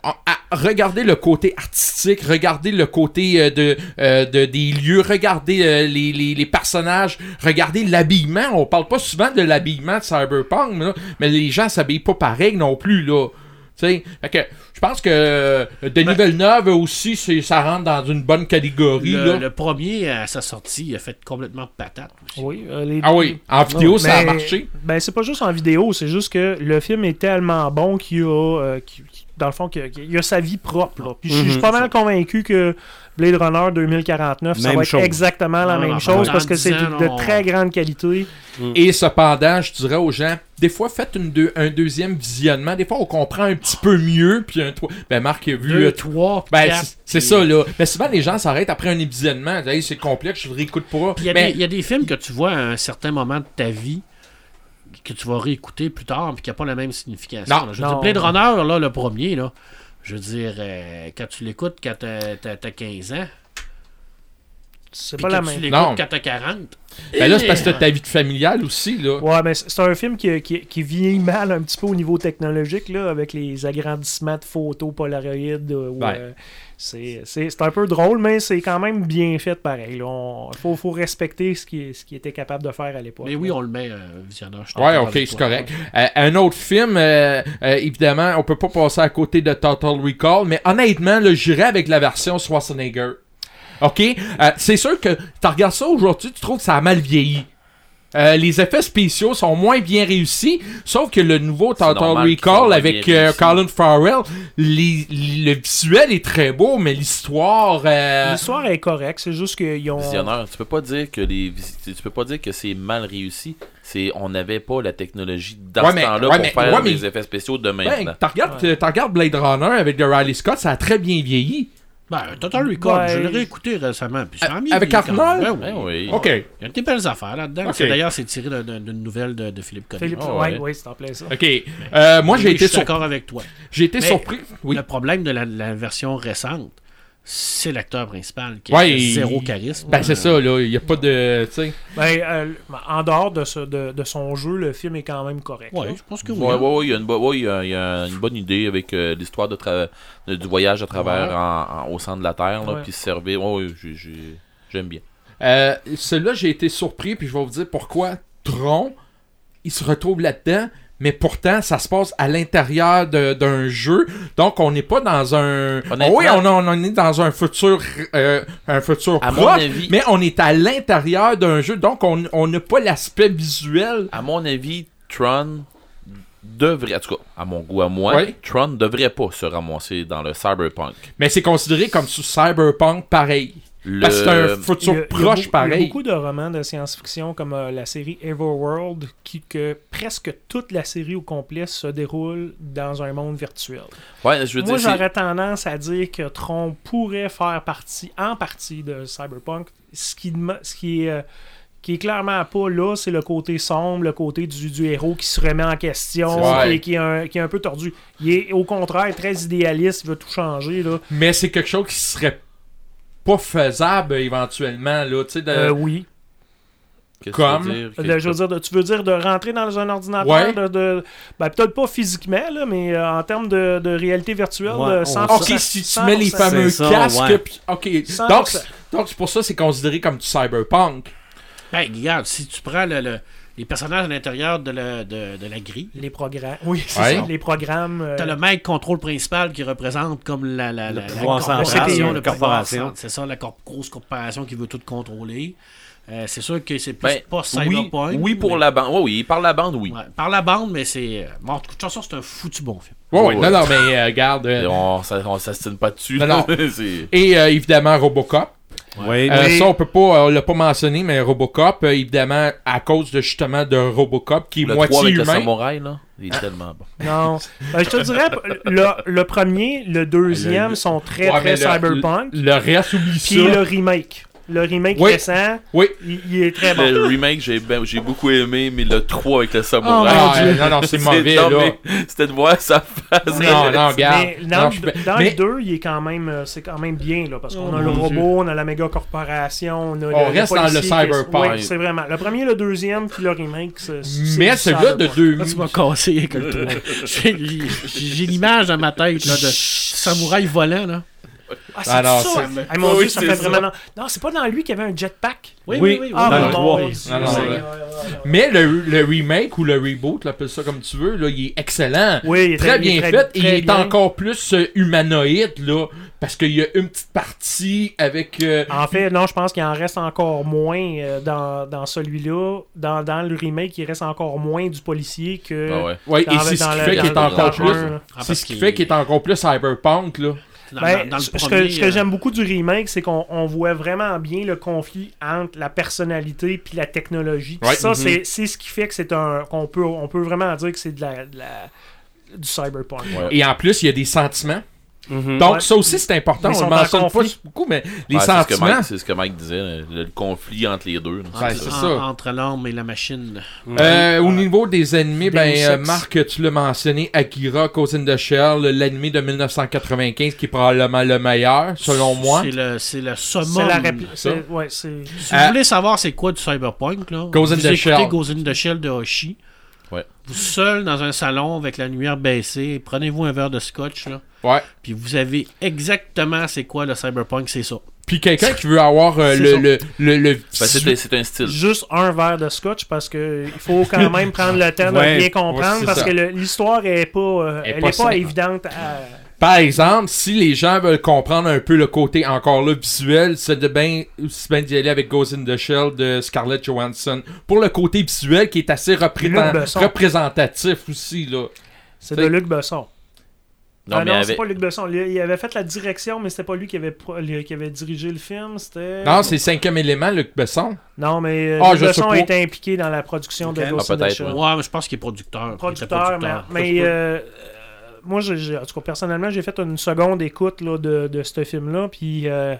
Speaker 5: En- à- regardez le côté artistique, regardez le côté euh, de, euh, de- des lieux, regardez euh, les, les- les personnages, regardez l'habillement. On parle pas souvent de l'habillement de Cyberpunk, là, mais les gens s'habillent pas pareil non plus là. Tu sais, Fait que je pense que euh, Denis Villeneuve aussi, c'est- ça rentre dans une bonne catégorie. là.
Speaker 3: le, le premier, à sa sortie, il a fait complètement patate. aussi.
Speaker 6: Oui, euh, les-
Speaker 5: Ah oui, en vidéo, ça a
Speaker 6: Mais-
Speaker 5: marché.
Speaker 6: Ben, c'est pas juste en vidéo, c'est juste que le film est tellement bon qu'il a, euh, qu'il- qu'il- dans le fond, qu'il qu'il- il a sa vie propre. là. Puis je suis- je suis pas mal convaincu que Blade Runner 2049, ça
Speaker 1: Même
Speaker 6: va être
Speaker 1: chose.
Speaker 6: exactement la
Speaker 3: Non,
Speaker 6: même
Speaker 3: non,
Speaker 6: chose
Speaker 3: en
Speaker 6: parce que c'est
Speaker 3: disant,
Speaker 6: de
Speaker 3: on-
Speaker 6: très grande qualité.
Speaker 5: Et cependant, je dirais aux gens, des fois, faites une deux- un deuxième visionnement. Des fois, on comprend un petit peu mieux. Puis un trois- Ben, Marc a vu.
Speaker 3: Deux,
Speaker 5: euh,
Speaker 3: trois,
Speaker 5: ben,
Speaker 3: quatre,
Speaker 5: c'est- c'est
Speaker 3: puis-
Speaker 5: ça, là. Mais souvent, les gens s'arrêtent après un visionnement. Ils disent, Hey, c'est complexe, je le réécoute pas. Ben,
Speaker 3: Puis il y a
Speaker 5: Mais
Speaker 3: des- il y, a des films que tu vois à un certain moment de ta vie que tu vas réécouter plus tard puis qui n'a pas la même signification.
Speaker 5: Non,
Speaker 3: là. je veux
Speaker 6: non.
Speaker 3: dire, Blade Runner, là, le premier, là, je veux dire, euh, quand tu l'écoutes quand t'as t'as- t'as 15 ans,
Speaker 6: C'est
Speaker 3: puis
Speaker 6: pas la
Speaker 3: quand tu
Speaker 6: même.
Speaker 5: Non.
Speaker 3: l'écoutes quand t'as 40,
Speaker 5: ben
Speaker 3: Eh!
Speaker 5: là, c'est parce que t'as ta vie de familiale aussi, là.
Speaker 6: Ouais, mais c'est c'est un film qui, qui, qui vieillit mal un petit peu au niveau technologique, là, avec les agrandissements de photos Polaroid. euh, ou,
Speaker 5: Ouais.
Speaker 6: euh, c'est- c'est c'est un peu drôle, mais c'est quand même bien fait pareil. Il faut, faut respecter ce qu'il ce qu'il était capable de faire à l'époque.
Speaker 3: mais oui, on le met euh, visionneur. je suis
Speaker 5: Ouais,
Speaker 3: d'accord
Speaker 5: ok,
Speaker 3: avec
Speaker 5: c'est
Speaker 3: toi.
Speaker 5: correct. Euh, un autre film, euh, euh, évidemment, on peut pas passer à côté de Total Recall, mais honnêtement, là, j'irais avec la version Schwarzenegger. Ok? Euh, c'est sûr que tu regardes ça aujourd'hui, tu trouves que ça a mal vieilli. Euh, les effets spéciaux sont moins bien réussis, sauf que le nouveau
Speaker 2: C'est
Speaker 5: Total
Speaker 2: normal qu'ils soient
Speaker 5: Recall
Speaker 2: moins
Speaker 5: avec
Speaker 2: bien
Speaker 5: euh,
Speaker 2: réussis.
Speaker 5: Colin Farrell, les- le visuel est très beau, mais l'histoire. euh,
Speaker 6: L'histoire est correcte, c'est juste qu'ils ont.
Speaker 2: Visionneur, tu peux pas dire que les visi- tu peux pas dire que c'est mal réussi. C'est on n'avait pas la technologie dans
Speaker 5: Ouais,
Speaker 2: ce
Speaker 5: mais-
Speaker 2: temps-là
Speaker 5: ouais,
Speaker 2: pour
Speaker 5: mais-
Speaker 2: faire
Speaker 5: ouais, mais-
Speaker 2: les effets spéciaux de
Speaker 5: Ben,
Speaker 2: maintenant.
Speaker 5: t'en regardes, t'en regardes Blade Runner avec de Riley Scott, ça a très bien vieilli.
Speaker 3: Ben, Total Recall,
Speaker 6: Ouais.
Speaker 3: je l'ai réécouté récemment. Puis ça a mis
Speaker 5: Avec
Speaker 3: bien quand
Speaker 5: Arnold?
Speaker 3: même.
Speaker 2: Ben
Speaker 3: Ben oui.
Speaker 2: oui.
Speaker 5: Ok.
Speaker 3: Il y a des belles affaires là-dedans.
Speaker 5: Ok.
Speaker 3: C'est- D'ailleurs, c'est tiré d'un- d'un- d'une nouvelle de, de Philippe Connelly.
Speaker 6: Philippe,
Speaker 2: Ah,
Speaker 6: ouais,
Speaker 2: ouais.
Speaker 6: ouais, s'il te plaît, ça.
Speaker 5: Ok. Euh, moi, j'ai
Speaker 3: Oui, je
Speaker 5: été
Speaker 3: suis
Speaker 5: surpris.
Speaker 3: d'accord avec toi.
Speaker 5: J'ai été
Speaker 3: Mais-
Speaker 5: surpris. Oui.
Speaker 3: Le problème de la, la version récente, c'est l'acteur principal qui
Speaker 5: Ouais,
Speaker 3: a
Speaker 5: il-
Speaker 3: zéro charisme.
Speaker 5: Ben, c'est ça, là. Il n'y a pas de. Tu sais.
Speaker 6: Ben, euh, en dehors de, ce- de, de son jeu, le film est quand même correct. là.
Speaker 3: Ouais, je pense que oui.
Speaker 2: Ouais,
Speaker 3: hein.
Speaker 2: ouais, ouais, il y a une, bo- ouais, il y a- il y a une bonne idée avec euh, l'histoire de tra- de- du voyage à travers
Speaker 3: Ouais.
Speaker 2: en- en- au centre de la Terre, là,
Speaker 6: Ouais.
Speaker 2: puis se servir. Ouais, ouais, j'ai- j'ai- j'aime bien.
Speaker 5: Euh, Celui-là, j'ai été surpris, puis je vais vous dire pourquoi. Tron il se retrouve là-dedans, mais pourtant, ça se passe à l'intérieur de- d'un jeu. Donc, on n'est pas dans un.
Speaker 2: Honnêtement-
Speaker 5: oui, on, on- on est dans un futur, euh, un futur
Speaker 2: À mon
Speaker 5: proche,
Speaker 2: avis-
Speaker 5: mais on est à l'intérieur d'un jeu. Donc, on on n'a pas l'aspect visuel.
Speaker 2: À mon avis, Tron devrait, en tout cas, à mon goût, à moi,
Speaker 5: Ouais.
Speaker 2: Tron devrait pas se ramasser dans le cyberpunk.
Speaker 5: Mais c'est considéré comme sous cyberpunk pareil.
Speaker 2: Le...
Speaker 5: Parce que c'est un
Speaker 6: Il y a-
Speaker 5: futur
Speaker 6: il y a beaucoup-
Speaker 5: proche
Speaker 6: Il y a
Speaker 5: pareil.
Speaker 6: beaucoup de romans de science-fiction comme euh, la série Everworld qui que presque toute la série au complet se déroule dans un monde virtuel.
Speaker 2: Ouais, je veux
Speaker 6: Moi,
Speaker 2: dire, c'est-
Speaker 6: j'aurais tendance à dire que Tron pourrait faire partie, en partie, de Cyberpunk. Ce qui, dem- ce qui est. euh, qui est clairement pas là, c'est le côté sombre, le côté du, du héros qui se remet en
Speaker 5: C'est
Speaker 6: question
Speaker 5: ça.
Speaker 6: et qui est, un, qui est un peu tordu. Il est au contraire très idéaliste, il veut tout changer. Là.
Speaker 5: Mais c'est quelque chose qui serait pas faisable éventuellement. Là, tu sais, de-
Speaker 6: Euh, oui.
Speaker 2: qu'est-ce que
Speaker 5: comme-
Speaker 2: tu veux dire?
Speaker 6: De-
Speaker 2: Qu'est-ce
Speaker 6: je veux
Speaker 2: que-
Speaker 6: dire, de- tu veux dire de rentrer dans un ordinateur,
Speaker 5: Ouais.
Speaker 6: de, de- ben, peut-être pas physiquement, là, mais euh, en termes de, de réalité virtuelle,
Speaker 1: Ouais,
Speaker 6: euh, de
Speaker 1: on-
Speaker 6: 100%.
Speaker 5: Ok, si tu mets les
Speaker 6: 100%.
Speaker 5: fameux
Speaker 1: C'est ça,
Speaker 5: casques,
Speaker 1: ouais.
Speaker 5: puis- ok.
Speaker 6: Sans
Speaker 5: Donc,
Speaker 6: ça.
Speaker 5: c'est- donc c'est pour ça que c'est considéré comme du cyberpunk.
Speaker 3: Ben, regarde, si tu prends le- le- les personnages à l'intérieur de, la- de- de la grille,
Speaker 6: Les programmes. Oui, c'est
Speaker 5: Ouais.
Speaker 6: ça. Les programmes. euh,
Speaker 3: t'as le mec contrôle principal qui représente comme la, la, la, la
Speaker 1: pouvoir central,
Speaker 3: corporation,
Speaker 1: la
Speaker 3: le pouvoir
Speaker 1: corporation.
Speaker 3: central. C'est ça, la corp- grosse corporation qui veut tout contrôler. Euh, c'est sûr que c'est plus
Speaker 2: Ben,
Speaker 3: pas
Speaker 2: oui,
Speaker 3: cyberpunk.
Speaker 2: oui, pour
Speaker 3: mais-
Speaker 2: la bande. Ouais, oui, par la bande, oui.
Speaker 3: Ouais, par la bande, mais c'est. euh, Bon, en tout cas, de toute façon, c'est un foutu bon film.
Speaker 5: Ouais, ouais,
Speaker 2: Ouais.
Speaker 5: Non, non, mais euh, regarde. euh,
Speaker 2: Et on ça- on s'astine pas dessus.
Speaker 5: Non, non.
Speaker 2: (laughs) C'est-
Speaker 5: et euh, évidemment, Robocop.
Speaker 1: Oui,
Speaker 5: Euh, Ça, on peut pas, on l'a pas mentionné, mais Robocop, euh, évidemment, à cause de justement de Robocop qui est
Speaker 2: le 3
Speaker 5: moitié
Speaker 2: avec le
Speaker 5: humain.
Speaker 2: samouraï, là, il est tellement
Speaker 5: (laughs)
Speaker 2: bon.
Speaker 6: Non. Ben, je te dirais, le, le premier, le deuxième sont très,
Speaker 5: Ouais,
Speaker 6: très
Speaker 5: mais le-
Speaker 6: cyberpunk.
Speaker 5: Le, le reste, oublie ça.
Speaker 6: Puis le remake. Le remake
Speaker 5: Oui.
Speaker 6: récent,
Speaker 5: Oui.
Speaker 6: il, il est très bon.
Speaker 2: le remake, j'ai ben- j'ai beaucoup aimé, mais le 3 avec le
Speaker 3: Oh,
Speaker 5: Ah,
Speaker 2: samouraï.
Speaker 5: non, non,
Speaker 2: (laughs)
Speaker 5: c'est mauvais,
Speaker 2: non,
Speaker 5: là.
Speaker 2: mais C'était de voir sa face.
Speaker 5: Non, non, regarde.
Speaker 6: Mais dans,
Speaker 5: Non,
Speaker 6: le-
Speaker 5: je suis-
Speaker 6: dans
Speaker 5: mais-
Speaker 6: les deux, il est quand même, euh, c'est quand même bien là, parce qu'on
Speaker 5: Oh,
Speaker 6: a le
Speaker 5: mon
Speaker 6: robot,
Speaker 5: Dieu.
Speaker 6: on a la méga corporation, on a le,
Speaker 5: reste dans le
Speaker 6: policier qui-
Speaker 5: cyberpunk.
Speaker 6: Ouais, c'est vraiment. Le premier, le deuxième, puis le remake. c'est- c'est
Speaker 5: Mais
Speaker 6: du
Speaker 5: celui-là de
Speaker 6: cyberpunk.
Speaker 5: 2000.
Speaker 3: Là, tu m'as cassé avec le toit. J'ai j'ai l'image dans ma tête là, de samouraï volant. Là.
Speaker 6: Ah, c'est
Speaker 5: Ah, non,
Speaker 6: ça.
Speaker 5: c'est-
Speaker 6: Ah, mon
Speaker 2: Oui,
Speaker 6: Dieu, ça
Speaker 2: c'est
Speaker 6: fait
Speaker 2: ça.
Speaker 6: vraiment. Non, c'est pas dans lui qu'il y avait un jetpack.
Speaker 1: Oui, oui, oui,
Speaker 6: Ah,
Speaker 1: dans
Speaker 6: mon
Speaker 1: le trois.
Speaker 6: Dieu.
Speaker 5: Non, non,
Speaker 6: Ouais,
Speaker 5: le-
Speaker 6: ouais, ouais, ouais.
Speaker 5: Mais le, le remake ou le reboot, appelle ça comme tu veux, là, il est excellent.
Speaker 6: Oui, il est
Speaker 5: très
Speaker 6: il est
Speaker 5: bien
Speaker 6: très-
Speaker 5: fait. et
Speaker 6: très
Speaker 5: il est
Speaker 6: bien.
Speaker 5: encore plus euh, humanoïde, là. Parce qu'il y a une petite partie avec. euh,
Speaker 6: En fait, non, je pense qu'il en reste encore moins euh, dans, dans celui-là. Dans, dans le remake, il reste encore moins du policier que.
Speaker 2: Ah ouais.
Speaker 5: Bah ouais,
Speaker 6: dans-
Speaker 5: et c'est ce
Speaker 6: dans
Speaker 5: qui
Speaker 6: le-
Speaker 5: fait
Speaker 6: dans
Speaker 5: qu'il est
Speaker 6: le-
Speaker 5: encore
Speaker 6: dans le
Speaker 5: plus.
Speaker 6: un, là.
Speaker 3: Ah,
Speaker 5: C'est
Speaker 3: parce
Speaker 5: ce qui fait qu'il est encore plus cyberpunk, là.
Speaker 3: dans,
Speaker 6: Ben,
Speaker 3: dans- dans le
Speaker 6: ce- ce
Speaker 3: premier,
Speaker 6: que, ce que
Speaker 3: euh,
Speaker 6: j'aime beaucoup du remake, c'est qu'on on voit vraiment bien le conflit entre la personnalité puis la technologie. Puis
Speaker 5: Ouais,
Speaker 6: ça,
Speaker 5: mhm.
Speaker 6: c'est- c'est ce qui fait que c'est un qu'on peut on peut vraiment dire que c'est de la, de la- du cyberpunk.
Speaker 2: Ouais.
Speaker 5: Et en plus, il y a des sentiments.
Speaker 1: Mhm.
Speaker 5: Donc,
Speaker 6: Mm. Ouais.
Speaker 5: ça aussi, c'est important.
Speaker 6: Ils
Speaker 5: on
Speaker 6: sont
Speaker 5: le
Speaker 6: en
Speaker 5: mentionne pas
Speaker 6: conflit.
Speaker 5: beaucoup, mais les
Speaker 2: Ouais, c'est ce que
Speaker 5: sentiments.
Speaker 2: Mike- C'est ce que Mike disait, le, le conflit entre les deux. là,
Speaker 3: en-
Speaker 5: Ouais,
Speaker 2: c'est
Speaker 5: c'est
Speaker 2: ça.
Speaker 5: ça.
Speaker 3: euh, en- entre l'homme et la machine.
Speaker 5: Euh, Au niveau des ennemis,
Speaker 6: Deus
Speaker 5: ben, euh,
Speaker 6: Ex.
Speaker 5: Marc, tu l'as mentionné, Akira, Cause in the Shell, l'anime de 1995 qui est probablement le meilleur, selon moi.
Speaker 3: C'est le, c'est le summum.
Speaker 6: C'est la répli-
Speaker 5: ça.
Speaker 6: c'est- ouais, c'est-
Speaker 3: Si
Speaker 5: Ah.
Speaker 3: vous voulez savoir c'est quoi du cyberpunk, là,
Speaker 5: Goes in
Speaker 3: vous
Speaker 5: the shell.
Speaker 3: écoutez Goes in the Shell de Hoshi.
Speaker 2: Ouais.
Speaker 3: Vous seul dans un salon avec la lumière baissée, prenez-vous un verre de scotch, là,
Speaker 5: Ouais.
Speaker 3: puis vous avez exactement c'est quoi le cyberpunk, c'est ça.
Speaker 5: Puis quelqu'un qui veut avoir euh,
Speaker 3: C'est
Speaker 5: le,
Speaker 3: ça.
Speaker 5: le, le, le
Speaker 2: Fait que C'est
Speaker 5: visu-
Speaker 2: c'est un style.
Speaker 6: juste un verre de scotch parce que il faut quand
Speaker 5: (laughs)
Speaker 6: même prendre le temps
Speaker 1: Ouais,
Speaker 6: de bien
Speaker 5: ouais,
Speaker 6: comprendre
Speaker 5: c'est
Speaker 6: parce
Speaker 5: ça.
Speaker 6: que le- l'histoire est pas euh,
Speaker 5: Elle est
Speaker 6: elle
Speaker 5: pas
Speaker 6: est pas
Speaker 5: simple.
Speaker 6: évidente à
Speaker 5: Par exemple, si les gens veulent comprendre un peu le côté encore là visuel, c'est de bien aussi bien d'y aller avec Ghost in the Shell de Scarlett Johansson pour le côté visuel qui est assez représent-
Speaker 6: Luc Besson.
Speaker 5: représentatif aussi là.
Speaker 6: c'est
Speaker 5: C'est-
Speaker 6: de Luc Besson.
Speaker 2: Non, mais
Speaker 6: ah non,
Speaker 2: avec-
Speaker 6: c'est pas Luc Besson. Lui, Il avait fait la direction, mais c'était pas lui qui avait, pro- lui, qui avait dirigé le film. C'était.
Speaker 5: Non, c'est cinquième élément Luc Besson.
Speaker 6: Non, mais euh,
Speaker 5: Ah,
Speaker 6: Luc
Speaker 5: je sais
Speaker 6: Besson
Speaker 5: pas.
Speaker 6: était impliqué dans la production
Speaker 1: Ok.
Speaker 6: de Ghost
Speaker 2: Ah,
Speaker 6: in the
Speaker 2: peut-être,
Speaker 6: Shell.
Speaker 2: ouais.
Speaker 3: Ouais, mais je pense qu'il est producteur. Il était
Speaker 6: Producteur, mais, mais, euh, euh, moi, j'ai- j'ai- en tout cas, personnellement, j'ai fait une seconde écoute là, de, de ce film-là, puis euh,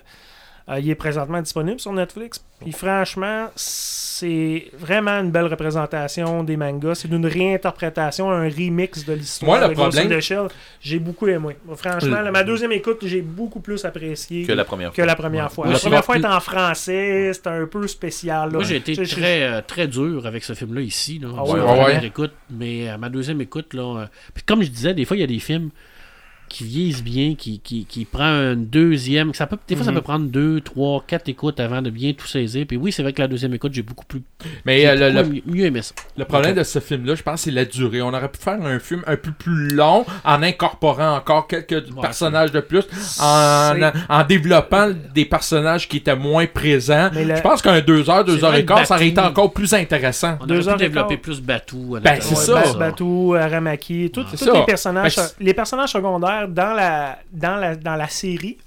Speaker 6: euh, il est présentement disponible sur Netflix. Puis franchement, c'est vraiment une belle représentation des mangas. C'est une réinterprétation, un remix de l'histoire
Speaker 5: Moi,
Speaker 6: de
Speaker 5: le
Speaker 6: Ghost in
Speaker 5: problème- Mm.
Speaker 6: the Shell. J'ai beaucoup aimé. Franchement,
Speaker 5: Le-
Speaker 6: là, ma deuxième écoute, j'ai beaucoup plus apprécié
Speaker 2: que la première
Speaker 6: que
Speaker 2: fois.
Speaker 6: la première fois.
Speaker 5: Ouais.
Speaker 6: La
Speaker 5: Le
Speaker 6: première
Speaker 5: pro-
Speaker 6: fois est en français, c'était un peu spécial. là.
Speaker 3: Moi, j'ai été
Speaker 6: Je- je-
Speaker 3: très, euh, très dur avec ce film-là ici. Là,
Speaker 6: Ah
Speaker 3: sur
Speaker 5: ouais,
Speaker 3: ma
Speaker 5: ouais.
Speaker 3: première écoute, mais à ma deuxième écoute, là, euh, puis comme je disais, des fois, il y a des films qui vieillissent bien, qui, qui, qui prend une deuxième. Ça peut, des fois, ça peut prendre deux, trois, quatre écoutes avant de bien tout saisir. Puis oui, c'est vrai que la deuxième écoute, j'ai beaucoup plus
Speaker 5: Mais euh, le,
Speaker 3: j'ai
Speaker 5: le-
Speaker 3: beaucoup mieux aimé ça.
Speaker 5: le problème de ce film-là, je pense, c'est la durée. On aurait pu faire un film un peu plus long en incorporant encore quelques
Speaker 3: Ouais,
Speaker 5: personnages de plus, en, en développant des personnages qui étaient moins présents.
Speaker 6: Mais le-
Speaker 5: Je pense qu'un 2 heures, 2
Speaker 3: C'est
Speaker 5: heures
Speaker 3: vrai
Speaker 5: et
Speaker 3: que
Speaker 5: quart, ça aurait été
Speaker 3: Batou-
Speaker 5: encore plus intéressant.
Speaker 3: On
Speaker 6: Deux
Speaker 3: aurait
Speaker 6: heures
Speaker 3: pu
Speaker 6: et
Speaker 3: développer
Speaker 6: quart.
Speaker 3: plus Batou.
Speaker 5: Ben, c'est
Speaker 6: Ouais,
Speaker 5: ça.
Speaker 6: Bas- Batou, Aramaki, tous
Speaker 5: C'est
Speaker 6: tous
Speaker 5: ça.
Speaker 6: les personnages,
Speaker 5: Ben, c'est-
Speaker 6: les personnages secondaires dans la, dans la, dans la série,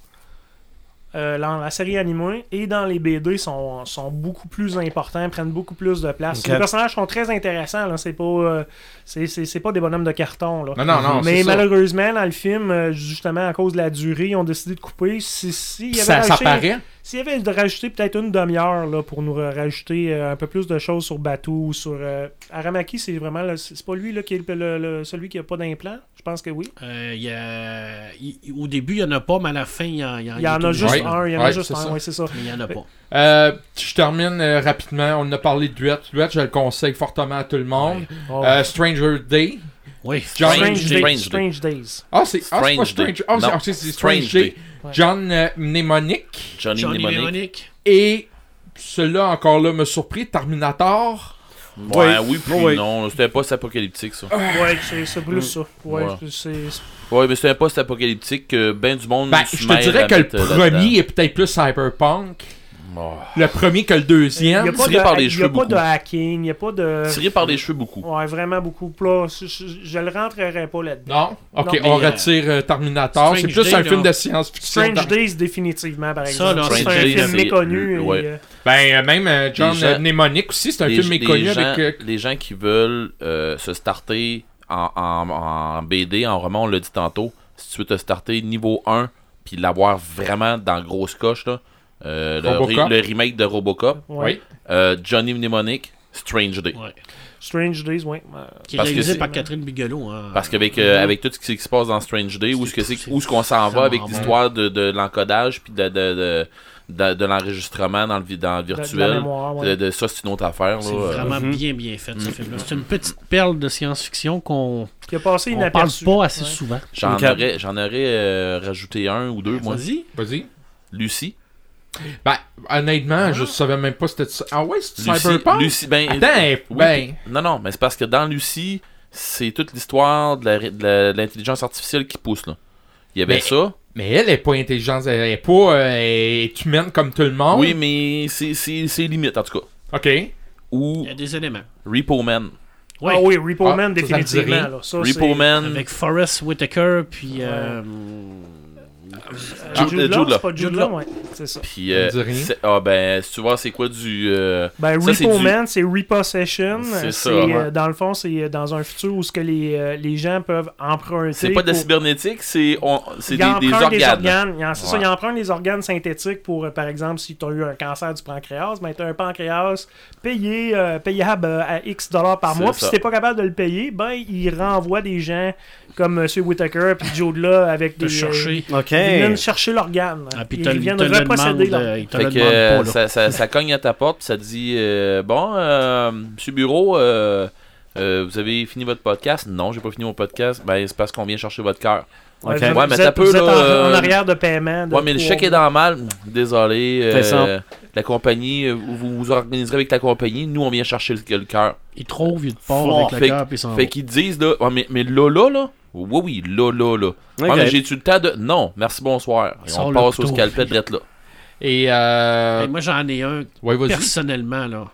Speaker 6: euh, dans la série animée et dans les BD sont, sont beaucoup plus importants, prennent beaucoup plus de place.
Speaker 1: Ok.
Speaker 6: Les personnages sont très intéressants, là, c'est pas, euh, c'est- c'est c'est pas des bonhommes de carton. Là.
Speaker 5: Non, non, non,
Speaker 6: Mais
Speaker 5: c'est ça.
Speaker 6: malheureusement, dans le film, euh, justement à cause de la durée, ils ont décidé de couper. Si, si, il y avait
Speaker 5: Ça, ça
Speaker 6: rajouté-
Speaker 5: paraît.
Speaker 6: s'il y avait de rajouter peut-être une demi-heure là, pour nous ra- rajouter euh, un peu plus de choses sur Batou ou sur euh, Aramaki, c'est vraiment le- c'est pas lui là, qui est le- le- le- celui qui a pas d'implant. Je pense que oui.
Speaker 3: Euh, il y a- il- il- au début, il n'y en a pas, mais à la fin, il y en, il
Speaker 2: Ah,
Speaker 6: Il y en
Speaker 3: tout
Speaker 6: a juste
Speaker 5: Ouais.
Speaker 6: un, il y en a
Speaker 5: Ouais,
Speaker 6: juste
Speaker 5: c'est
Speaker 6: un,
Speaker 5: ça.
Speaker 6: oui, c'est ça.
Speaker 2: Mm.
Speaker 3: Mais il n'y en a pas.
Speaker 5: Euh, je termine euh, rapidement. On en a parlé de Duet. Duet, je le conseille fortement à tout le monde.
Speaker 6: Oh.
Speaker 5: Euh, Stranger Day.
Speaker 3: Oui.
Speaker 5: John-
Speaker 6: Strange,
Speaker 2: Strange
Speaker 6: Days.
Speaker 2: Days.
Speaker 6: Strange Days.
Speaker 5: Ah, c'est ah, c'est pas
Speaker 2: Strange Day.
Speaker 5: Strange. Ah, c'est-
Speaker 2: Non.
Speaker 5: ah, c'est c'est
Speaker 2: Strange
Speaker 5: Strange Day.
Speaker 2: Day.
Speaker 6: Ouais.
Speaker 5: John euh, Mnemonic.
Speaker 2: Johnny,
Speaker 3: Johnny
Speaker 2: Mnemonic.
Speaker 3: Mnemonic.
Speaker 5: Et celui-là, encore là, me surpris. Terminator.
Speaker 2: Ouais, oui, puis
Speaker 1: Oui.
Speaker 2: non, c'était pas apocalyptique ça.
Speaker 6: Ouais, c'est c'est
Speaker 2: Mm.
Speaker 6: plus ça. Ouais,
Speaker 2: Voilà.
Speaker 6: c'est- c'est-
Speaker 2: Ouais, mais c'est un poste apocalyptique que ben du monde
Speaker 5: Ben,
Speaker 2: se
Speaker 5: je te
Speaker 2: mêle
Speaker 5: dirais
Speaker 2: à
Speaker 5: que le
Speaker 2: mettre, euh, là-dedans.
Speaker 5: premier est peut-être plus cyberpunk.
Speaker 2: Oh.
Speaker 5: Le premier que le
Speaker 6: Il n'y a
Speaker 5: deuxième.
Speaker 6: pas,
Speaker 2: tiré par
Speaker 6: de,
Speaker 2: les
Speaker 6: il y a
Speaker 2: cheveux
Speaker 6: pas de
Speaker 2: beaucoup.
Speaker 6: hacking, il n'y a pas de.
Speaker 2: Tiré par les cheveux beaucoup.
Speaker 6: Ouais, vraiment beaucoup. Là, je, je- je le rentrerai pas là-dedans.
Speaker 5: Non. Ok,
Speaker 6: Non, mais,
Speaker 5: on
Speaker 3: euh,
Speaker 5: retire euh, Terminator.
Speaker 3: Strange
Speaker 5: C'est plus
Speaker 3: Day,
Speaker 5: un
Speaker 3: là.
Speaker 5: film de science-fiction.
Speaker 6: Strange Days, définitivement, par exemple.
Speaker 3: là,
Speaker 6: C'est un
Speaker 2: Strange Days,
Speaker 6: film
Speaker 2: c'est-
Speaker 6: méconnu. et,
Speaker 2: ouais.
Speaker 6: euh,
Speaker 5: Ben, euh, même euh, John
Speaker 2: gens-
Speaker 5: euh, Mnemonic aussi, c'est un
Speaker 2: Les,
Speaker 5: film
Speaker 2: les
Speaker 5: méconnu
Speaker 2: gens,
Speaker 5: avec. euh,
Speaker 2: les gens qui veulent euh, se starter en, en- en BD, en roman, on l'a dit tantôt, si tu veux te starter niveau 1 puis l'avoir vraiment dans grosse coche, là, euh, le,
Speaker 5: Robocop.
Speaker 2: re- le remake de Robocop,
Speaker 6: ouais.
Speaker 5: Oui.
Speaker 2: euh, Johnny Mnemonic, Strange Day.
Speaker 3: Ouais.
Speaker 6: Strange Days, oui. Euh,
Speaker 3: Qui est
Speaker 2: Parce que
Speaker 3: réalisé
Speaker 2: c'est-
Speaker 3: par Catherine Bigelow. hein.
Speaker 2: Parce qu'avec euh, avec tout ce qui se passe dans Strange Day, où ce que c'est, où ce qu'on s'en va avec
Speaker 3: vraiment
Speaker 2: l'histoire de, de l'encodage puis de, de, de, de- de l'enregistrement dans le, vi- dans le
Speaker 6: de- de la
Speaker 2: virtuel,
Speaker 6: mémoire, ouais.
Speaker 2: de, de ça c'est une autre affaire.
Speaker 3: C'est
Speaker 2: là, euh.
Speaker 3: vraiment
Speaker 1: Mhm.
Speaker 3: bien, bien fait, ce film-là. C'est une petite perle de science-fiction qu'on
Speaker 6: Qui a passé
Speaker 3: ne parle
Speaker 6: inaperçu.
Speaker 3: pas assez
Speaker 6: Ouais.
Speaker 3: souvent.
Speaker 2: J'en
Speaker 1: Ok.
Speaker 2: aurais, j'en aurais euh, rajouté un ou deux, moi.
Speaker 3: Vas-y.
Speaker 5: Vas-y.
Speaker 2: Lucie.
Speaker 5: Ben, honnêtement, je savais même pas c'était. Ah ouais, c'est
Speaker 2: Lucie,
Speaker 5: Cyberpunk?
Speaker 2: Lucie, ben,
Speaker 5: Attends,
Speaker 2: oui,
Speaker 5: ben.
Speaker 2: puis- Non, non, mais c'est parce que dans Lucie, c'est toute l'histoire de la ré- de la- de l'intelligence artificielle qui pousse, là. Il y avait
Speaker 5: Mais-
Speaker 2: ça.
Speaker 5: Mais elle est pas intelligente, elle est pas. euh, elle est humaine comme tout le monde.
Speaker 2: Oui, mais c'est- c'est c'est limite, en tout cas.
Speaker 5: Ok.
Speaker 2: Ou
Speaker 3: Il y a des éléments.
Speaker 2: Repo Man.
Speaker 3: Ouais.
Speaker 6: Ah oui, Repo
Speaker 5: Ah,
Speaker 6: Man,
Speaker 5: ça, ça me dit rien.
Speaker 6: définitivement. là. Ça, c'est-
Speaker 2: Repo Man.
Speaker 3: Mhm. Avec Forrest Whitaker, puis. euh,
Speaker 6: Euh,
Speaker 2: Jude- Jude
Speaker 6: Jude Law,
Speaker 2: Law.
Speaker 6: c'est pas Jude Law, ouais. C'est ça.
Speaker 2: Puis, euh,
Speaker 5: Ça me dit rien.
Speaker 2: c'est- ah ben, si tu vois, c'est quoi du... euh,
Speaker 6: Ben,
Speaker 2: Ça, c'est
Speaker 6: Repo
Speaker 2: du-
Speaker 6: Man, c'est Repossession.
Speaker 2: C'est
Speaker 6: C'est
Speaker 2: ça,
Speaker 6: euh,
Speaker 2: ouais.
Speaker 6: Dans le fond, c'est euh, dans un futur où ce que les, euh, les gens peuvent emprunter.
Speaker 2: c'est pas de la
Speaker 6: pour-
Speaker 2: cybernétique, c'est on- c'est
Speaker 6: Ils
Speaker 2: des, des
Speaker 6: empruntent
Speaker 2: organes.
Speaker 6: des organes. Ils en- C'est ça,
Speaker 2: Ouais.
Speaker 6: ils empruntent des organes synthétiques pour, euh, par exemple, si tu as eu un cancer du pancréas, ben, tu as un pancréas payé, euh, payable euh, à X dollars par
Speaker 2: C'est
Speaker 6: mois. Puis
Speaker 2: ça.
Speaker 6: si tu pas capable de le payer, ben, ils renvoient des gens comme M. Whitaker puis Joe là avec
Speaker 3: de
Speaker 6: des. euh,
Speaker 3: chercher.
Speaker 1: OK.
Speaker 6: Ils viennent chercher l'organe.
Speaker 3: Ah, puis
Speaker 6: ils
Speaker 3: te- il
Speaker 6: viennent
Speaker 3: te le demande,
Speaker 6: reposséder l'organe.
Speaker 3: euh, il te
Speaker 2: Fait
Speaker 3: le
Speaker 2: que
Speaker 3: demande
Speaker 2: euh,
Speaker 3: pas, là.
Speaker 2: ça, ça, ça cogne à ta porte, puis ça te dit euh, Bon, euh, monsieur Bureau, euh, euh, vous avez fini votre podcast Non, j'ai pas fini mon podcast. Ben, c'est parce qu'on vient chercher votre cœur.
Speaker 1: Ok.
Speaker 6: vous-
Speaker 1: Ouais,
Speaker 6: vous
Speaker 2: mais
Speaker 6: êtes-
Speaker 2: t'as peu,
Speaker 6: vous
Speaker 2: là,
Speaker 6: êtes en,
Speaker 2: euh,
Speaker 6: en arrière de paiement. de
Speaker 2: Ouais, mais le
Speaker 6: trois
Speaker 2: chèque est
Speaker 6: mois.
Speaker 2: dans le mal. Désolé. euh,
Speaker 1: C'est ça.
Speaker 2: La compagnie, euh, vous vous organiserez avec la compagnie. Nous, on vient chercher le, le cœur.
Speaker 3: Il trouve, il te part
Speaker 1: Fort.
Speaker 3: avec
Speaker 2: Fait
Speaker 3: le
Speaker 2: que-
Speaker 3: cœur, puis il s'en va.
Speaker 2: Fait qu'ils disent là, Ouais, mais, mais là, là, là. Oui, oui, là, là, là. Ouais, mais j'ai-tu le temps de. Non, merci, bonsoir. Et
Speaker 3: Sors
Speaker 2: on
Speaker 3: le
Speaker 2: passe au
Speaker 3: couteau.
Speaker 2: scalpel d'être là.
Speaker 5: Et euh.
Speaker 3: Hey, Moi, j'en ai un
Speaker 5: ouais, vas-y.
Speaker 3: personnellement là,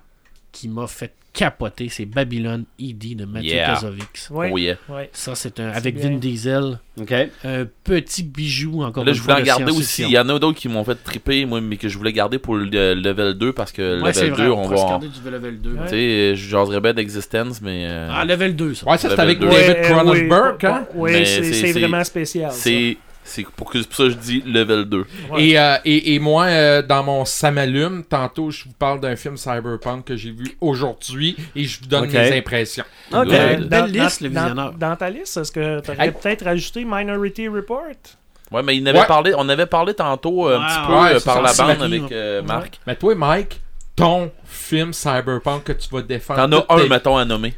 Speaker 3: qui m'a fait capoter, c'est Babylon E.D. de Matthew
Speaker 2: Yeah.
Speaker 3: Kazovic.
Speaker 6: Ouais,
Speaker 2: Oh, yeah.
Speaker 6: ouais.
Speaker 3: Ça, c'est un. Avec
Speaker 6: bien.
Speaker 3: Vin Diesel,
Speaker 1: OK.
Speaker 3: un petit bijou encore
Speaker 2: Là,
Speaker 3: une
Speaker 2: je
Speaker 3: fois,
Speaker 2: voulais en
Speaker 3: de
Speaker 2: garder aussi.
Speaker 3: science-fiction.
Speaker 2: Il y en a d'autres qui m'ont fait triper, moi, mais que je voulais garder pour le le level 2 parce que
Speaker 3: Ouais, c'est
Speaker 2: level
Speaker 3: vrai.
Speaker 2: 2,
Speaker 3: on
Speaker 2: on
Speaker 3: pourrait se
Speaker 2: va. en-
Speaker 3: garder du level 2.
Speaker 2: Tu sais, euh, je jaserais bien d'existence, mais. euh,
Speaker 3: Ah, level 2, ça.
Speaker 5: Ouais, ça c'est
Speaker 2: Level
Speaker 5: avec
Speaker 2: deux.
Speaker 5: David
Speaker 6: Ouais,
Speaker 5: Cronenberg,
Speaker 6: ouais,
Speaker 5: hein?
Speaker 6: ouais,
Speaker 2: Mais
Speaker 6: c'est
Speaker 2: c'est-
Speaker 6: c'est
Speaker 2: c'est-
Speaker 6: vraiment spécial. ça.
Speaker 2: c'est. C'est pour, que- c'est pour ça que je dis level 2.
Speaker 6: Ouais.
Speaker 5: Et, euh, et, et moi, euh, dans mon Samalume, tantôt, je vous parle d'un film cyberpunk que j'ai vu aujourd'hui et je vous donne
Speaker 1: Ok.
Speaker 5: mes impressions.
Speaker 1: OK.
Speaker 2: Ouais.
Speaker 3: Belle liste, le visionneur.
Speaker 6: Euh, Dans, dans ta liste, est-ce que tu aurais
Speaker 5: Hey.
Speaker 6: peut-être rajouté Minority Report?
Speaker 2: Ouais, mais il n'avait
Speaker 5: Ouais.
Speaker 2: parlé, on avait parlé tantôt euh, un
Speaker 3: Ouais,
Speaker 2: petit
Speaker 3: ouais,
Speaker 2: peu euh,
Speaker 5: c'est
Speaker 2: par
Speaker 5: ça,
Speaker 2: la
Speaker 5: c'est
Speaker 2: bande
Speaker 3: la vie,
Speaker 2: avec euh, Marc.
Speaker 5: Mais toi, Mike, ton film cyberpunk que tu vas défendre.
Speaker 2: T'en as
Speaker 5: toute
Speaker 2: un,
Speaker 5: ta-
Speaker 2: mettons, à nommer.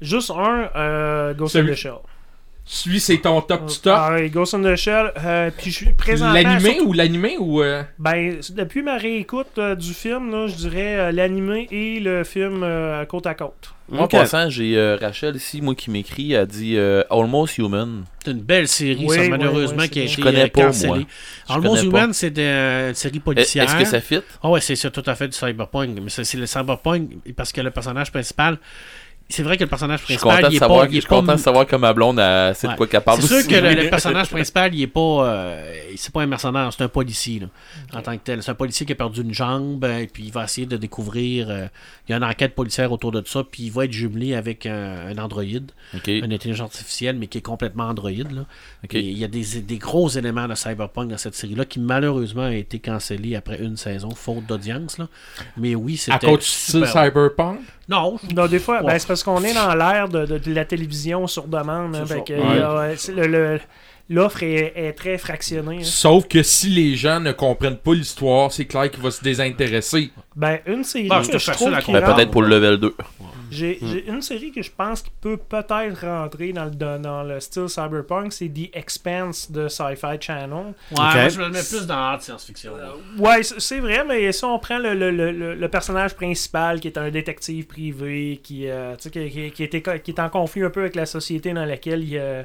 Speaker 6: Juste un, euh, Ghost in
Speaker 5: Celui-
Speaker 6: the Shell.
Speaker 5: Suis, c'est ton top du top.
Speaker 6: Ah, Ghost in the Shell. euh, puis je suis présentement.
Speaker 5: L'animé
Speaker 6: surtout-
Speaker 5: ou l'animé ou. euh,
Speaker 6: Ben, c- depuis ma réécoute euh, du film, là, je dirais euh, l'animé et le film euh, côte à côte.
Speaker 2: Moi,
Speaker 1: Ok.
Speaker 2: en passant, j'ai euh, Rachel ici, moi qui m'écrit, elle dit euh, Almost Human.
Speaker 3: C'est une belle série,
Speaker 6: Oui,
Speaker 3: ça,
Speaker 6: oui,
Speaker 3: malheureusement,
Speaker 6: oui,
Speaker 3: qui a
Speaker 6: c'est
Speaker 3: été
Speaker 2: bien. Je connais
Speaker 3: euh,
Speaker 2: pas, moi.
Speaker 3: cancellée.
Speaker 2: Je
Speaker 3: Almost
Speaker 2: connais pas.
Speaker 3: Human, c'est euh, une série
Speaker 2: E- Est-ce
Speaker 3: policière.
Speaker 2: que ça fit
Speaker 3: Ah ouais, c'est ça, tout à fait du cyberpunk. Mais c'est c'est le cyberpunk parce que le personnage principal. C'est vrai que le personnage
Speaker 2: Je suis
Speaker 3: principal,
Speaker 2: content de
Speaker 3: il est
Speaker 2: savoir,
Speaker 3: pas. il
Speaker 2: je
Speaker 3: est
Speaker 2: suis
Speaker 3: pas
Speaker 2: content de savoir que ma blonde, elle sait
Speaker 3: Ouais.
Speaker 2: de quoi qu'elle parle.
Speaker 3: C'est sûr
Speaker 2: aussi.
Speaker 3: que
Speaker 2: (laughs)
Speaker 3: le, le personnage principal, il est pas. euh, c'est pas un mercenaire, c'est un policier, là, en tant que tel. C'est un policier qui a perdu une jambe, euh, et puis il va essayer de découvrir. euh, il y a une enquête policière autour de ça, puis il va être jumelé avec un, un androïde,
Speaker 2: Ok.
Speaker 3: une intelligence artificielle, mais qui est complètement androïde. Là.
Speaker 2: Ok.
Speaker 3: Et il y a des, des gros éléments de cyberpunk dans cette série-là qui, malheureusement, a été cancellée après une saison, faute d'audience. là. Mais oui, c'était.
Speaker 5: à cause du style
Speaker 3: super-
Speaker 5: cyberpunk.
Speaker 3: Non,
Speaker 6: Non, des fois,
Speaker 3: Ouais.
Speaker 6: ben, c'est parce qu'on est dans l'ère de, de- de la télévision sur demande. hein,
Speaker 3: C'est
Speaker 6: fait
Speaker 3: ça.
Speaker 6: que,
Speaker 5: Ouais.
Speaker 6: là, ouais, c'est le- le- L'offre est, est très fractionnée. hein.
Speaker 5: Sauf que si les gens ne comprennent pas l'histoire, c'est clair qu'ils vont se désintéresser.
Speaker 6: Ben, une série
Speaker 3: Bah, c'est
Speaker 6: que je
Speaker 3: facile
Speaker 6: trouve
Speaker 3: à
Speaker 6: qui
Speaker 2: Ben,
Speaker 3: comprendre.
Speaker 6: rentre-
Speaker 2: Peut-être pour le level 2.
Speaker 6: J'ai j'ai une série que je pense qui peut peut-être rentrer dans le, dans, dans le style cyberpunk, c'est The Expanse de Sci-Fi Channel.
Speaker 3: Ouais, moi, je me le mets
Speaker 6: C'est-
Speaker 3: plus dans la science-fiction. là.
Speaker 2: Euh,
Speaker 6: Ouais, c- c'est vrai, mais si on prend le, le- le- le- le personnage principal qui est un détective privé, qui, euh, tu sais, qui, qui- qui était co- qui est en conflit un peu avec la société dans laquelle il. euh,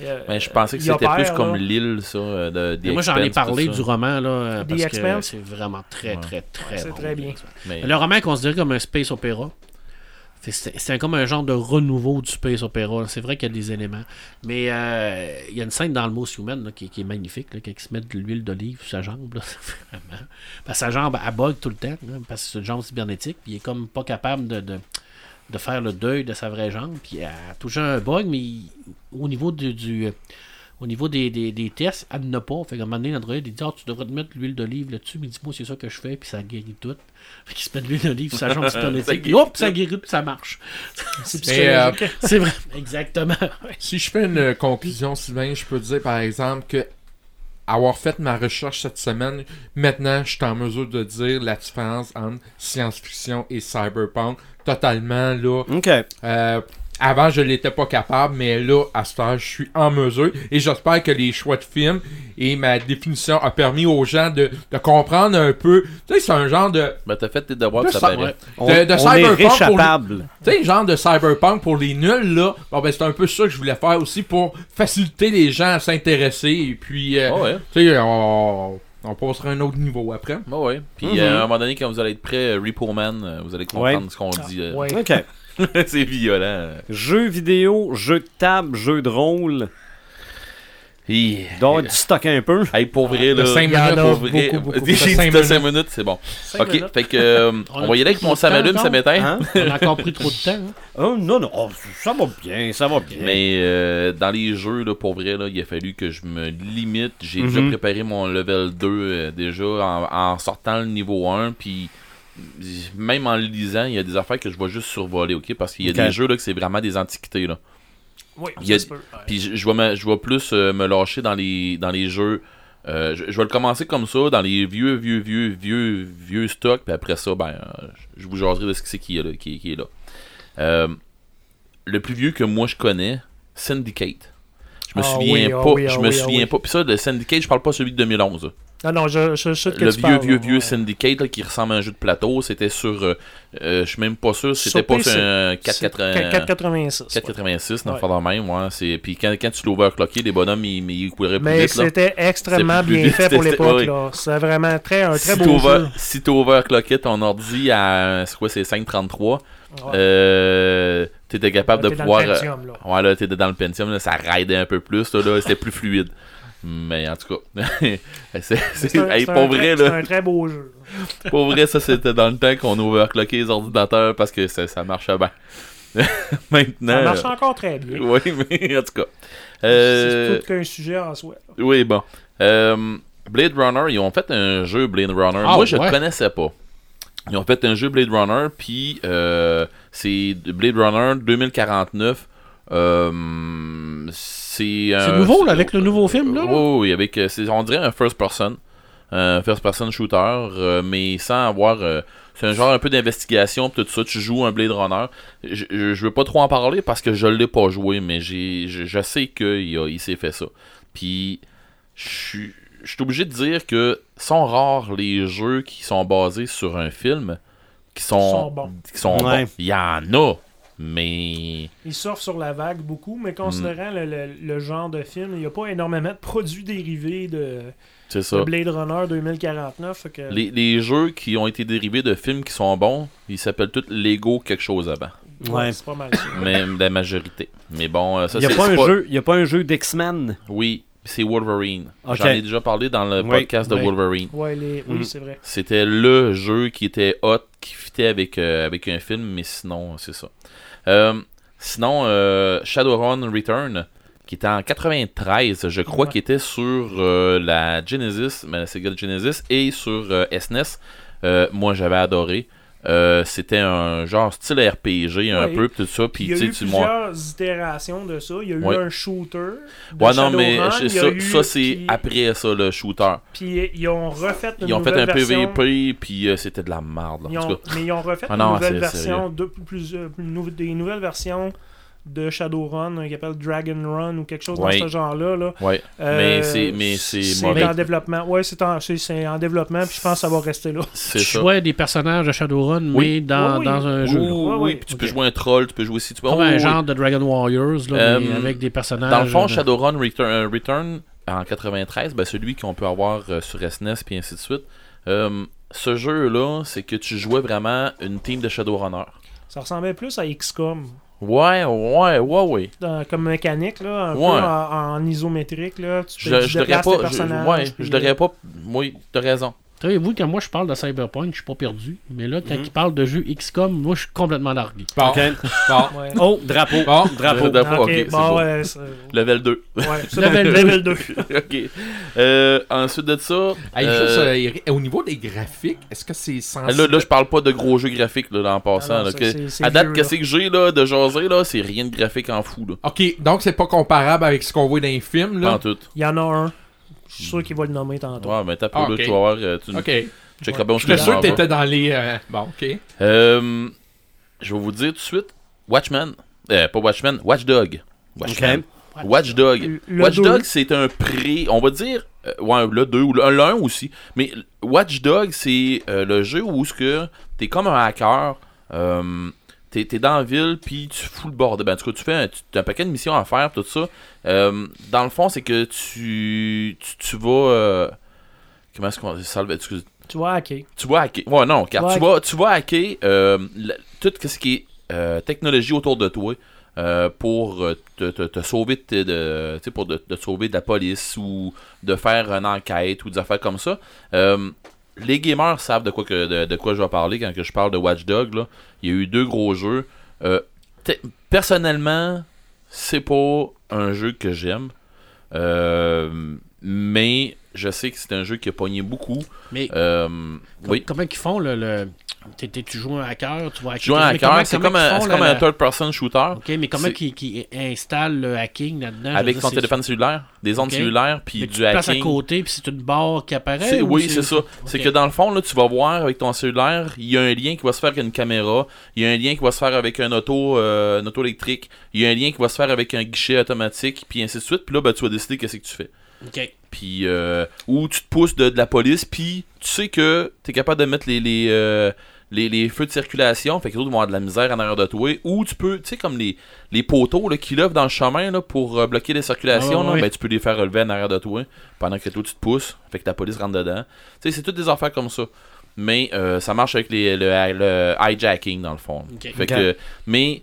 Speaker 6: euh,
Speaker 2: Mais Ben, je pensais que
Speaker 6: il
Speaker 2: c'était plus
Speaker 6: opère,
Speaker 2: comme
Speaker 6: là.
Speaker 2: l'île, ça. euh, De, des
Speaker 3: Et moi, j'en ai
Speaker 2: Expanse,
Speaker 3: parlé
Speaker 2: tout ça.
Speaker 3: du roman, là, euh,
Speaker 6: The
Speaker 3: parce que
Speaker 6: Expanse.
Speaker 3: c'est vraiment très,
Speaker 2: Ouais.
Speaker 3: très, très
Speaker 6: C'est
Speaker 3: bon,
Speaker 6: très
Speaker 3: The
Speaker 6: bien.
Speaker 3: Expanse.
Speaker 2: Mais-
Speaker 3: Le roman est considéré comme un space opéra. Fait que C'est c'est comme un genre de renouveau du space opéra. C'est vrai qu'il y a des éléments. Mais euh, il y a une scène dans le mot Human là, qui, qui est magnifique, là, qui se met de l'huile d'olive sur sa jambe. là. (laughs) C'est vraiment- Parce que sa jambe, elle bug tout le temps, là, parce que c'est une jambe cybernétique. puis Il est comme pas capable de, de, de faire le deuil de sa vraie jambe. Puis elle a touché un bug, mais il- au niveau du... du- euh, au niveau des, des, des tests, elle n'a pas. Fait qu'à un moment donné, l'androïde, il dit Ah, tu devrais te mettre de l'huile d'olive là-dessus. Mais dis-moi, c'est ça que je fais, puis ça guérit tout. Fait qu'il se met de l'huile d'olive, sur sa
Speaker 2: (laughs)
Speaker 3: jambe
Speaker 2: Ça
Speaker 3: cybernétique.
Speaker 2: guérit
Speaker 3: Puis hop, ça guérit, puis ça marche. (laughs)
Speaker 6: C'est
Speaker 5: Mais, euh,
Speaker 6: psychologique.
Speaker 3: C'est vrai. Exactement. (laughs)
Speaker 5: Si je fais une euh, conclusion, Sylvain, je peux dire par exemple que avoir fait ma recherche cette semaine, maintenant je suis en mesure de dire la différence entre science-fiction et cyberpunk totalement là.
Speaker 1: Ok.
Speaker 5: Euh, avant je l'étais pas capable, mais là à ce temps je suis en mesure et j'espère que les choix de films et ma définition a permis aux gens de, de comprendre un peu. Tu sais, c'est un genre de
Speaker 2: Ben, t'as fait tes devoirs,
Speaker 5: De
Speaker 2: ça
Speaker 5: ça,
Speaker 2: paraît.
Speaker 5: ouais.
Speaker 1: On,
Speaker 5: De- de
Speaker 1: on est
Speaker 5: cyberpunk pour les-
Speaker 1: réchappable.
Speaker 5: Tu sais, genre de cyberpunk pour les nuls, là. Bon, ben, c'est un peu ça que je voulais faire aussi pour faciliter les gens à s'intéresser. Et puis, euh,
Speaker 2: Ah ouais.
Speaker 5: tu sais, on, on passera à un autre niveau après.
Speaker 2: Ah ouais. Puis
Speaker 1: Mhm.
Speaker 2: euh, à un moment donné, quand vous allez être prêt, euh, Repo Man, euh, vous allez comprendre
Speaker 1: Ouais.
Speaker 2: ce qu'on dit. euh.
Speaker 6: Ouais.
Speaker 1: Ok.
Speaker 2: (laughs) c'est violent.
Speaker 1: Jeux vidéo, jeux de table, jeux de rôle.
Speaker 2: Hi.
Speaker 1: Donc, du stock un peu.
Speaker 2: Hey, pour vrai, là.
Speaker 5: De cinq
Speaker 2: il y en
Speaker 5: minutes,
Speaker 2: a
Speaker 5: beaucoup,
Speaker 2: pour vrai. (laughs)
Speaker 5: beaucoup, beaucoup.
Speaker 2: J'ai
Speaker 5: De
Speaker 2: dit de
Speaker 5: cinq minutes.
Speaker 2: 5 minutes, c'est bon.
Speaker 6: Cinq
Speaker 2: Ok,
Speaker 6: minutes.
Speaker 2: fait que. euh, on va y aller avec mon
Speaker 3: Trop de temps,
Speaker 2: Samalume
Speaker 3: donc.
Speaker 2: ce matin.
Speaker 1: Hein?
Speaker 3: On a encore pris trop de temps. hein.
Speaker 1: Oh non, non, oh, ça va bien, ça va bien.
Speaker 2: Mais euh, dans les jeux, là, pour vrai, là, il a fallu que je me limite. J'ai déjà
Speaker 1: Mhm.
Speaker 2: préparé mon level 2 euh, déjà en, en sortant le niveau 1. Puis même en le lisant, il y a des affaires que je vois juste survoler, ok? Parce qu'il y a
Speaker 1: Ok.
Speaker 2: des jeux là, que c'est vraiment des antiquités. Là.
Speaker 6: Oui,
Speaker 2: Il y a-
Speaker 6: ça se peut. Ouais.
Speaker 2: Puis je, je vais me- je vais plus euh, me lâcher dans les, dans les jeux. Euh, je, je vais le commencer comme ça, dans les vieux, vieux, vieux, vieux, vieux stocks. Puis après ça, ben, euh, je vous jaserai de ce que c'est qui est là. Qui, est- qui est là. Euh, le plus vieux que moi je connais, Syndicate. Je me
Speaker 6: Ah
Speaker 2: souviens
Speaker 6: oui, ah
Speaker 2: pas.
Speaker 6: oui, ah
Speaker 2: je me
Speaker 6: oui, ah
Speaker 2: souviens
Speaker 6: oui.
Speaker 2: pas. Puis ça, le Syndicate, je parle pas celui de 2011.
Speaker 6: Non, Ah non, je, je, je sais de quel
Speaker 2: le
Speaker 6: tu
Speaker 2: vieux,
Speaker 6: parles,
Speaker 2: vieux,
Speaker 6: là.
Speaker 2: vieux
Speaker 6: Ouais.
Speaker 2: Syndicate là, qui ressemble à un jeu de plateau. C'était sur. euh, euh, je suis même pas sûr. C'était
Speaker 6: Sur
Speaker 2: pas
Speaker 6: PC,
Speaker 2: sur un
Speaker 6: C'est
Speaker 2: 480.
Speaker 6: 4,86. ouais.
Speaker 2: 486,
Speaker 6: Ouais.
Speaker 2: dans le même, ouais. C'est... Puis quand, quand tu l'overclockais, les bonhommes, ils, ils couraient plus
Speaker 6: Mais
Speaker 2: vite, là.
Speaker 6: c'était extrêmement
Speaker 2: C'était plus
Speaker 6: bien
Speaker 2: vite,
Speaker 6: fait pour
Speaker 2: c'était-
Speaker 6: l'époque.
Speaker 2: oui.
Speaker 6: là. C'est vraiment très, un très
Speaker 2: si
Speaker 6: beau
Speaker 2: t'over-
Speaker 6: jeu.
Speaker 2: si t'overclockais ton ordi à, c'est quoi, c'est 533,
Speaker 6: Ouais.
Speaker 2: euh, t'étais capable
Speaker 6: T'es
Speaker 2: de
Speaker 6: dans le
Speaker 2: pouvoir... euh,
Speaker 6: Pentium, là.
Speaker 2: Ouais, là, t'étais dans le Pentium, là, ça raidait un peu plus, là, là, c'était plus fluide. Mais en tout cas, (laughs) c'est, (laughs) c'est-
Speaker 6: C'est un-
Speaker 2: hey,
Speaker 6: c'est
Speaker 2: pour
Speaker 6: un
Speaker 2: vrai,
Speaker 6: très-
Speaker 2: là,
Speaker 6: C'est un très beau jeu.
Speaker 2: pour vrai, ça, c'était dans le temps qu'on overclockait les ordinateurs parce que ça, ça marchait bien. (laughs) Maintenant...
Speaker 6: Ça marche
Speaker 2: euh,
Speaker 6: encore très bien.
Speaker 2: Oui, (laughs) mais en tout cas.
Speaker 6: C'est
Speaker 2: Euh,
Speaker 6: tout qu'un sujet en soi. là.
Speaker 2: Oui, bon. Euh, Blade Runner, ils ont fait un jeu Blade Runner.
Speaker 5: Ah,
Speaker 2: Moi, je
Speaker 5: ouais.
Speaker 2: connaissais pas. Ils ont fait un jeu Blade Runner, puis euh, c'est Blade Runner 2049. Euh, c'est
Speaker 3: C'est nouveau, là, avec le nouveau film, là. là.
Speaker 2: euh, Oui, oui, avec, euh, c'est- on dirait un first person. euh, first-person shooter, euh, mais sans avoir. euh, c'est un genre un peu d'investigation, pis tout ça. Tu joues un Blade Runner. Je, je, je veux pas trop en parler parce que je l'ai pas joué, mais j'ai, je, je sais qu'il a- il s'est fait ça. Puis, je suis je suis obligé de dire que sont rares les jeux qui sont basés sur un film qui sont,
Speaker 6: Sont bons.
Speaker 2: qui sont bons.
Speaker 1: Ouais.
Speaker 2: Il y en a, mais
Speaker 6: Ils surfent sur la vague beaucoup, mais considérant
Speaker 2: Hmm.
Speaker 6: le, le- le genre de film, il n'y a pas énormément de produits dérivés de,
Speaker 2: c'est
Speaker 6: de
Speaker 2: ça.
Speaker 6: Blade Runner 2049. fait que-
Speaker 2: Les, les jeux qui ont été dérivés de films qui sont bons, ils s'appellent tous Lego quelque chose avant.
Speaker 1: Ouais.
Speaker 6: C'est pas mal ça.
Speaker 2: Même la majorité. Mais bon, euh, ça
Speaker 1: Il n'y a,
Speaker 2: c'est
Speaker 1: pas
Speaker 2: c'est
Speaker 1: un
Speaker 2: pas-
Speaker 1: jeu- y a pas un jeu d'X-Men.
Speaker 2: Oui, c'est Wolverine.
Speaker 1: Ok.
Speaker 2: J'en ai déjà parlé dans le
Speaker 1: Oui,
Speaker 2: podcast de
Speaker 1: oui.
Speaker 2: Wolverine.
Speaker 6: Ouais, les...
Speaker 1: Mm.
Speaker 2: Hmm.
Speaker 6: Oui, c'est vrai.
Speaker 2: C'était le jeu qui était hot, qui fitait avec, euh, avec un film, mais sinon, c'est ça. Euh, sinon, euh, Shadowrun Return, qui était en 93, je crois,
Speaker 6: Ouais.
Speaker 2: qui était sur euh, la Genesis, mais la Sega Genesis, et sur euh, SNES. Euh, moi, j'avais adoré. Euh, c'était un genre style RPG un
Speaker 6: Ouais.
Speaker 2: peu pis tout ça puis
Speaker 6: il y a
Speaker 2: tu sais
Speaker 6: eu
Speaker 2: tu moi
Speaker 6: plusieurs itérations de ça. Il y a eu
Speaker 2: Ouais.
Speaker 6: un shooter. de
Speaker 2: ouais non mais
Speaker 6: Shadowrun,
Speaker 2: je-
Speaker 6: il y a
Speaker 2: ça,
Speaker 6: eu-
Speaker 2: ça, c'est
Speaker 6: puis-
Speaker 2: après ça le shooter
Speaker 6: Puis ils ont refait une
Speaker 2: ils ont fait un
Speaker 6: nouvelle version.
Speaker 2: PVP puis euh, c'était de la merde
Speaker 6: Ils
Speaker 2: là. en
Speaker 6: ont-
Speaker 2: tout cas
Speaker 6: mais ils ont refait
Speaker 2: Ah
Speaker 6: une
Speaker 2: non,
Speaker 6: nouvelle
Speaker 2: c'est
Speaker 6: version,
Speaker 2: sérieux.
Speaker 6: de, plus, plus- euh, plus nou- des nouvelles versions de Shadowrun, euh, qui appelle Dragon Run ou quelque chose
Speaker 2: Ouais.
Speaker 6: dans ce genre-là. là.
Speaker 2: ouais
Speaker 6: Euh,
Speaker 2: mais c'est mais c'est
Speaker 6: c'est
Speaker 2: mauvais
Speaker 6: en développement. Ouais, c'est en, c'est- c'est en développement, puis je pense que ça va rester là.
Speaker 2: c'est
Speaker 3: Tu
Speaker 2: ça
Speaker 3: jouais des personnages de Shadowrun, mais
Speaker 2: Oui.
Speaker 3: dans,
Speaker 6: Oui, oui.
Speaker 3: dans un
Speaker 2: Oui,
Speaker 3: jeu.
Speaker 2: oui,
Speaker 3: là.
Speaker 6: Ouais,
Speaker 2: oui,
Speaker 6: ouais.
Speaker 2: puis tu
Speaker 3: Ok.
Speaker 2: peux jouer un troll, tu peux jouer si tu veux.
Speaker 3: Comme
Speaker 2: Oh,
Speaker 3: un
Speaker 2: oui.
Speaker 3: genre de Dragon Warriors, là, mais
Speaker 2: Euh,
Speaker 3: avec des personnages. euh,
Speaker 2: Dans le fond,
Speaker 3: de-
Speaker 2: Shadowrun Return, euh, Return, en 93, ben, celui qu'on peut avoir euh, sur SNES puis ainsi de suite, euh, ce jeu-là, c'est que tu jouais vraiment une team de Shadowrunner.
Speaker 6: Ça ressemblait plus à XCOM
Speaker 2: Ouais, ouais, ouais, ouais.
Speaker 6: dans- comme mécanique, là, un
Speaker 2: Ouais.
Speaker 6: peu en, en isométrique. Là. Tu,
Speaker 2: Je,
Speaker 6: te- tu
Speaker 2: je devrais
Speaker 6: déplaces tes
Speaker 2: pas. Je,
Speaker 6: personnages,
Speaker 2: ouais,
Speaker 6: puis,
Speaker 2: je
Speaker 6: euh,
Speaker 2: devrais pas. Oui, t'as raison.
Speaker 3: Savez-vous, quand moi je parle de Cyberpunk, je suis pas perdu. Mais là, quand il parle de jeux XCOM, moi je suis complètement largué.
Speaker 5: Bon,
Speaker 1: Ok.
Speaker 5: bon,
Speaker 6: ouais.
Speaker 1: Oh, drapeau.
Speaker 2: (laughs)
Speaker 5: bon.
Speaker 1: Drapeau.
Speaker 2: Drapeau.
Speaker 6: Ah, Ok,
Speaker 2: ok, c'est
Speaker 6: bon,
Speaker 2: bon.
Speaker 6: ouais, c'est-
Speaker 2: Level 2.
Speaker 6: ouais,
Speaker 5: (laughs)
Speaker 6: c'est
Speaker 3: Level
Speaker 6: level, level 2.
Speaker 2: (laughs) ok. Euh, ensuite de ça.
Speaker 5: Hey,
Speaker 2: euh,
Speaker 5: juste, euh, Eric, au niveau des graphiques, est-ce que c'est sensible?
Speaker 3: E
Speaker 2: Là, là, je parle pas de gros jeux graphiques là, en passant.
Speaker 6: Ah non,
Speaker 2: là,
Speaker 6: ça,
Speaker 2: que-
Speaker 6: c'est- c'est
Speaker 2: à date,
Speaker 6: vieux,
Speaker 2: qu'est-ce que j'ai là, de jaser, là, c'est rien de graphique en fou. Là,
Speaker 5: Ok, donc c'est pas comparable avec ce qu'on voit dans les films,
Speaker 2: pas en
Speaker 5: là.
Speaker 2: tout.
Speaker 6: Il y en a un. Je suis sûr qu'il va le nommer tantôt.
Speaker 2: Ouais, mais t'as
Speaker 5: Ah,
Speaker 2: pas là,
Speaker 5: ok.
Speaker 2: tu vas voir. euh, tu
Speaker 5: Ok.
Speaker 2: Je checkeras bien où
Speaker 5: Je
Speaker 2: ce
Speaker 5: suis
Speaker 2: que
Speaker 5: sûr
Speaker 2: j'en
Speaker 5: que
Speaker 2: vais.
Speaker 5: t'étais dans les. euh, Bon, ok.
Speaker 2: Euh, je vais vous dire tout de suite. Watchmen. Euh, pas Watchmen, Watchdog.
Speaker 1: Ah,
Speaker 2: Watchmen. Watchdog.
Speaker 6: Le
Speaker 2: Watchdog,
Speaker 6: deux.
Speaker 2: c'est un pré. On va dire. euh, ouais, le 2 ou le 1 aussi. Mais Watchdog, c'est euh, le jeu où ce que t'es comme un hacker. Euh, t'es t'es dans la ville, puis tu fous le bordel. Ben, en tout cas, tu fais un, tu- t'as un paquet de missions à faire, tout ça. Euh, dans le fond, c'est que tu, tu, tu vas. euh, comment est-ce qu'on. ça le- excuse-
Speaker 6: Tu vois, ok.
Speaker 2: tu vas hacker. Ouais, non, car
Speaker 6: Ouais,
Speaker 2: tu, vas, tu vas hacker euh, la- tout ce qui est euh, technologie autour de toi euh, pour euh, te, te- te sauver de, tes- de- tu sais, pour de, de te sauver de la police ou de faire une enquête ou des affaires comme ça. Euh, les gamers savent de quoi, que, de, de quoi je vais parler quand que je parle de Watchdog. Là. Il y a eu deux gros jeux. Euh, te- personnellement, c'est pas un jeu que j'aime. Euh, mais je sais que c'est un jeu qui a pogné beaucoup.
Speaker 3: Mais
Speaker 2: Euh, oui.
Speaker 3: comment ils font le. le... t'es- t'es- tu joues un hacker, tu vas hacker.
Speaker 2: Tu joues à
Speaker 3: Mais
Speaker 2: un
Speaker 3: comment-
Speaker 2: hacker, c'est
Speaker 3: comment
Speaker 2: comme, un,
Speaker 3: qu'ils font
Speaker 2: c'est comme
Speaker 3: la-
Speaker 2: un third-person shooter
Speaker 3: Ok, mais comment
Speaker 2: C'est-
Speaker 3: qui, qui installe le hacking là-dedans Je veux
Speaker 2: avec
Speaker 3: dire,
Speaker 2: son
Speaker 3: c'est-
Speaker 2: téléphone cellulaire, des ondes
Speaker 3: Ok.
Speaker 2: cellulaires,
Speaker 3: mais
Speaker 2: puis
Speaker 3: tu
Speaker 2: du
Speaker 3: te places à
Speaker 2: hacking.
Speaker 3: côté, puis c'est une barre qui apparaît.
Speaker 2: C'est-
Speaker 3: ou
Speaker 2: oui, c'est ça. C'est
Speaker 3: Ok.
Speaker 2: que dans le fond, là, tu vas voir avec ton cellulaire, il y a un lien qui va se faire avec une caméra, il y a un lien qui va se faire avec un auto, euh, une auto électrique, il y a un lien qui va se faire avec un guichet automatique, puis ainsi de suite. Puis là, ben, tu vas décider qu'est-ce que tu fais.
Speaker 3: Ok.
Speaker 2: Puis, euh, ou tu te pousses de, de la police, puis tu sais que tu es capable de mettre les, les, euh, les, les feux de circulation, fait que les autres vont avoir de la misère en arrière de toi. Ou tu peux, tu sais, comme les, les poteaux là, qui lèvent dans le chemin là, pour euh, bloquer les circulations,
Speaker 3: Ah ouais,
Speaker 2: là,
Speaker 3: ouais.
Speaker 2: ben, tu peux les faire relever en arrière de toi pendant que toi tu te pousses, fait que la police rentre dedans. Tu sais, c'est toutes des affaires comme ça. Mais euh, ça marche avec les, le, le hijacking dans le fond.
Speaker 3: Ok.
Speaker 2: Fait
Speaker 1: Ok.
Speaker 2: que, mais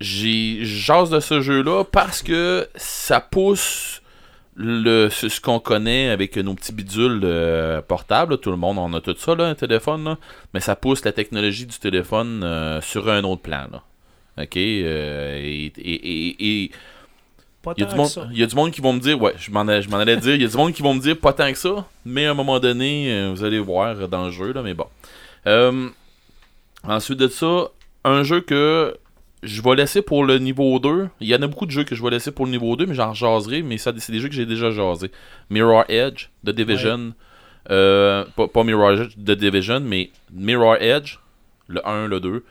Speaker 2: j'ai j'ose de ce jeu-là parce que ça pousse le, ce, ce qu'on connaît avec nos petits bidules euh, portables. Tout le monde en a tout ça, là, un téléphone. là. Mais ça pousse la technologie du téléphone euh, sur un autre plan. Là. OK? euh, et- et- et- et
Speaker 6: Pas
Speaker 2: il y, a
Speaker 6: tant
Speaker 2: du
Speaker 6: que
Speaker 2: monde,
Speaker 6: ça.
Speaker 2: il y a du monde qui vont me dire, ouais, je m'en allais je m'en allais dire, il y a du monde qui vont me dire pas tant que ça, mais à un moment donné, euh, vous allez voir euh, dans le jeu, là, mais bon. Euh, ensuite de ça, un jeu que je vais laisser pour le niveau 2. Il y en a beaucoup de jeux que je vais laisser pour le niveau 2, mais j'en jaserai. Mais ça, c'est des jeux que j'ai déjà jasé. Mirror Edge, The Division. Euh, pas, pas Mirror Edge, The Division, mais Mirror Edge, le 1, le 2.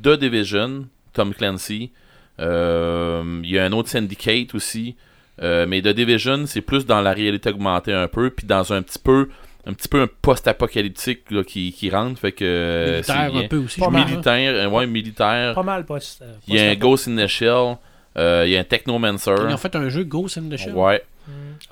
Speaker 2: The Division, Tom Clancy. Euh, Il y a un autre Syndicate aussi. Euh, mais The Division, c'est plus dans la réalité augmentée un peu, puis dans un petit peu un petit peu un post-apocalyptique là, qui, qui rentre. Fait que. euh, c'est
Speaker 3: Militaire
Speaker 2: bien.
Speaker 3: un peu aussi.
Speaker 6: Pas
Speaker 3: je
Speaker 6: mal. hein.
Speaker 3: crois.
Speaker 2: Militaire, euh, ouais, militaire.
Speaker 6: Pas mal, pas. euh,
Speaker 2: Il y a un
Speaker 6: pas-
Speaker 2: Ghost in the Shell. euh, il y a un Technomancer.
Speaker 3: Ils ont fait un jeu Ghost in the Shell.
Speaker 2: Ouais.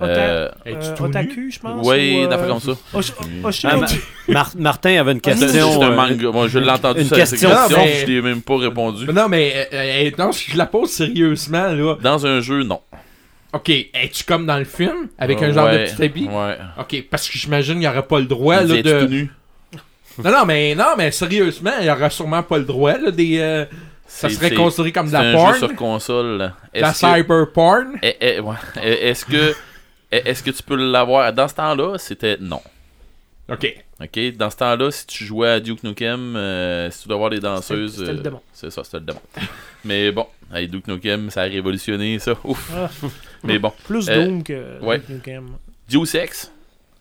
Speaker 2: Euh,
Speaker 5: Es-tu
Speaker 6: Euh,
Speaker 5: tout nu? Hmm.
Speaker 6: Otaku, je pense.
Speaker 2: ouais,
Speaker 6: ou,
Speaker 2: d'affaires
Speaker 6: euh,
Speaker 2: comme ça.
Speaker 6: Osh- Oshiro-
Speaker 1: Ah, Ma- Mar- Martin avait une
Speaker 2: C'est un- c'est
Speaker 1: question.
Speaker 2: un
Speaker 1: euh,
Speaker 2: manga. Moi, je l'ai entendu
Speaker 1: une
Speaker 2: ça.
Speaker 1: question,
Speaker 2: c'est une
Speaker 5: mais-
Speaker 2: question, Je l'ai même pas répondu.
Speaker 5: Mais Non, mais euh, euh, non, si je la pose sérieusement, là.
Speaker 2: Dans un jeu, non.
Speaker 5: Ok, es-tu comme dans le film Avec un genre
Speaker 2: Ouais,
Speaker 5: de petit habit
Speaker 2: Ouais.
Speaker 5: Ok, parce que j'imagine qu'il n'y aurait pas le droit
Speaker 2: Il
Speaker 5: là,
Speaker 2: disait, tu
Speaker 5: de.
Speaker 2: tout nu?
Speaker 5: Non, non, mais non, mais sérieusement, il n'y aurait sûrement pas le droit là, des. euh, Ça
Speaker 2: C'est-
Speaker 5: serait
Speaker 2: c'est-
Speaker 5: considéré comme de
Speaker 2: C'est
Speaker 5: la
Speaker 2: un jeu
Speaker 5: porn.
Speaker 2: sur console.
Speaker 5: de La
Speaker 2: Est-ce que-
Speaker 5: cyber porn.
Speaker 2: Eh, eh, ouais. Eh, Est-ce que. eh, Est-ce que tu peux l'avoir Dans ce temps-là, c'était non.
Speaker 5: Ok.
Speaker 2: OK? Dans ce temps-là, si tu jouais à Duke Nukem, euh, si tu dois voir les danseuses.
Speaker 6: C'était- c'était le
Speaker 2: euh,
Speaker 6: démon.
Speaker 2: C'est ça, c'était le démon. Mais bon, hey, Duke Nukem, ça a révolutionné ça. Ouf.
Speaker 6: Ah.
Speaker 2: Mais bon.
Speaker 6: Plus
Speaker 2: Euh,
Speaker 6: Doom que
Speaker 2: ouais.
Speaker 6: Duke Nukem.
Speaker 2: Deus Ex,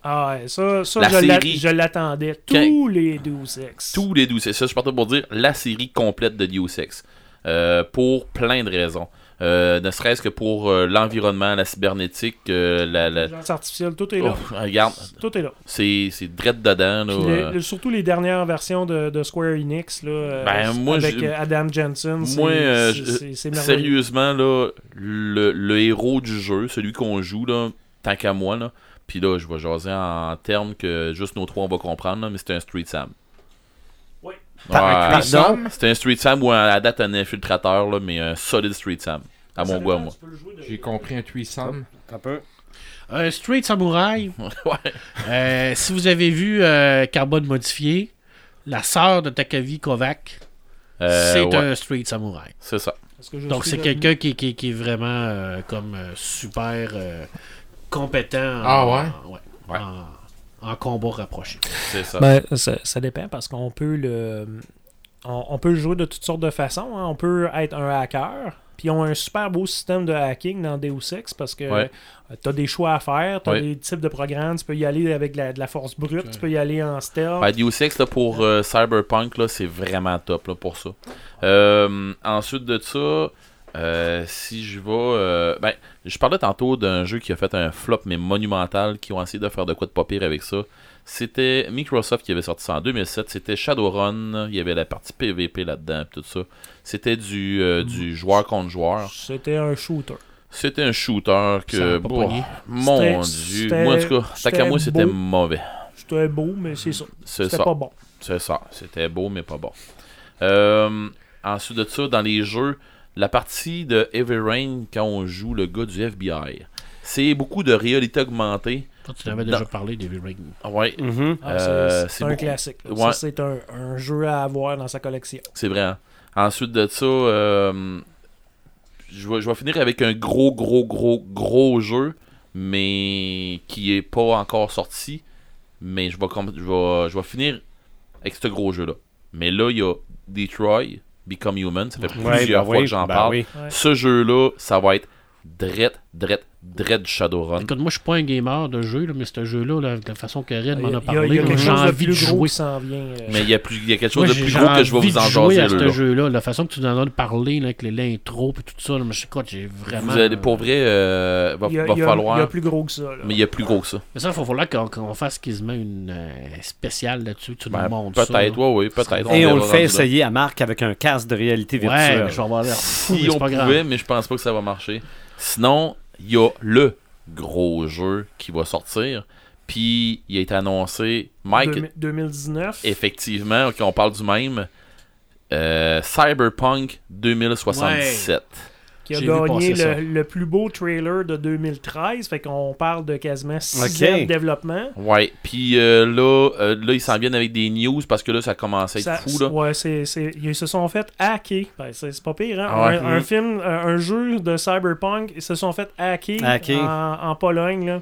Speaker 6: Ah ouais, ça, ça
Speaker 2: La
Speaker 6: je l'a-
Speaker 2: série.
Speaker 6: je l'attendais. Tous
Speaker 2: Quand-
Speaker 6: les 12 X.
Speaker 2: tous les Deus Ex. Ça, je partais pour dire la série complète de Deus Ex. Euh, pour plein de raisons. Euh, ne serait-ce que pour euh, l'environnement, la cybernétique, euh, la. la-
Speaker 6: L'intelligence artificielle, tout est là.
Speaker 2: Oh, regarde,
Speaker 6: Tout est là.
Speaker 2: c'est c'est drette dedans. Là,
Speaker 6: Puis le-
Speaker 2: euh.
Speaker 6: le- surtout les dernières versions de, de Square Enix là, euh,
Speaker 2: Ben, moi,
Speaker 6: avec
Speaker 2: je-
Speaker 6: euh, Adam Jensen. c'est-
Speaker 2: Moi, euh,
Speaker 6: c'est-
Speaker 2: je-
Speaker 6: c'est- c'est merveilleux.
Speaker 2: Sérieusement, là, le, le héros du jeu, celui qu'on joue, là, tant qu'à moi, là, puis là, je vais jaser en termes que juste nos trois, on va comprendre, là, mais c'est un Street Sam.
Speaker 6: Oui.
Speaker 2: Ouais.
Speaker 1: Pardon?
Speaker 2: C'est un Street Sam ou à la date un infiltrateur, là, mais un solide Street Sam. À mon goût, à moi.
Speaker 5: J'ai compris un threesome.
Speaker 1: Un peu.
Speaker 3: Euh, Street Samurai.
Speaker 2: Ouais.
Speaker 3: euh, si vous avez vu euh, Carbone Modifié, la sœur de Takavi Kovac,
Speaker 2: (laughs) Euh,
Speaker 3: c'est
Speaker 2: ouais,
Speaker 3: un Street Samurai.
Speaker 2: c'est ça.
Speaker 6: Parce que je
Speaker 3: Donc
Speaker 6: suis
Speaker 3: c'est
Speaker 6: devenu-
Speaker 3: quelqu'un qui, qui, qui est vraiment euh, comme euh, super euh, compétent. en-
Speaker 5: Ah ouais?
Speaker 3: en-
Speaker 2: Ouais.
Speaker 3: En, en combat rapproché.
Speaker 2: C'est ça.
Speaker 6: Ben, ça, ça dépend parce qu'on peut le. On, on peut le jouer de toutes sortes de façons. hein. On peut être un hacker. Puis ils ont un super beau système de hacking dans Deus Ex parce que
Speaker 2: Ouais.
Speaker 6: tu as des choix à faire, tu as
Speaker 2: Ouais.
Speaker 6: des types de programmes, tu peux y aller avec de la, de la force brute, tu peux y aller en stealth.
Speaker 2: Ben, Deus Ex, là, pour euh, Cyberpunk, là, c'est vraiment top là, pour ça. Euh, ensuite de ça, euh, si je vais. euh, ben, je parlais tantôt d'un jeu qui a fait un flop, mais monumental, qui ont essayé de faire de quoi de pas pire avec ça. C'était Microsoft qui avait sorti ça en 2007. C'était Shadowrun. Il y avait la partie PVP là-dedans, pis tout ça. C'était du, euh, du joueur contre joueur.
Speaker 6: C'était un shooter.
Speaker 2: C'était un shooter
Speaker 3: Ça
Speaker 2: que.
Speaker 3: a pas
Speaker 2: boah,
Speaker 3: pogné.
Speaker 2: mon
Speaker 6: C'était-
Speaker 2: dieu. Moi, en tout cas,
Speaker 6: c'était
Speaker 2: tant qu'à moi, c'était
Speaker 6: beau.
Speaker 2: mauvais.
Speaker 6: C'était beau, mais c'est ça.
Speaker 2: Mm. C'est
Speaker 6: C'était
Speaker 2: ça.
Speaker 6: pas bon.
Speaker 2: C'est ça. C'était beau, mais pas bon. Euh, ensuite de ça, dans les jeux, la partie de Heavy Rain, quand on joue le gars du FBI, c'est beaucoup de réalité augmentée.
Speaker 3: Toi, tu l'avais
Speaker 2: Non.
Speaker 3: déjà parlé, David Ring.
Speaker 2: Ouais,
Speaker 1: Mm-hmm.
Speaker 6: Ah, c'est-
Speaker 2: Euh, c'est
Speaker 6: c'est un
Speaker 2: beaucoup.
Speaker 6: classique. là.
Speaker 2: Ouais.
Speaker 6: Ça, c'est un, un jeu à avoir dans sa collection.
Speaker 2: c'est vrai. hein. Ensuite de ça, euh, je, vais, je vais finir avec un gros, gros, gros, gros jeu, mais qui est pas encore sorti. Mais je vais, com- je vais, je vais finir avec ce gros jeu-là. Mais là, il y a Detroit, Become Human. Ça fait
Speaker 1: ben
Speaker 2: plusieurs
Speaker 6: ben
Speaker 2: fois que j'en parle.
Speaker 6: Ouais.
Speaker 2: Ce jeu-là, ça va être drette, drette, drette du Shadowrun.
Speaker 3: Écoute, moi, je suis pas un gamer de jeu, là, mais ce jeu-là, là, de la façon que Red
Speaker 6: Il y
Speaker 3: m'en a
Speaker 6: a, il y a- il
Speaker 3: parlé,
Speaker 6: y a quelque
Speaker 3: j'ai
Speaker 6: chose de
Speaker 3: envie de
Speaker 6: plus gros
Speaker 3: jouer.
Speaker 6: qui s'en vient. euh,
Speaker 2: Mais il y, a plus- il y a quelque chose
Speaker 3: Moi,
Speaker 2: de
Speaker 3: j'ai
Speaker 2: plus gros que je vais
Speaker 3: envie
Speaker 2: vous en
Speaker 3: de jouer
Speaker 2: jaser.
Speaker 3: à
Speaker 2: là.
Speaker 3: ce jeu-là, la façon que tu nous en as parlé, là, avec les- l'intro et tout ça, là, mais je sais quoi, j'ai vraiment.
Speaker 2: Vous allez, pour vrai, euh, va,
Speaker 6: il y a,
Speaker 2: va
Speaker 6: il y a-
Speaker 2: falloir.
Speaker 6: il y a plus gros que ça. là.
Speaker 2: Mais il y a plus gros que ça.
Speaker 3: Mais ça, il va falloir qu'on qu'on fasse quasiment une euh, spéciale là-dessus, que tu
Speaker 2: Ben,
Speaker 3: nous montres ça.
Speaker 2: peut-être,
Speaker 3: là.
Speaker 2: ouais, oui, peut-être.
Speaker 1: Et
Speaker 2: verra
Speaker 1: on le
Speaker 2: rendu
Speaker 1: fait
Speaker 2: là.
Speaker 1: essayer à Marc avec un casque de réalité
Speaker 3: Ouais, mais
Speaker 1: virtuelle.
Speaker 3: je vais avoir l'air fou, mais
Speaker 2: Si
Speaker 3: c'est
Speaker 2: on
Speaker 3: pas
Speaker 2: pouvait,
Speaker 3: grave.
Speaker 2: mais je pense pas que ça va marcher. Sinon, il y a le gros jeu qui va sortir. Puis, il a été annoncé. Mike,
Speaker 6: Deux- 2019.
Speaker 2: effectivement, ok, on parle du même. euh, Cyberpunk 2077.
Speaker 6: qui a
Speaker 3: J'ai vu
Speaker 6: gagné
Speaker 3: passer ça.
Speaker 6: le, le plus beau trailer de 2013. Fait qu'on parle de quasiment 6
Speaker 1: Ok.
Speaker 6: ans de développement.
Speaker 2: Ouais, puis euh, là, euh, là, ils s'en viennent avec des news parce que là, ça commence à être
Speaker 6: Ça-
Speaker 2: fou, là.
Speaker 6: Ouais, c'est- c'est- ils se sont fait hacker. Ben, c'est c'est pas pire, hein?
Speaker 2: Ah ouais.
Speaker 6: un, un film, un un jeu de cyberpunk, ils se sont fait hacker,
Speaker 1: Hacker.
Speaker 6: En, en Pologne, là,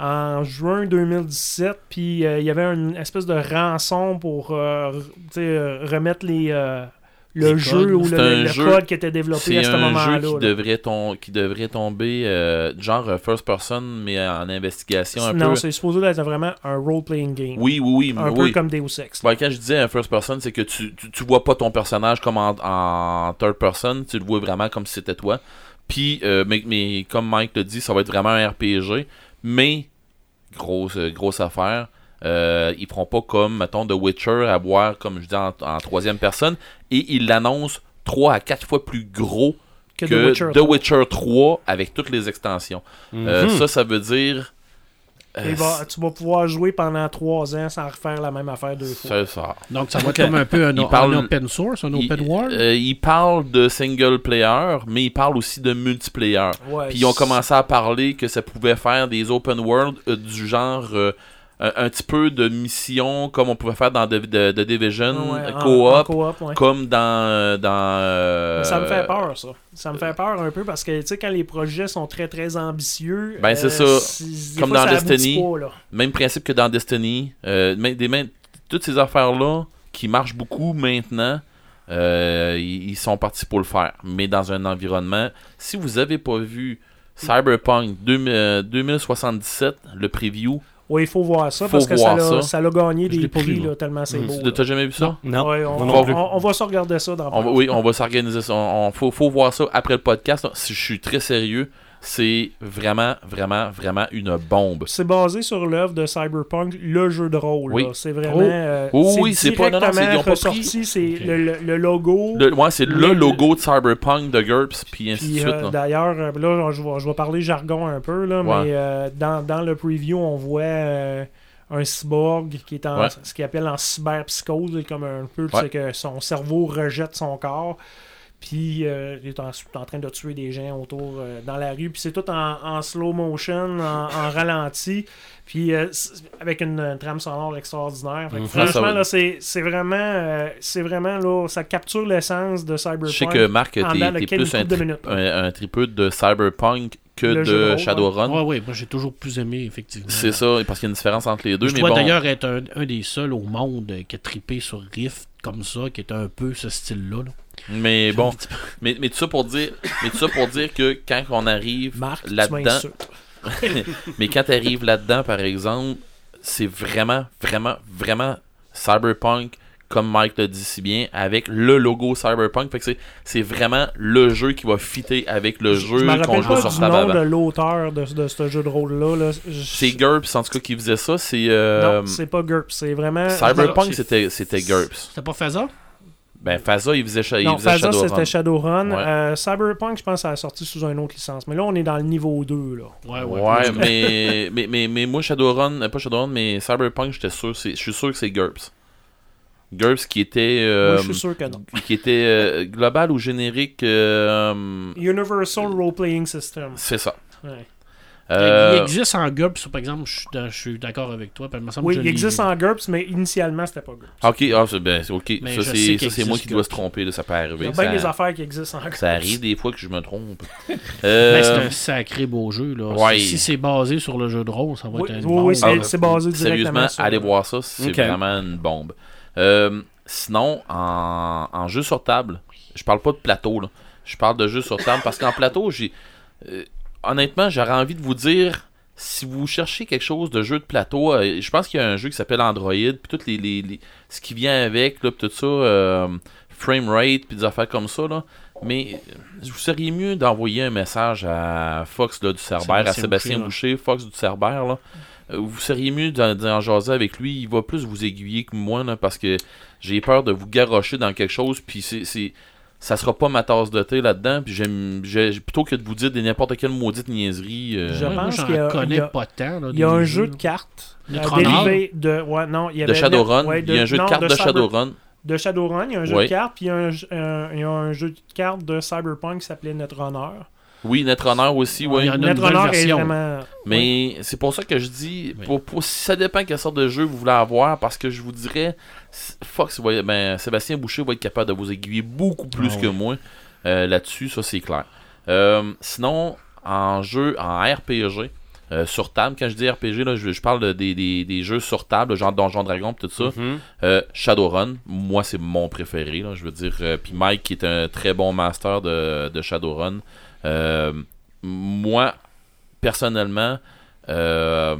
Speaker 6: en juin 2017. Puis euh, il y avait une espèce de rançon pour euh, re- tu sais, euh, remettre les... euh, le
Speaker 3: Les
Speaker 6: jeu
Speaker 3: codes.
Speaker 6: ou le,
Speaker 2: C'est
Speaker 6: le-
Speaker 2: un
Speaker 6: le
Speaker 2: jeu-
Speaker 6: code qui était développé à
Speaker 2: C'est
Speaker 6: ce
Speaker 2: un
Speaker 6: moment-là.
Speaker 2: jeu
Speaker 6: là.
Speaker 2: qui devrait, ton, qui devrait tomber euh, genre euh, first person, mais en investigation un
Speaker 6: Non,
Speaker 2: peu.
Speaker 6: c'est supposé être vraiment un role-playing game.
Speaker 2: Oui, oui, oui.
Speaker 6: Un peu
Speaker 2: oui.
Speaker 6: comme Deus Ex.
Speaker 2: Ouais, Ben, quand je disais un first person, c'est que tu, tu, tu vois pas ton personnage comme en, en third person, tu le vois vraiment comme si c'était toi. Puis, euh, mais, mais comme Mike le dit, ça va être vraiment un RPG, mais grosse, grosse affaire. euh, ils feront pas comme, mettons, The Witcher à voir, comme je dis, en, en troisième personne, et ils l'annoncent 3 à 4 fois plus gros
Speaker 6: Que
Speaker 2: que,
Speaker 6: The Witcher
Speaker 2: The Witcher 3 avec toutes les extensions. Euh, ça, ça veut dire.
Speaker 6: Mhm. Et bah,
Speaker 2: euh,
Speaker 6: va- tu vas pouvoir jouer pendant trois ans sans refaire la même affaire deux fois.
Speaker 2: ça, ça,
Speaker 3: Donc, ça va être comme un peu un,
Speaker 2: Il
Speaker 3: un
Speaker 2: parle-
Speaker 3: open source, un open
Speaker 2: il,
Speaker 3: world.
Speaker 2: euh, il parle de single player, mais il parle aussi de multiplayer.
Speaker 6: Ouais,
Speaker 2: Puis ils ont
Speaker 6: c'est-
Speaker 2: commencé à parler que ça pouvait faire des open world euh, du genre euh, un, un petit peu de mission comme on pouvait faire dans The, The- The Division,
Speaker 6: Ouais,
Speaker 2: euh,
Speaker 6: en-
Speaker 2: co-op,
Speaker 6: en co-op, ouais.
Speaker 2: comme dans. euh, dans euh,
Speaker 6: Ça me fait peur, ça. Ça me fait peur un peu parce que, tu sais, quand les projets sont très, très ambitieux. euh,
Speaker 2: Ben, c'est ça.
Speaker 6: si- des
Speaker 2: Comme
Speaker 6: fois,
Speaker 2: dans
Speaker 6: ça aboutit
Speaker 2: Destiny.
Speaker 6: pas, là.
Speaker 2: Même principe que dans Destiny. euh, mais des, mêmes- toutes ces affaires-là qui marchent beaucoup maintenant, euh, ils ils sont partis pour le faire. Mais dans un environnement, si vous avez pas vu Cyberpunk 2000, euh, 2077, le preview,
Speaker 6: Ouais, il faut voir ça
Speaker 2: Faut
Speaker 6: parce que
Speaker 2: voir
Speaker 6: ça
Speaker 2: ça.
Speaker 6: l'a- ça l'a gagné
Speaker 3: l'ai
Speaker 6: des
Speaker 3: pas
Speaker 6: prix,
Speaker 3: vu, moi.
Speaker 6: là, tellement c'est beau.
Speaker 2: t'as jamais vu ça?
Speaker 1: Non.
Speaker 6: Ouais, on,
Speaker 1: moi
Speaker 2: non
Speaker 6: on-
Speaker 2: plus.
Speaker 6: on- on va se regarder ça dans
Speaker 2: On va- oui, on va s'organiser ça. On, on- faut, faut voir ça après le podcast. Si je suis très sérieux, c'est vraiment, vraiment, vraiment une bombe.
Speaker 6: C'est basé sur l'œuvre de Cyberpunk, le jeu de rôle.
Speaker 2: Oui.
Speaker 6: là. C'est vraiment.
Speaker 2: Oh.
Speaker 6: euh,
Speaker 2: Oh oui, c'est pas- non, non,
Speaker 6: directement
Speaker 2: c'est- ils ont pas
Speaker 6: ressorti, c'est
Speaker 3: Ok.
Speaker 6: le, le- le logo.
Speaker 2: Le- ouais, c'est le
Speaker 6: Le-
Speaker 2: logo de Cyberpunk de GURPS, puis ainsi de
Speaker 6: Puis
Speaker 2: suite.
Speaker 6: euh,
Speaker 2: là.
Speaker 6: d'ailleurs, euh, là, je vais, je vais parler jargon un peu, là,
Speaker 2: Ouais.
Speaker 6: mais euh, dans, dans le preview, on voit euh, un cyborg qui est en
Speaker 2: Ouais.
Speaker 6: ce qu'il appelle en cyberpsychose, comme un peu, tu
Speaker 2: Ouais.
Speaker 6: sais, que son cerveau rejette son corps. Puis euh, il est en, en train de tuer des gens autour euh, dans la rue. Puis c'est tout en, en slow motion, en, en ralenti. Puis euh, c'est- avec une euh, trame sonore extraordinaire. Fait que
Speaker 2: Mhm. Ah, Ça, ça
Speaker 6: Franchement,
Speaker 2: va-
Speaker 6: là, c'est c'est vraiment, euh, c'est vraiment là, ça capture l'essence de Cyberpunk.
Speaker 2: Je sais que Marc, t'es
Speaker 6: en dedans de
Speaker 2: t'es
Speaker 6: quelques
Speaker 2: plus un,
Speaker 6: couple de
Speaker 2: tri-
Speaker 6: minutes.
Speaker 2: un, un tripeux de Cyberpunk que
Speaker 6: Le jeu de
Speaker 2: de
Speaker 6: rôle,
Speaker 2: Shadowrun.
Speaker 3: Ouais, ouais, Ah moi j'ai toujours plus aimé, effectivement.
Speaker 2: C'est ça, parce qu'il y a une différence entre les deux.
Speaker 3: Je
Speaker 2: mais
Speaker 3: dois
Speaker 2: bon,
Speaker 3: d'ailleurs être un, un des seuls au monde euh, qui a trippé sur Rift comme ça, qui est un peu ce style-là. là.
Speaker 2: mais bon,
Speaker 3: Un petit peu.
Speaker 2: mais, mais tout ça pour dire, mais tout ça pour dire que quand on arrive
Speaker 6: Marc, tu
Speaker 2: là-dedans,
Speaker 6: m'insultes.
Speaker 2: Mais quand tu arrives là-dedans, par exemple, c'est vraiment, vraiment, vraiment cyberpunk, comme Mike le dit si bien, avec le logo cyberpunk. Fait que c'est- c'est vraiment le jeu qui va fitter avec le
Speaker 6: Je
Speaker 2: jeu
Speaker 6: me
Speaker 2: qu'on
Speaker 6: rappelle
Speaker 2: joue
Speaker 6: pas
Speaker 2: sur
Speaker 6: du
Speaker 2: table
Speaker 6: nom de
Speaker 2: avant.
Speaker 6: l'auteur de, de ce jeu de rôle-là. là. Je-
Speaker 2: C'est GURPS, en tout cas, qui faisait ça. C'est euh,
Speaker 6: Non, c'est pas GURP, c'est vraiment...
Speaker 2: Cyberpunk,
Speaker 3: c'est-
Speaker 2: c'était c'était GURPS.
Speaker 3: C'était pas Faza?
Speaker 2: Ben, Faza, il faisait, cha- il
Speaker 6: Non,
Speaker 2: faisait
Speaker 6: Faza, c'était
Speaker 2: Shadowrun.
Speaker 6: Shadowrun.
Speaker 2: Ouais.
Speaker 6: Euh, Cyberpunk, je pense, ça a sorti sous une autre licence. Mais là, on est dans le niveau 2, là.
Speaker 3: Ouais,
Speaker 2: Ouais, mais, mais, mais, mais moi, Shadowrun, euh, pas Shadowrun, mais Cyberpunk, j'étais sûr, c'est- je suis sûr que c'est GURPS. GURPS qui était.
Speaker 6: Moi,
Speaker 2: euh,
Speaker 6: je suis sûr que non.
Speaker 2: qui était euh, global ou générique. euh, euh,
Speaker 6: Universal Role-Playing System.
Speaker 2: c'est ça.
Speaker 6: Ouais.
Speaker 2: Euh,
Speaker 3: Il existe en GURPS, par exemple, je suis dans- je suis d'accord avec toi. parce que me semble
Speaker 6: Oui,
Speaker 3: que je
Speaker 6: il
Speaker 3: l'ai
Speaker 6: existe
Speaker 3: vu.
Speaker 6: en GURPS, mais initialement, c'était pas GURPS.
Speaker 2: ok, ah, c'est- ben, c'est ok.
Speaker 3: Mais
Speaker 2: Ça,
Speaker 3: je sais
Speaker 2: c'est- ça,
Speaker 3: qu'il
Speaker 2: c'est moi
Speaker 3: existe
Speaker 2: qui dois
Speaker 3: que-
Speaker 2: se tromper. Là, ça peut
Speaker 6: Il y a
Speaker 2: arriver.
Speaker 6: bien
Speaker 2: Ça,
Speaker 6: des affaires qui existent en GURPS.
Speaker 2: ça arrive des fois que je me
Speaker 6: (laughs)
Speaker 2: trompe.
Speaker 3: Ben,
Speaker 2: Euh,
Speaker 3: c'est un sacré beau jeu. Là.
Speaker 2: ouais.
Speaker 3: Si si c'est basé sur le jeu de rôle, ça va
Speaker 6: Oui,
Speaker 3: être un
Speaker 6: oui, oui,
Speaker 2: Ah,
Speaker 6: c'est c'est basé directement
Speaker 2: sérieusement,
Speaker 6: sur... euh,
Speaker 2: allez voir ça. C'est
Speaker 1: Ok.
Speaker 2: vraiment une bombe. Euh, sinon, en, en jeu sur table, je parle pas de plateau. Là. Je parle de jeu sur table parce qu'en plateau, j'ai. euh, honnêtement, j'aurais envie de vous dire. Si vous cherchez quelque chose de jeu de plateau, euh, je pense qu'il y a un jeu qui s'appelle Android, puis tout les, les- les- ce qui vient avec, là, puis tout ça, euh, frame rate, puis des affaires comme ça, là. Mais euh, vous seriez mieux d'envoyer un message à Fox là, du Cerbère, à
Speaker 3: Sébastien
Speaker 2: Sébastien
Speaker 3: Boucher,
Speaker 2: Boucher, Fox du Cerbère, là. Euh, Vous seriez mieux d'en d'en jaser avec lui. Il va plus vous aiguiller que moi, là, parce que j'ai peur de vous garrocher dans quelque chose, puis c'est- c'est. Ça sera pas ma tasse de thé là-dedans, puis j'aime. j'ai- Plutôt que de vous dire des n'importe quelle maudite niaiserie. euh,
Speaker 6: Je
Speaker 3: Ouais, moi,
Speaker 6: pense
Speaker 3: j'en
Speaker 6: qu'il y a-
Speaker 3: connais
Speaker 6: il y a-
Speaker 3: pas tant. là,
Speaker 6: Il y a
Speaker 3: des
Speaker 6: un
Speaker 3: jeux,
Speaker 6: jeu de
Speaker 3: là.
Speaker 6: cartes
Speaker 3: De
Speaker 6: euh,
Speaker 3: Tronard.
Speaker 6: dérivé de ouais non il y
Speaker 2: de
Speaker 6: avait
Speaker 2: Shadowrun.
Speaker 6: ouais, de-
Speaker 2: il y a un jeu
Speaker 6: non,
Speaker 2: de cartes de,
Speaker 6: Cyber-
Speaker 2: Shadowrun.
Speaker 6: de Shadowrun il y a un jeu
Speaker 2: Ouais.
Speaker 6: de cartes puis il y a un, j- un- il y a un jeu de cartes de Cyberpunk qui s'appelait Netrunner
Speaker 2: Oui, Netrunner aussi, oui.
Speaker 3: Il y en a une nouvelle
Speaker 6: Netrunner est
Speaker 3: version.
Speaker 6: vraiment
Speaker 2: Mais c'est pour ça que je dis,
Speaker 3: Oui.
Speaker 2: pour, pour- ça dépend quelle sorte de jeu vous voulez avoir, parce que je vous dirais, s- Fox, va- ben, Sébastien Boucher va être capable de vous aiguiller beaucoup plus
Speaker 3: Ah
Speaker 2: que moi euh, là-dessus, ça c'est clair. Euh, sinon, en jeu, en RPG, euh, sur table. Quand je dis RPG, là, je, je parle de- des, des- des jeux sur table, genre Donjon Dragon, pis tout ça.
Speaker 3: Mm-hmm.
Speaker 2: Euh, Shadowrun, moi, c'est mon préféré, là, je veux dire. Euh, Puis Mike, qui est un très bon master de, de Shadowrun. Euh, moi, personnellement, euh,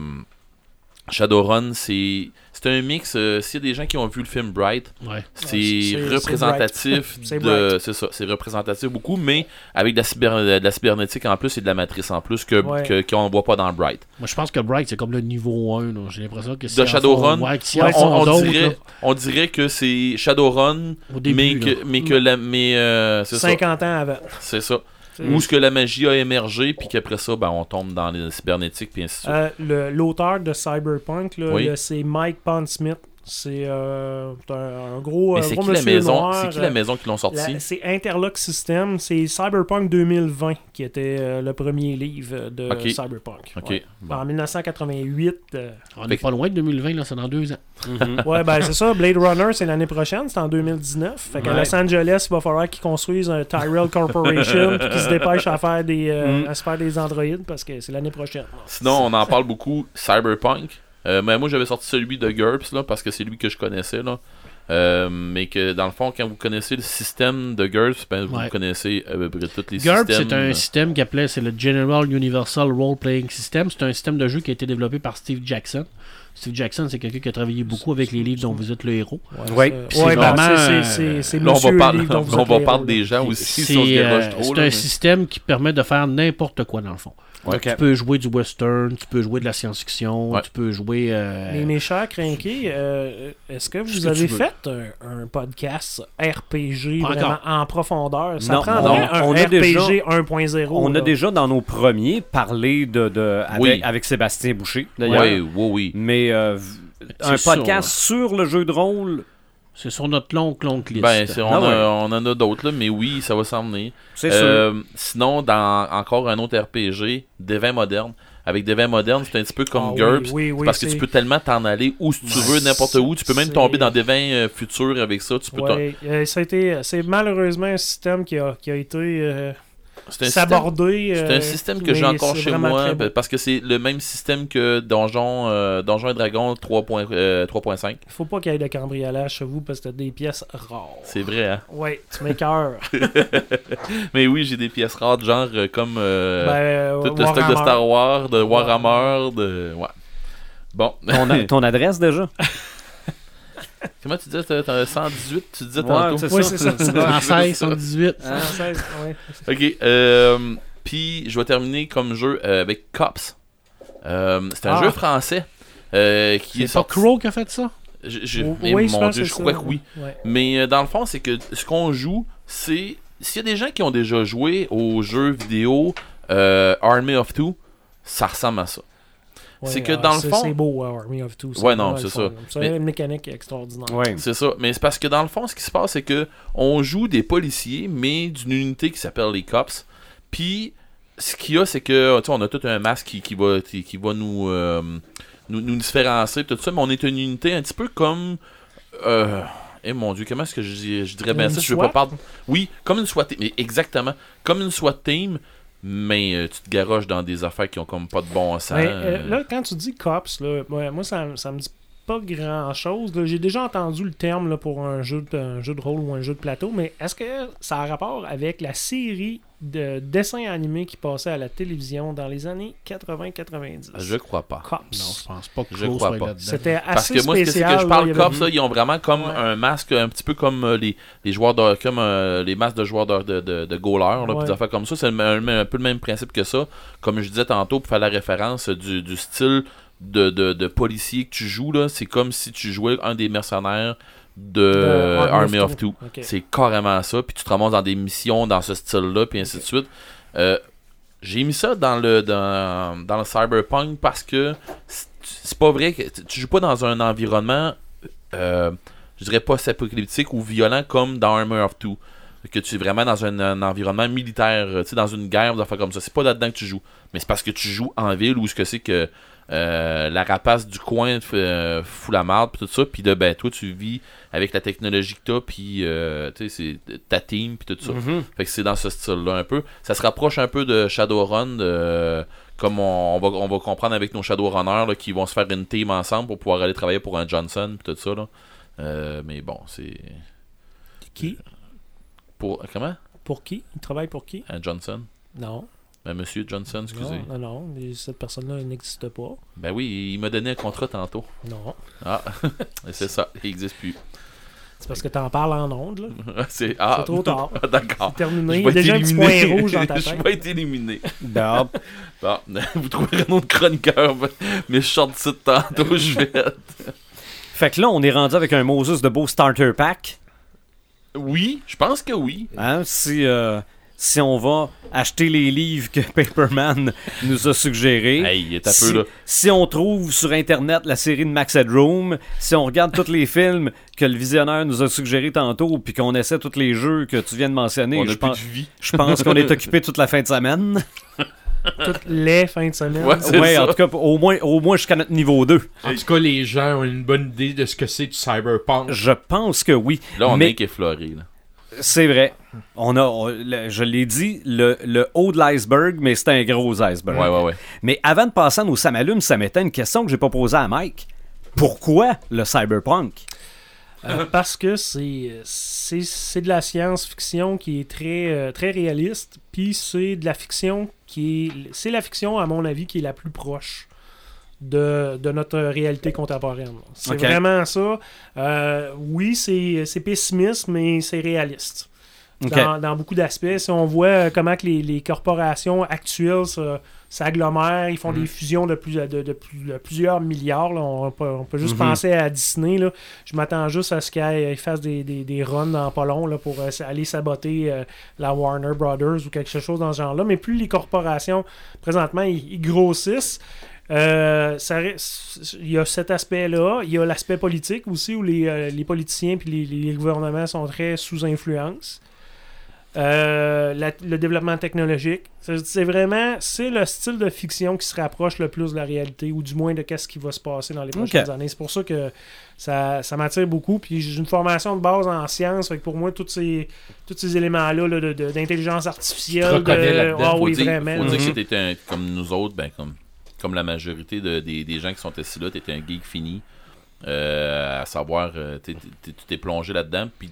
Speaker 2: Shadowrun, c'est c'est un mix. euh, S'il y a des gens qui ont vu le film Bright,
Speaker 3: Ouais.
Speaker 6: c'est-
Speaker 2: c'est
Speaker 6: c'est
Speaker 2: représentatif
Speaker 6: (laughs) C'est
Speaker 2: de. C'est ça, c'est représentatif beaucoup, mais avec de la, cyber- de la cybernétique en plus et de la matrice en plus que
Speaker 6: Ouais.
Speaker 2: que- qu'on ne voit pas dans Bright.
Speaker 3: Moi, je pense que Bright, c'est comme le niveau 1. là. J'ai l'impression que
Speaker 2: De Shadowrun,
Speaker 3: Ouais, que s'ils
Speaker 2: on,
Speaker 3: en font
Speaker 2: on
Speaker 3: d'autres, là,
Speaker 2: dirait, on dirait que c'est Shadowrun,
Speaker 3: au début.
Speaker 2: mais
Speaker 3: là.
Speaker 2: que, mais que la, mais euh, c'est ça,
Speaker 6: 50 ans Mm. avant. Euh,
Speaker 2: c'est ça.
Speaker 6: C'est-
Speaker 2: Où ce que la magie a émergé, puis qu'après ça, ben, on tombe dans les cybernétiques, puis ainsi de suite.
Speaker 6: Euh, le- L'auteur de Cyberpunk, là,
Speaker 2: Oui.
Speaker 6: le- c'est Mike Pondsmith. C'est euh, un, un gros,
Speaker 2: mais
Speaker 6: un
Speaker 2: c'est
Speaker 6: gros
Speaker 2: qui la
Speaker 6: monsieur
Speaker 2: maison,
Speaker 6: noir,
Speaker 2: c'est qui la
Speaker 6: euh,
Speaker 2: maison qui l'ont sorti
Speaker 6: La- C'est Interlock System, c'est Cyberpunk 2020 qui était euh, le premier livre de
Speaker 2: Ok.
Speaker 6: Cyberpunk.
Speaker 2: Ok.
Speaker 6: Ouais.
Speaker 2: bon.
Speaker 6: En 1988. euh,
Speaker 3: On n'est pas loin de 2020, là, c'est dans deux ans.
Speaker 1: Mm-hmm.
Speaker 6: ouais, ben c'est ça. Blade Runner, c'est l'année prochaine, c'est en 2019. Fait qu'à
Speaker 2: Ouais.
Speaker 6: Los Angeles, il va falloir qu'ils construisent un Tyrell Corporation puis qu'ils se dépêchent à faire des, euh, à se faire des androïdes parce que c'est l'année prochaine.
Speaker 2: Sinon, on en parle beaucoup, Cyberpunk. Euh, mais moi, j'avais sorti celui de GURPS, là, parce que c'est lui que je connaissais, là. Euh, mais que dans le fond, quand vous connaissez le système de GURPS, ben, vous
Speaker 3: Ouais.
Speaker 2: connaissez à peu près tous les systèmes.
Speaker 3: GURP,
Speaker 2: euh.
Speaker 3: c'est un système qui appelait, c'est le General Universal Role Playing System. C'est un système de jeu qui a été développé par Steve Jackson. Steve Jackson, c'est quelqu'un qui a travaillé beaucoup avec les livres dont vous êtes le héros.
Speaker 1: Ouais.
Speaker 6: Euh,
Speaker 3: Puis c'est
Speaker 6: ouais, ben,
Speaker 3: vraiment,
Speaker 6: c'est-
Speaker 3: euh,
Speaker 6: c'est- c'est
Speaker 2: Là, on
Speaker 6: monsieur
Speaker 2: va, parler-
Speaker 6: livre dont vous
Speaker 2: (laughs) on
Speaker 6: êtes
Speaker 2: va
Speaker 6: les
Speaker 2: parler
Speaker 6: héros,
Speaker 2: des
Speaker 6: là.
Speaker 2: gens aussi, si on se
Speaker 3: C'est euh,
Speaker 2: déroge trop.
Speaker 3: c'est
Speaker 2: là,
Speaker 3: un
Speaker 2: mais-
Speaker 3: système qui permet de faire n'importe quoi dans le fond.
Speaker 2: Ouais.
Speaker 3: Tu peux jouer du western, tu peux jouer de la science-fiction,
Speaker 2: Ouais.
Speaker 3: tu peux jouer. euh,
Speaker 6: Mais mes chers crinqués, euh, est-ce que vous
Speaker 3: Ce que
Speaker 6: avez
Speaker 3: tu veux.
Speaker 6: fait un, un podcast RPG
Speaker 3: Pas
Speaker 6: vraiment
Speaker 3: encore.
Speaker 6: en profondeur? Ça
Speaker 1: Non,
Speaker 6: prendrait
Speaker 1: non,
Speaker 6: un
Speaker 1: on a
Speaker 6: RPG
Speaker 1: déjà-
Speaker 6: 1.0.
Speaker 1: On a
Speaker 6: là.
Speaker 1: déjà dans nos premiers parlé de, de- avec,
Speaker 2: Oui.
Speaker 1: avec Sébastien Boucher, d'ailleurs.
Speaker 2: Ouais, oui, oui.
Speaker 1: Mais euh, v- un
Speaker 3: C'est
Speaker 1: podcast sur le jeu de rôle,
Speaker 3: C'est sur notre longue, longue liste.
Speaker 2: Ben, c'est- on,
Speaker 1: Ah ouais.
Speaker 2: a- on en a d'autres, là, mais oui, ça va s'emmener.
Speaker 1: c'est
Speaker 2: Euh, sinon, dans encore un autre RPG, Devin Moderne. Avec Devin Moderne, c'est un petit peu
Speaker 6: Ah
Speaker 2: comme
Speaker 6: oui,
Speaker 2: GURPS.
Speaker 6: oui, oui,
Speaker 2: parce que
Speaker 6: c'est-
Speaker 2: tu peux tellement t'en aller où si tu
Speaker 6: Ouais,
Speaker 2: veux, n'importe où. Tu peux même
Speaker 6: c'est-
Speaker 2: tomber dans des vins euh, futurs avec ça. Tu peux t'en-
Speaker 6: Ouais, euh, ça a été- c'est malheureusement un système qui a, qui a été euh,
Speaker 2: C'est un système,
Speaker 6: sabordé.
Speaker 2: c'est un
Speaker 6: euh,
Speaker 2: système que
Speaker 6: mais
Speaker 2: j'ai encore
Speaker 6: c'est
Speaker 2: chez
Speaker 6: vraiment
Speaker 2: moi ben-
Speaker 6: très beau.
Speaker 2: pa- parce que c'est le même système que Donjon, euh, Donjon et Dragon euh, 3.5.
Speaker 6: Faut pas qu'il y ait de cambriolage chez vous parce que t'as des pièces rares.
Speaker 2: c'est vrai, hein?
Speaker 6: Ouais, tu m'écœures.
Speaker 2: Mais oui, j'ai des pièces rares, de genre euh, comme (laughs) euh,
Speaker 6: ben,
Speaker 2: tout le stock de
Speaker 6: Warhammer.
Speaker 2: Star Wars, de Warhammer, de. Ouais. Bon. (laughs)
Speaker 1: ça. Ton, a- ton adresse déjà?
Speaker 2: Comment tu disais t'as- t'as 118, tu disais
Speaker 1: Ouais,
Speaker 2: tantôt.
Speaker 1: c'est
Speaker 6: Ouais, c'est ça.
Speaker 2: (laughs)
Speaker 6: c'est ça.
Speaker 3: 116, 118.
Speaker 6: Ah, c'est- ouais.
Speaker 2: Ok, euh, puis je vais terminer comme jeu euh, avec Cops. Euh, c'est un
Speaker 6: Ah.
Speaker 2: jeu français euh, qui est,
Speaker 3: C'est pas
Speaker 2: sorti.
Speaker 3: Crow qui a fait ça?
Speaker 2: Je- je- mais
Speaker 6: Oh, Oui, je
Speaker 2: mon
Speaker 6: pense
Speaker 2: dieu,
Speaker 6: que
Speaker 2: je
Speaker 6: c'est
Speaker 2: crois
Speaker 6: ça.
Speaker 2: que oui.
Speaker 6: Ouais.
Speaker 2: Mais euh, dans le fond, c'est que ce qu'on joue, c'est s'il y a des gens qui ont déjà joué aux jeux vidéo euh, Army of Two, ça ressemble à ça. C'est
Speaker 6: Ouais,
Speaker 2: que
Speaker 6: ah,
Speaker 2: dans le fond-
Speaker 6: C'est beau, hein, Army of Two. c'est
Speaker 2: Ouais, non,
Speaker 6: vraiment
Speaker 2: c'est
Speaker 6: le
Speaker 2: ça.
Speaker 6: fun. C'est
Speaker 2: Mais-
Speaker 6: une mécanique extraordinaire.
Speaker 1: (laughs) Ouais.
Speaker 2: C'est ça. Mais c'est parce que dans le fond, ce qui se passe, c'est que on joue des policiers, mais d'une unité qui s'appelle les cops. Puis ce qu'il y a, c'est que tu sais, on a tout un masque qui, qui va qui, qui va nous, euh, nous nous différencier tout ça, mais on est une unité un petit peu comme euh, eh mon dieu, comment est-ce que je, dis- je dirais bien
Speaker 6: Une
Speaker 2: ça Je veux
Speaker 6: SWAT?
Speaker 2: pas perdre. Oui, comme une SWAT team. mais Exactement, comme une SWAT team, mais euh, tu te garoches dans des affaires qui ont comme pas de bon sens.
Speaker 6: Mais euh, là, quand tu dis cops, là, ouais, moi, ça, ça me dit pas grand chose. J'ai déjà entendu le terme là, pour un jeu, de, un jeu de rôle ou un jeu de plateau, mais est-ce que ça a rapport avec la série de dessins animés qui passait à la télévision dans les années 80-90
Speaker 2: je crois pas.
Speaker 3: Non, je
Speaker 6: Cops.
Speaker 3: pense pas que
Speaker 2: Je
Speaker 3: Crow
Speaker 2: crois
Speaker 3: soit
Speaker 2: pas.
Speaker 3: là-dedans.
Speaker 6: C'était assez
Speaker 2: Parce que moi, ce que c'est
Speaker 6: spécial.
Speaker 2: que je
Speaker 6: là, il
Speaker 2: parle
Speaker 6: y avait-
Speaker 2: cops, là, ils ont vraiment comme
Speaker 6: Ouais.
Speaker 2: un masque, un petit peu comme euh, les, les joueurs de, comme euh, les masques de joueurs de, de, de, de goalers, là, puis
Speaker 6: Ouais.
Speaker 2: des affaires comme ça. C'est le- un, un peu le même principe que ça. Comme je disais tantôt, pour faire la référence du, du style de, de, de policier que tu joues, là, c'est comme si tu jouais un des mercenaires de
Speaker 6: Ben,
Speaker 2: euh, Army of Two.
Speaker 6: Ok.
Speaker 2: C'est carrément ça. Puis tu te ramasses dans des missions dans ce style-là, puis ainsi de suite. Euh, j'ai mis ça dans le dans, dans le cyberpunk parce que c'est- c'est pas vrai que tu, tu joues pas dans un environnement euh, je dirais pas apocalyptique ou violent comme dans Armor of Two que tu es vraiment dans un, un environnement militaire euh, tu sais dans une guerre ou des affaires comme ça c'est pas là-dedans que tu joues mais c'est parce que tu joues en ville où ce que c'est que euh, la rapace du coin f- euh, fout la marde pis tout ça puis de ben toi tu vis avec la technologie que t'as puis euh, tu sais c'est ta team puis tout ça
Speaker 1: Mhm.
Speaker 2: fait que c'est dans ce style-là un peu. Ça se rapproche un peu de Shadowrun, de euh, comme on, on va, on va comprendre avec nos Shadowrunners, là, qui vont se faire une team ensemble pour pouvoir aller travailler pour un Johnson, pis tout ça. Là. Euh, mais bon, c'est.
Speaker 6: Qui
Speaker 2: Pour, comment
Speaker 6: Pour qui Il travaille pour qui
Speaker 2: Un Johnson
Speaker 6: Non.
Speaker 2: Ben, Monsieur Johnson, excusez.
Speaker 6: Non, non, non, mais cette personne-là n'existe pas.
Speaker 2: Ben oui, il m'a donné un contrat tantôt.
Speaker 6: Non.
Speaker 2: Ah, (laughs) et c'est ça, il existe plus. (laughs)
Speaker 6: C'est parce que t'en parles en ondes, là.
Speaker 2: c'est ah, (laughs)
Speaker 6: C'est trop tard.
Speaker 2: Ah, D'accord. Je
Speaker 6: Terminé. Il y a
Speaker 2: vais
Speaker 6: déjà un petit
Speaker 2: t'éliminer. (laughs)
Speaker 6: point rouge dans ta
Speaker 2: Je
Speaker 6: tête.
Speaker 2: vais être éliminé.
Speaker 1: Bon,
Speaker 2: Bon, Bah, (laughs) vous trouverez un autre chroniqueur, mais je sors de site tantôt, je vais. (laughs)
Speaker 1: fait que là, on est rendu avec un Moses de beau starter pack.
Speaker 2: Oui, je pense que oui.
Speaker 1: Hein, si, euh, si on va acheter les livres que (laughs) Paperman nous a suggérés.
Speaker 2: Hey, il est un
Speaker 1: si,
Speaker 2: peu là.
Speaker 1: si on trouve sur Internet la série de Max Headroom, si on regarde tous les (laughs) films que le visionneur nous a suggérés tantôt, puis qu'on essaie tous les jeux que tu viens de mentionner,
Speaker 2: On
Speaker 1: je
Speaker 2: a
Speaker 1: pense,
Speaker 2: plus de vie.
Speaker 1: je pense qu'on
Speaker 2: (laughs)
Speaker 1: est occupé toute la fin de semaine.
Speaker 6: Toutes les fins de semaine.
Speaker 2: Ouais, (laughs) c'est
Speaker 1: Oui,
Speaker 2: ça.
Speaker 1: en tout cas, au moins, au moins jusqu'à notre niveau 2.
Speaker 5: En tout cas, les gens ont une bonne idée de ce que c'est du cyberpunk.
Speaker 1: Je pense que oui.
Speaker 2: Là, on
Speaker 1: Mais
Speaker 2: est qu'effleuré. là.
Speaker 1: c'est vrai. On a, on- le- je l'ai dit, le, le haut de l'iceberg, mais c'est un gros iceberg.
Speaker 2: Ouais, ouais, ouais.
Speaker 1: Mais avant de passer à nos samalumes, ça m'était une question que j'ai pas posée à Mike. Pourquoi le cyberpunk?
Speaker 6: Euh, parce que c'est c'est c'est de la science-fiction qui est très euh, très réaliste, puis c'est de la fiction qui est c'est la fiction à mon avis qui est la plus proche de, de notre réalité contemporaine. C'est
Speaker 1: Ok.
Speaker 6: vraiment ça. Euh, oui, c'est c'est pessimiste, mais c'est réaliste.
Speaker 1: Ok.
Speaker 6: Dans, dans beaucoup d'aspects, si on voit euh, comment que les, les corporations actuelles se- s'agglomèrent, ils font des fusions de, plus, de, de plus- de plusieurs milliards. là. On, peut, on peut juste
Speaker 1: Mhm.
Speaker 6: penser à Disney. là. Je m'attends juste à ce qu'ils fassent des, des, des runs dans pas long là, pour euh, aller saboter euh, la Warner Brothers ou quelque chose dans ce genre-là. Mais plus les corporations, présentement, ils, ils grossissent. euh, ça ré- il y a cet aspect-là. Il y a l'aspect politique aussi, où les, euh, les politiciens et les, les gouvernements sont très sous influence. Euh, la- le développement technologique. C'est c'est vraiment c'est le style de fiction qui se rapproche le plus de la réalité, ou du moins de qu'est-ce qui va se passer dans les prochaines années. C'est pour ça que ça, ça m'attire beaucoup. Puis j'ai une formation de base en sciences. Fait que pour moi, tous ces, tous ces éléments-là là, de- de- d'intelligence artificielle.
Speaker 5: reconnais
Speaker 6: de-
Speaker 5: là-dedans,
Speaker 6: Ah
Speaker 2: Faut
Speaker 6: oui,
Speaker 2: dire,
Speaker 6: vraiment.
Speaker 2: Faut
Speaker 6: là.
Speaker 2: dire que t'étais un- comme nous autres, ben, comme, comme la majorité de- des, des gens qui sont assis là, t'étais un geek fini. Euh, à savoir, euh, t'es- t'es- t'es- tu t'es plongé là-dedans, puis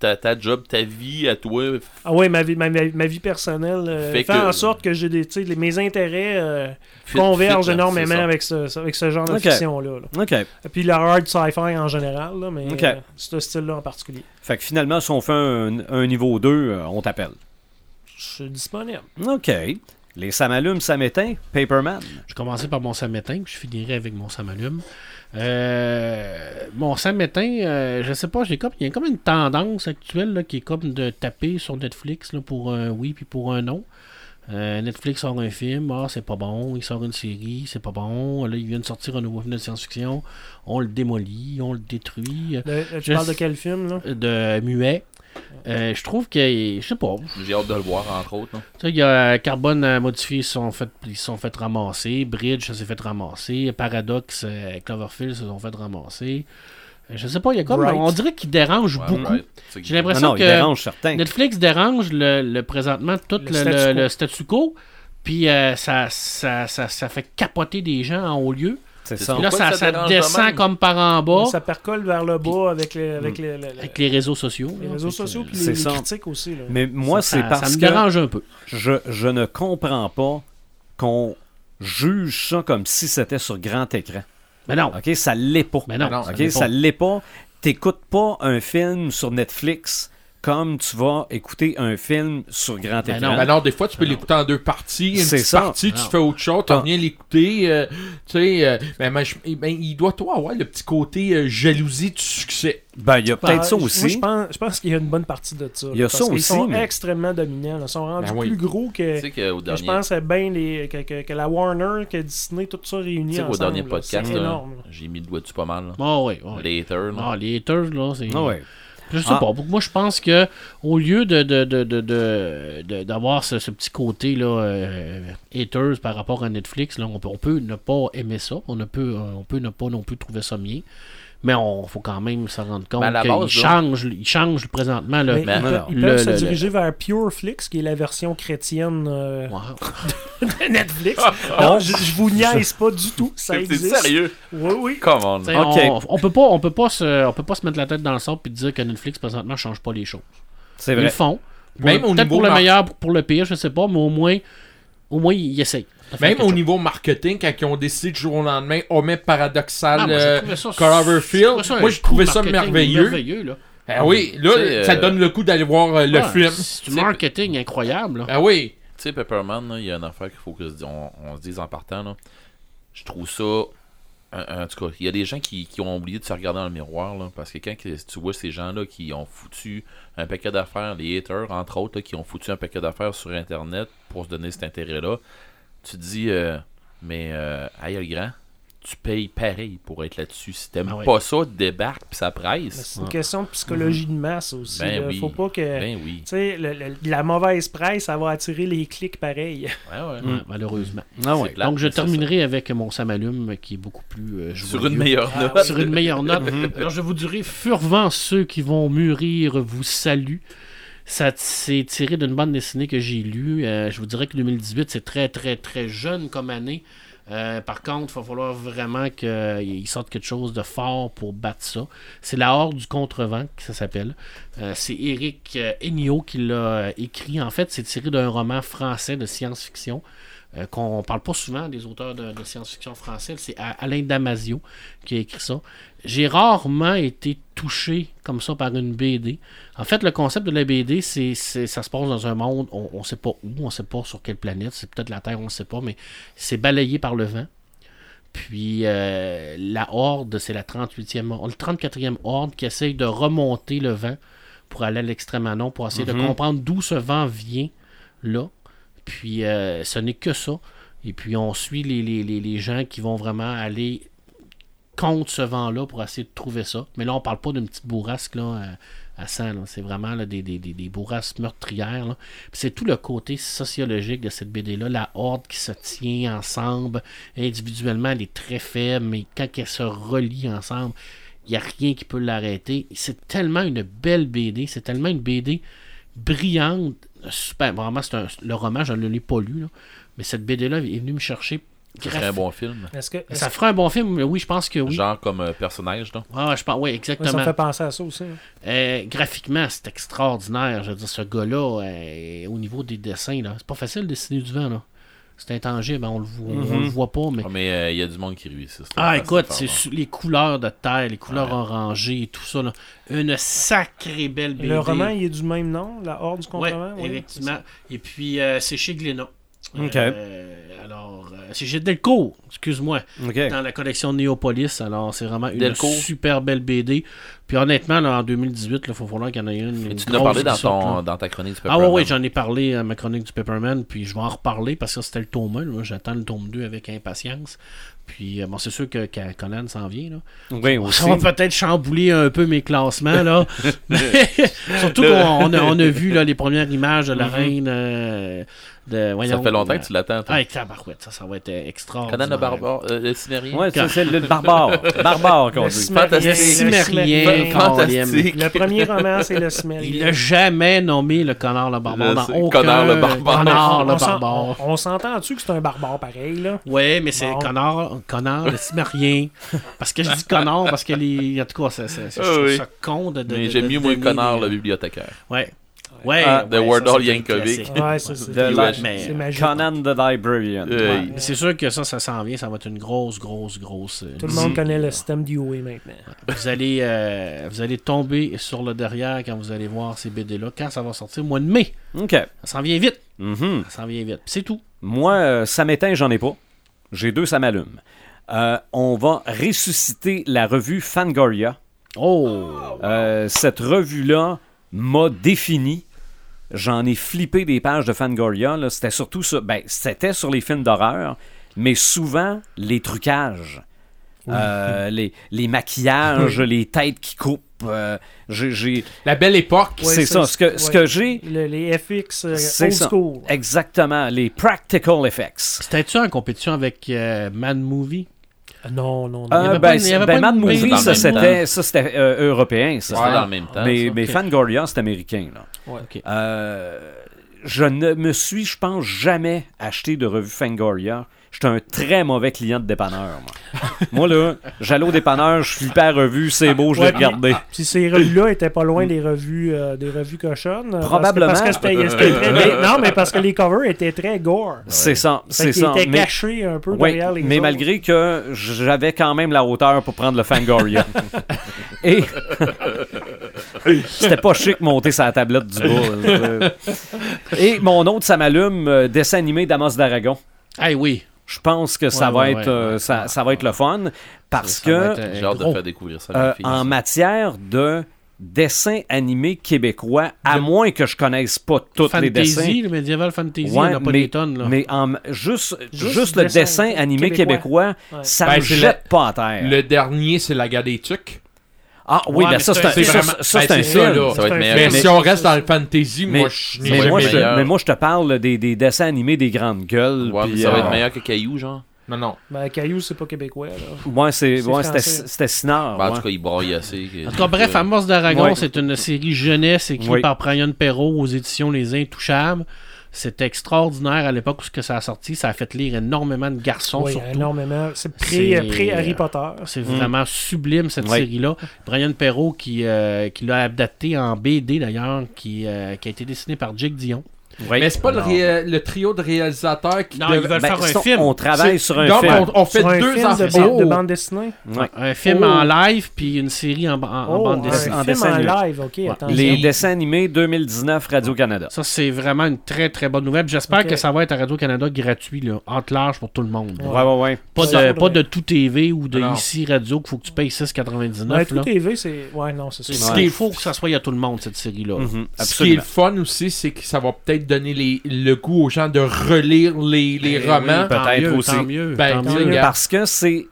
Speaker 2: ta, ta job, ta vie à toi.
Speaker 6: Ah ouais, ma vie, ma, ma- ma vie personnelle euh,
Speaker 2: Fait
Speaker 6: fait,
Speaker 2: que-
Speaker 6: en sorte que j'ai des, tu sais, les- mes intérêts euh,
Speaker 2: fit-
Speaker 6: convergent
Speaker 2: fit, là,
Speaker 6: énormément
Speaker 2: c'est ça.
Speaker 6: avec ce, avec ce genre de
Speaker 1: Ok.
Speaker 6: fiction-là. là.
Speaker 1: OK.
Speaker 6: Et Puis le hard sci-fi en général, là, mais
Speaker 1: Ok.
Speaker 6: euh, ce style-là en particulier.
Speaker 1: Fait que finalement, si on fait un, un niveau 2, euh, on t'appelle.
Speaker 6: Je suis disponible.
Speaker 1: OK. Les samalumes, samétins, Paperman.
Speaker 3: Je commençais par mon samétain, puis je finirai avec mon samalume. Euh, mon samétain, euh, je sais pas, j'ai comme, il y a comme une tendance actuelle là, qui est comme de taper sur Netflix là, pour un oui puis pour un non. Euh, Netflix sort un film, ah c'est pas bon, il sort une série, c'est pas bon, là ils viennent de sortir un nouveau film de science-fiction, on le démolit, on le détruit,
Speaker 6: Le- le- tu
Speaker 3: Je
Speaker 6: parles de
Speaker 3: sais-
Speaker 6: quel film, là?
Speaker 3: euh, de muet. Euh, je trouve que, je sais pas,
Speaker 2: J'ai hâte de le voir, entre autres. hein. là.
Speaker 3: tu sais, il y a Carbone euh, modifié, ils se sont fait, ils se sont fait ramasser. Bridge ça s'est fait ramasser. Paradox, euh, Cloverfield se sont fait ramasser. Euh, Je sais pas, il y a comme.
Speaker 6: Bright.
Speaker 3: On dirait qu'ils dérangent
Speaker 2: Ouais,
Speaker 3: beaucoup.
Speaker 2: right. C'est que-
Speaker 3: J'ai l'impression-
Speaker 1: Non, non, il
Speaker 3: que-
Speaker 1: dérange certains.
Speaker 3: Netflix dérange le, le- présentement tout
Speaker 6: Le
Speaker 3: le,
Speaker 6: statu
Speaker 3: le-
Speaker 6: quo.
Speaker 3: le statu quo. Puis euh, ça, ça, ça, ça fait capoter des gens en haut lieu.
Speaker 1: C'est
Speaker 2: c'est
Speaker 1: ça.
Speaker 3: Puis là,
Speaker 2: Pourquoi
Speaker 3: ça,
Speaker 2: ça
Speaker 3: ça
Speaker 2: dérange de même?
Speaker 3: descend comme par en bas
Speaker 6: Ça percole vers le bas avec, les,
Speaker 1: Hmm.
Speaker 6: avec les, les-
Speaker 3: avec les réseaux sociaux.
Speaker 6: les
Speaker 3: là,
Speaker 6: réseaux
Speaker 3: fait que, euh,
Speaker 6: sociaux puis
Speaker 1: c'est
Speaker 6: les, les
Speaker 1: ça.
Speaker 6: critiques aussi. Là.
Speaker 1: Mais moi,
Speaker 3: ça-
Speaker 1: c'est
Speaker 3: Ça
Speaker 1: parce
Speaker 3: me
Speaker 1: que
Speaker 3: dérange un peu.
Speaker 1: je, je ne comprends pas qu'on juge ça comme si c'était sur grand écran.
Speaker 3: Mais non.
Speaker 1: OK? Ça l'est pas.
Speaker 3: Mais non.
Speaker 5: non,
Speaker 3: ça
Speaker 1: OK?
Speaker 3: l'est
Speaker 1: Ça
Speaker 3: pas.
Speaker 1: l'est pas. T'écoutes pas un film sur Netflix comme tu vas écouter un film sur grand
Speaker 3: Ben
Speaker 1: écran.
Speaker 3: non.
Speaker 5: Ben non, des fois, tu peux l'écouter en deux parties. Une
Speaker 1: C'est
Speaker 5: petite
Speaker 1: ça.
Speaker 5: partie,
Speaker 3: Non.
Speaker 5: tu fais autre chose, tu
Speaker 1: Ah.
Speaker 5: reviens l'écouter. euh, tu sais, euh, ben, ben, je- ben, il doit, toi, avoir le petit côté euh, jalousie du succès.
Speaker 1: Ben, il y a peut-être
Speaker 6: Ah,
Speaker 1: ça
Speaker 6: moi,
Speaker 1: aussi.
Speaker 6: je pense, je pense qu'il y a une bonne partie de ça.
Speaker 1: Il y a
Speaker 6: là,
Speaker 1: ça
Speaker 6: parce qu'ils
Speaker 1: aussi,
Speaker 6: sont
Speaker 1: mais-
Speaker 6: extrêmement dominants. là. Ils sont rendus
Speaker 5: Ben oui.
Speaker 6: plus gros que.
Speaker 2: Tu sais qu'au
Speaker 6: que je
Speaker 2: dernier,
Speaker 6: pense bien les, que, que- que la Warner, que Disney, tout ça
Speaker 2: tu
Speaker 6: réuni
Speaker 2: sais qu'au
Speaker 6: ensemble.
Speaker 2: dernier
Speaker 6: là,
Speaker 2: podcast,
Speaker 6: c'est
Speaker 2: là,
Speaker 6: énorme.
Speaker 2: j'ai mis le doigt dessus pas mal. là.
Speaker 3: Ah ouais, ouais.
Speaker 2: Later. là.
Speaker 3: Ah, les haters, là, c'est.
Speaker 1: Ah ouais.
Speaker 3: Je sais
Speaker 1: Ah.
Speaker 3: pas. Moi, je pense que au lieu de de- de- de- de- de- d'avoir ce, ce petit côté là euh, haters par rapport à Netflix, là, on, peut, on peut ne pas aimer ça, on ne peut euh, on peut ne pas non plus trouver ça mien. mais on faut quand même se rendre compte
Speaker 2: Mais à la base, là-
Speaker 3: qu'ils changent, ils changent présentement le.
Speaker 6: Mais ils,
Speaker 2: Mais-
Speaker 6: peuvent, ils
Speaker 3: le-
Speaker 6: peuvent se
Speaker 3: le- le-
Speaker 6: diriger vers Pureflix, qui est la version chrétienne euh,
Speaker 3: Wow.
Speaker 6: de (laughs) Netflix. Non, je, je vous niaise pas du tout, ça
Speaker 2: Ah, C'est
Speaker 6: existe.
Speaker 2: sérieux?
Speaker 6: Oui, oui.
Speaker 2: Come on.
Speaker 3: Tu sais,
Speaker 1: Ok.
Speaker 3: on, on peut pas, on peut pas se, on peut pas se mettre la tête dans le sable et dire que Netflix présentement change pas les choses.
Speaker 1: C'est
Speaker 3: Ils le
Speaker 1: vrai.
Speaker 3: font. Pour-
Speaker 5: Même au
Speaker 3: Peut-être
Speaker 5: niveau
Speaker 3: pour le
Speaker 5: mar-
Speaker 3: meilleur, pour le pire, je sais pas, mais au moins, au moins ils essayent. de faire
Speaker 5: Même
Speaker 3: quelque
Speaker 5: au
Speaker 3: chose.
Speaker 5: niveau marketing, quand ils ont décidé du jour au lendemain, on met paradoxal
Speaker 3: Ah, moi, j'ai
Speaker 5: euh,
Speaker 3: trouvé ça-
Speaker 5: Cloverfield.
Speaker 3: j'ai trouvé ça un
Speaker 5: Moi, j'ai
Speaker 3: coup
Speaker 5: trouvé ça
Speaker 3: marketing
Speaker 5: merveilleux.
Speaker 3: là.
Speaker 5: Ah oui, là,
Speaker 2: Tu sais,
Speaker 5: ça
Speaker 2: euh,
Speaker 5: donne le coup d'aller voir euh, le
Speaker 3: Ouais,
Speaker 5: film.
Speaker 3: C'est du marketing incroyable. là.
Speaker 5: Ah oui.
Speaker 2: Tu sais, Pepperman, là, il y a une affaire qu'il faut que se- on, on se dise en partant. Là. Je trouve ça. En, en tout cas, il y a des gens qui, qui ont oublié de se regarder dans le miroir. Là, parce que quand que- tu vois ces gens-là qui ont foutu un paquet d'affaires, les haters, entre autres, là, qui ont foutu un paquet d'affaires sur Internet pour se donner cet intérêt-là, tu te dis, euh, mais euh, aïe, le grand, tu payes pareil pour être là-dessus. Si t'aimes
Speaker 3: Ah ouais.
Speaker 2: pas ça, débarque puis ça
Speaker 6: Mais
Speaker 2: presse.
Speaker 6: C'est
Speaker 3: Ah.
Speaker 6: une question de psychologie de masse aussi.
Speaker 2: Ben
Speaker 6: là.
Speaker 2: oui.
Speaker 6: Faut pas que.
Speaker 2: Ben oui.
Speaker 6: Tu sais, le- le- la mauvaise presse, ça va attirer les clics pareil.
Speaker 2: Ouais, ouais.
Speaker 3: Ouais, malheureusement.
Speaker 1: Ah
Speaker 2: C'est
Speaker 1: ouais.
Speaker 2: plate,
Speaker 3: Donc, je
Speaker 2: mais c'est
Speaker 3: terminerai avec mon Samalume qui est beaucoup plus euh,
Speaker 2: Sur
Speaker 3: joyeux.
Speaker 2: une meilleure note.
Speaker 3: sur une meilleure note. Alors, je vous dirai, fervent ceux qui vont mûrir vous saluent. Ça t- c'est tiré d'une bande dessinée que j'ai lue. Euh, je vous dirais que 2018, c'est très, très, très jeune comme année. Euh, par contre, il va falloir vraiment qu'ils sortent quelque chose de fort pour battre ça. C'est La Horde du Contrevent que ça s'appelle. Euh, c'est Eric euh, Ennio qui l'a euh, écrit. En fait, c'est tiré d'un roman français de science-fiction euh, qu'on parle pas souvent des auteurs de, de science-fiction français. C'est A- Alain Damasio qui a écrit ça. J'ai rarement été touché comme ça par une BD. En fait, le concept de la BD, c'est, c'est- ça se passe dans un monde, on ne sait pas où, on sait pas sur quelle planète, c'est peut-être la Terre, on ne sait pas, mais c'est balayé par le vent. Puis euh, la Horde, c'est la 38e, Horde- le 34e Horde qui essaye de remonter le vent pour aller à l'extrême anon, pour essayer de comprendre d'où ce vent vient là. Puis euh, ce n'est que ça. Et puis on suit les, les- les- les gens qui vont vraiment aller contre ce vent-là pour essayer de trouver ça. Mais là, on parle pas d'une petite bourrasque là, euh, à, à 100. là. C'est vraiment là, des, des- des- des bourrasques meurtrières. là. Puis C'est tout le côté sociologique de cette BD-là. La horde qui se tient ensemble. Individuellement, elle est très faible, mais quand elle se relie ensemble, il n'y a rien qui peut l'arrêter. C'est tellement une belle BD. C'est tellement une BD brillante. Super. Vraiment, c'est un- le roman, je ne l'ai pas lu. là. Mais cette BD-là est venue me chercher.
Speaker 2: Ça serait un bon film.
Speaker 6: Est-ce que. est-ce
Speaker 3: Ça ferait un bon film, mais oui, je pense que oui.
Speaker 2: Genre comme euh, personnage, là.
Speaker 3: Ah, je pense, oui,
Speaker 6: que- ça
Speaker 3: exactement.
Speaker 6: me fait penser à ça aussi. hein.
Speaker 3: Euh, graphiquement, c'est extraordinaire. Je veux dire, ce gars-là, euh, au niveau des dessins, là, c'est pas facile de dessiner du vent, là. C'est intangible, hein, on le, voit, on
Speaker 6: Mhm.
Speaker 3: le voit pas, mais.
Speaker 2: Ah, Mais euh, il y a du monde qui réussit.
Speaker 3: Ah, écoute, c'est su- les couleurs de terre, les couleurs orangées et tout ça, là. Une sacrée belle BD.
Speaker 6: Le roman, il est du même nom, La Horde du
Speaker 3: Ouais,
Speaker 6: Contrevent. oui,
Speaker 3: effectivement. Et puis, euh, c'est chez Glénat.
Speaker 1: Ok.
Speaker 3: Euh, alors, euh, c'est chez Delcourt, excuse-moi.
Speaker 1: Ok.
Speaker 3: dans la collection Néopolis. Alors, c'est vraiment une
Speaker 2: Delco.
Speaker 3: super belle BD. Puis honnêtement, là, en 2018, il faut falloir qu'il y en ait une.
Speaker 2: Et
Speaker 3: une
Speaker 2: tu nous as
Speaker 3: grosse
Speaker 2: parlé
Speaker 3: qui
Speaker 2: dans,
Speaker 3: sorte,
Speaker 2: ton,
Speaker 3: là.
Speaker 2: dans ta chronique du
Speaker 3: Ah ouais,
Speaker 2: Pepperman.
Speaker 3: ouais, j'en ai parlé à ma chronique du Pepperman, puis je vais en reparler parce que ça, c'était le tome 1. là. J'attends le tome 2 avec impatience. Puis, euh, bon, c'est sûr que, que Conan s'en vient. Là.
Speaker 1: Oui, aussi.
Speaker 3: Ça va peut-être chambouler un peu mes
Speaker 2: (laughs)
Speaker 3: classements, là. (laughs) Mais surtout
Speaker 2: Le- Mm-hmm.
Speaker 3: qu'on on a, on a vu là, les premières images de la reine euh, de.
Speaker 2: Ça
Speaker 3: voyons,
Speaker 2: fait longtemps
Speaker 3: euh,
Speaker 2: que tu l'attends. toi.
Speaker 3: Ah, avec tabarouette, ça, ça va être euh, extraordinaire.
Speaker 2: Conan le barbare, euh, le cimérien.
Speaker 1: Ouais, ça, c'est le (laughs) barbare. Barbare qu'on
Speaker 6: Le
Speaker 1: dit.
Speaker 6: Cimérien,
Speaker 3: Le cimérien,
Speaker 6: Cimérien.
Speaker 3: Caroline.
Speaker 2: Fantastique.
Speaker 6: Le premier roman, c'est Le
Speaker 3: Il
Speaker 6: Cimérien.
Speaker 3: n'a jamais nommé le connard le barbare
Speaker 2: Je
Speaker 3: dans
Speaker 2: sais,
Speaker 3: aucun...
Speaker 2: Connard le barbare.
Speaker 3: Connard le
Speaker 6: On s'en-
Speaker 3: barbare.
Speaker 6: On, on s'entend-tu que c'est un barbare pareil, là?
Speaker 3: Ouais, mais c'est
Speaker 6: Bon.
Speaker 3: connard, connard le cimérien. Parce que je dis connard parce que les... En tout cas, ça, ça, ça,
Speaker 2: Ah
Speaker 3: je trouve
Speaker 2: oui.
Speaker 3: ça con de... de-
Speaker 2: Mais
Speaker 3: de-
Speaker 2: j'aime
Speaker 3: de
Speaker 2: mieux moi
Speaker 3: donner
Speaker 2: Connard,
Speaker 3: des-
Speaker 2: le bibliothécaire.
Speaker 3: Ouais. Ouais.
Speaker 1: Ah,
Speaker 2: de
Speaker 3: ouais, ça,
Speaker 2: Wardell
Speaker 3: c'est un
Speaker 2: Yankovic. Ah,
Speaker 3: classique.
Speaker 6: Ouais, ça, c'est.
Speaker 1: De
Speaker 6: c'est-
Speaker 1: la-
Speaker 6: C'est
Speaker 3: Mais-
Speaker 6: magique.
Speaker 1: Conan the Librarian.
Speaker 2: Euh,
Speaker 3: Mais C'est sûr que ça, ça s'en vient, ça va être une grosse, grosse, grosse. euh,
Speaker 6: Tout le monde
Speaker 1: Mm.
Speaker 3: une-
Speaker 6: connaît le système d'UOA maintenant.
Speaker 3: Vous allez, euh, vous allez tomber sur le derrière quand vous allez voir ces BD-là, quand ça va sortir, au mois de mai.
Speaker 1: OK.
Speaker 3: Ça s'en vient vite.
Speaker 1: Mhm.
Speaker 3: Ça s'en vient vite. Puis C'est tout.
Speaker 1: Moi, euh, ça m'éteint, j'en ai pas. J'ai deux, ça m'allume. Euh, on va ressusciter la revue Fangoria.
Speaker 3: Oh!
Speaker 1: Euh, cette revue-là m'a défini. J'en ai flippé des pages de Fangoria. là. C'était surtout sur, ben, c'était sur les films d'horreur, mais souvent les trucages, Euh, les, les maquillages, les têtes qui coupent. euh, j'ai, j'ai-
Speaker 5: La belle époque.
Speaker 6: Ouais,
Speaker 1: c'est
Speaker 6: ça,
Speaker 1: ça. Ce que, ce
Speaker 6: ouais.
Speaker 1: que j'ai,
Speaker 6: Le- les FX euh,
Speaker 1: c'est
Speaker 6: old
Speaker 1: ça. Eh.
Speaker 6: school.
Speaker 1: Exactement. Les practical effects.
Speaker 3: C'était-tu en compétition avec euh, Mad Movie?
Speaker 6: Ah, Non, non, non.
Speaker 3: y
Speaker 1: Euh,
Speaker 3: avait
Speaker 1: ben,
Speaker 3: pas- il y avait
Speaker 1: ben,
Speaker 3: pas
Speaker 1: Mad
Speaker 3: une
Speaker 1: Movie,
Speaker 2: prise
Speaker 1: ça
Speaker 2: dans le même
Speaker 1: c'était, ça, c'était euh, européen, ça.
Speaker 2: C'est ça dans le même temps.
Speaker 1: mais
Speaker 3: ça,
Speaker 1: mais
Speaker 3: ok.
Speaker 1: Fangoria, c'est américain. Là.
Speaker 6: Ouais.
Speaker 3: Ok.
Speaker 1: Euh, je ne me suis, je pense, jamais acheté de revue Fangoria. J'étais un très mauvais client de dépanneur.
Speaker 3: (laughs)
Speaker 1: Moi, moi là, j'allais au dépanneur, je flippais à la revue, c'est beau, je l'ai
Speaker 6: Ouais, puis-
Speaker 1: regardé.
Speaker 6: Si ces revues-là étaient pas loin des revues euh, des revues cochonnes. euh, parce que-
Speaker 1: Mm. Probablement.
Speaker 6: Parce que, c'était- c'était très- les- non, mais parce que les covers étaient très gore.
Speaker 1: C'est ça,
Speaker 6: Fait
Speaker 1: c'est
Speaker 6: qu'ils
Speaker 1: ça.
Speaker 6: étaient
Speaker 1: Mais-
Speaker 6: cachés un peu
Speaker 1: Oui,
Speaker 6: derrière les
Speaker 1: mais
Speaker 6: autres.
Speaker 1: malgré que j'avais quand même la hauteur pour prendre le
Speaker 6: (laughs)
Speaker 1: Fangoria. Et c'était pas chic monter sa tablette du bas. Et mon autre, ça m'allume, euh, dessin animé d'Amos d'Aragon.
Speaker 3: Ah oui.
Speaker 1: Je pense que ça,
Speaker 3: Ouais,
Speaker 1: va
Speaker 3: ouais,
Speaker 1: être, euh,
Speaker 3: ouais.
Speaker 1: ça, ça va être le fun parce
Speaker 3: Ça va
Speaker 1: que
Speaker 3: être un
Speaker 2: J'ai hâte de
Speaker 3: gros-
Speaker 2: faire découvrir ça. à
Speaker 1: euh,
Speaker 2: ma fille.
Speaker 1: en matière de dessin animé québécois, à moins que je connaisse pas tous les dessins,
Speaker 3: Fantasy, le médiéval fantasy, on
Speaker 1: Ouais,
Speaker 3: n'a pas
Speaker 1: mais-
Speaker 3: des tonnes. Là.
Speaker 1: Mais en- juste, juste,
Speaker 6: Juste
Speaker 1: le
Speaker 6: dessin
Speaker 1: dessin animé québécois,
Speaker 6: québécois. Ouais.
Speaker 1: ça
Speaker 5: Ben,
Speaker 1: me
Speaker 5: c'est
Speaker 1: jette pas à terre.
Speaker 5: Le dernier, c'est la guerre des tucs.
Speaker 1: Ah oui,
Speaker 6: Ouais,
Speaker 1: ben
Speaker 6: mais
Speaker 1: ça, c'est
Speaker 6: c'est
Speaker 1: un, ça,
Speaker 6: un-
Speaker 5: c'est
Speaker 1: ça, ça,
Speaker 5: vraiment-
Speaker 1: c'est un
Speaker 5: ben, c'est
Speaker 1: film.
Speaker 5: ça, là.
Speaker 2: Ça va être
Speaker 6: c'est un
Speaker 2: meilleur.
Speaker 5: Mais
Speaker 6: film.
Speaker 5: si on reste dans le fantasy,
Speaker 1: Mais,
Speaker 5: moi, je
Speaker 1: mais
Speaker 5: n'irais
Speaker 1: moi,
Speaker 5: pas.
Speaker 1: je,
Speaker 2: meilleur.
Speaker 1: mais moi, je te parle des, des dessins animés des grandes gueules.
Speaker 2: Ouais, mais
Speaker 1: puis,
Speaker 2: ça va
Speaker 1: euh,
Speaker 2: être meilleur que Caillou, genre.
Speaker 5: Non, non.
Speaker 6: Ben, Caillou, c'est pas québécois. Là.
Speaker 1: ouais, c'est-
Speaker 6: C'est
Speaker 1: ouais, c'était
Speaker 6: français.
Speaker 1: c'était Sinard.
Speaker 2: Ben, en
Speaker 1: Ah, ouais.
Speaker 2: tout cas, il braille assez. que-
Speaker 3: En tout cas, bref, Amorce d'Aragon,
Speaker 1: euh, Ouais.
Speaker 3: c'est une série jeunesse écrite
Speaker 1: Oui.
Speaker 3: par Brian Perrault aux éditions Les Intouchables. C'était extraordinaire à l'époque où ce que ça a sorti. Ça a fait lire énormément de garçons,
Speaker 6: Oui,
Speaker 3: surtout.
Speaker 6: énormément. C'est
Speaker 3: C'est- euh,
Speaker 6: pré- pré-Harry Potter.
Speaker 3: C'est
Speaker 1: Mm.
Speaker 3: vraiment sublime cette
Speaker 1: Oui.
Speaker 3: série-là. Brian Perrault qui, euh, qui l'a adapté en BD d'ailleurs, qui, euh, qui a été dessiné par Jake Dion.
Speaker 1: Ouais.
Speaker 5: Mais c'est pas le,
Speaker 1: Non.
Speaker 5: ré- le trio de réalisateurs qui.
Speaker 3: Non, ils
Speaker 5: dev-
Speaker 3: veulent
Speaker 1: Ben,
Speaker 3: faire
Speaker 1: ça,
Speaker 3: un film.
Speaker 1: On travaille
Speaker 5: C'est-
Speaker 1: sur un
Speaker 5: Donc,
Speaker 1: film.
Speaker 5: on, on fait
Speaker 6: Sur un
Speaker 5: deux
Speaker 6: film de,
Speaker 5: enfants.
Speaker 6: bande- de bande dessinée.
Speaker 1: Ouais.
Speaker 3: Un film
Speaker 6: Oh.
Speaker 3: en live puis une série en, en- en
Speaker 6: oh,
Speaker 3: bande
Speaker 6: un
Speaker 3: dessinée.
Speaker 1: en
Speaker 6: film
Speaker 1: dessin
Speaker 6: en
Speaker 1: animé.
Speaker 6: live, ok,
Speaker 1: Ouais.
Speaker 6: attention.
Speaker 1: Les dessins animés 2019 Radio-Canada.
Speaker 3: Ça, c'est vraiment une très très bonne nouvelle. Puis J'espère
Speaker 6: Ok.
Speaker 3: que ça va être à Radio-Canada gratuit, là, entre large pour tout le monde.
Speaker 1: Ouais, ouais, ouais.
Speaker 3: Pas,
Speaker 6: Ça,
Speaker 3: de,
Speaker 6: ça
Speaker 3: pas de
Speaker 6: devrait.
Speaker 3: tout TV ou de
Speaker 5: Non.
Speaker 3: ici radio qu'il faut que tu payes 6,99.
Speaker 6: Ouais, tout
Speaker 3: là.
Speaker 6: TV, c'est. Ouais, non, c'est
Speaker 3: Ce
Speaker 6: ça.
Speaker 3: qui
Speaker 1: Ouais.
Speaker 3: est faux que ça soit à tout le monde, cette série-là.
Speaker 1: Mhm,
Speaker 5: Ce qui est le
Speaker 1: absolument.
Speaker 5: fun aussi, c'est que ça va peut-être donner les- le goût aux gens de relire les, les
Speaker 3: Eh
Speaker 5: romans.
Speaker 3: oui, tant
Speaker 1: peut-être
Speaker 3: mieux,
Speaker 1: aussi.
Speaker 3: Tant mieux, tant
Speaker 5: Ben, tu
Speaker 3: mieux.
Speaker 5: sais,
Speaker 1: Parce que c'est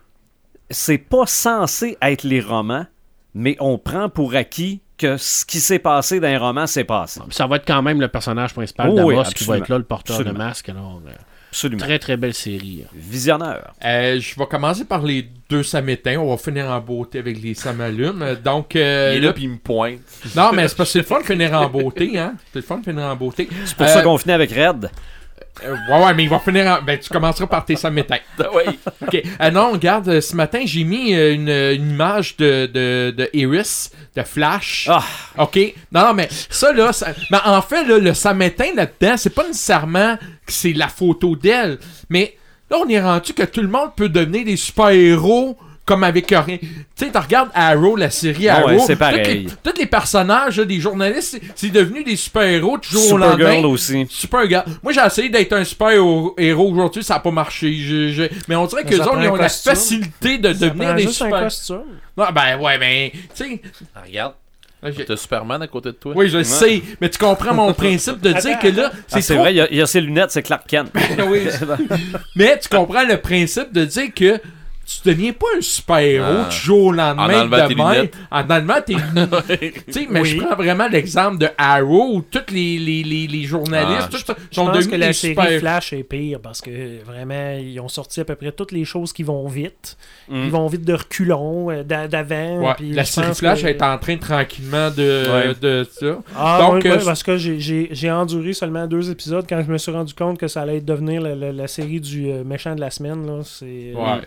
Speaker 1: c'est pas censé être les romans, mais on prend pour acquis que ce qui s'est passé dans un roman s'est passé.
Speaker 3: Ça va être quand même le personnage principal
Speaker 1: Oh,
Speaker 3: d'Amos
Speaker 1: oui,
Speaker 3: qui va
Speaker 1: absolument.
Speaker 3: être là, le porteur de
Speaker 1: Absolument.
Speaker 3: masque. Alors, euh,
Speaker 1: Absolument.
Speaker 3: très très belle série. hein.
Speaker 1: Visionneur.
Speaker 5: Euh, je vais commencer par les deux samétains. On va finir en beauté avec les samalumes. Euh, Donc, euh,
Speaker 2: Il est là, puis il me pointe. (laughs)
Speaker 5: non, mais c'est parce que c'est le fun de finir en beauté, hein. C'est le fun de finir en beauté.
Speaker 1: C'est pour ça qu'on finit avec Red.
Speaker 5: Euh, ouais, ouais, mais il va finir en. Ben, tu commenceras par tes samétains.
Speaker 2: oui.
Speaker 1: (laughs)
Speaker 5: Ok. Euh, non, regarde, euh, ce matin, j'ai mis euh, une, une image de, de, de Iris, de Flash.
Speaker 1: Ah,
Speaker 5: OK? Non, non, mais ça, là, ça- mais en fait, là, le sametin là-dedans, c'est pas nécessairement que c'est la photo d'elle, mais là, on est rendu que tout le monde peut devenir des super-héros comme avec rien. Tu sais, tu regardes Arrow, la série Arrow.
Speaker 1: Ah Ouais, c'est
Speaker 5: tous les-
Speaker 1: pareil.
Speaker 5: Tous les personnages, là, des journalistes, c'est- c'est devenu des super-héros toujours au lendemain.
Speaker 1: Supergirl aussi.
Speaker 5: Supergirl. Moi, j'ai essayé d'être un super-héros héros aujourd'hui, ça a pas marché. Je- je- Mais on dirait
Speaker 6: Mais
Speaker 5: que les
Speaker 6: ça
Speaker 5: autres,
Speaker 6: prend
Speaker 5: ils
Speaker 6: un
Speaker 5: ont la
Speaker 6: costume.
Speaker 5: facilité de
Speaker 6: Ça
Speaker 5: devenir
Speaker 6: prend
Speaker 5: des
Speaker 6: juste un
Speaker 5: super...
Speaker 6: costume.
Speaker 5: Non, ben, ouais, mais, tu sais...
Speaker 2: Ah, regarde,
Speaker 5: là, j'ai-
Speaker 2: t'as Superman à côté de toi.
Speaker 5: oui, je sais, mais tu comprends mon principe de dire que là,
Speaker 1: Ah,
Speaker 5: c'est
Speaker 1: C'est
Speaker 5: trop...
Speaker 1: vrai, il y a- il y, a ses lunettes, c'est Clark Kent.
Speaker 5: (laughs)
Speaker 1: (laughs)
Speaker 5: Oui. mais tu comprends le principe de dire que tu deviens pas un super-héros
Speaker 2: Ah.
Speaker 5: du jour au lendemain
Speaker 2: En enlevant
Speaker 5: de
Speaker 2: tes
Speaker 5: même,
Speaker 2: lunettes.
Speaker 5: en enlevant tes lunettes. Tu sais, mais je prends vraiment l'exemple de Arrow où tous les, les, les, les
Speaker 2: Ah.
Speaker 5: journalistes tous sont
Speaker 6: Je pense
Speaker 5: devenus
Speaker 6: que la
Speaker 5: des
Speaker 6: série
Speaker 5: super-
Speaker 6: Flash est pire parce que vraiment, ils ont sorti à peu près toutes les choses qui vont vite.
Speaker 1: Mm.
Speaker 6: Ils vont vite de reculons, euh, d'a- d'avant.
Speaker 5: Ouais,
Speaker 6: puis
Speaker 5: la
Speaker 6: je
Speaker 5: série
Speaker 6: pense
Speaker 5: Flash
Speaker 6: que-
Speaker 5: est en train tranquillement de,
Speaker 1: Ouais.
Speaker 5: de ça.
Speaker 6: Ah,
Speaker 5: Donc,
Speaker 6: oui,
Speaker 5: euh,
Speaker 6: oui, parce que j'ai- j'ai j'ai enduré seulement deux épisodes quand je me suis rendu compte que ça allait devenir la, la- la série du euh, méchant de la semaine. Là. C'est- euh,
Speaker 5: Ouais.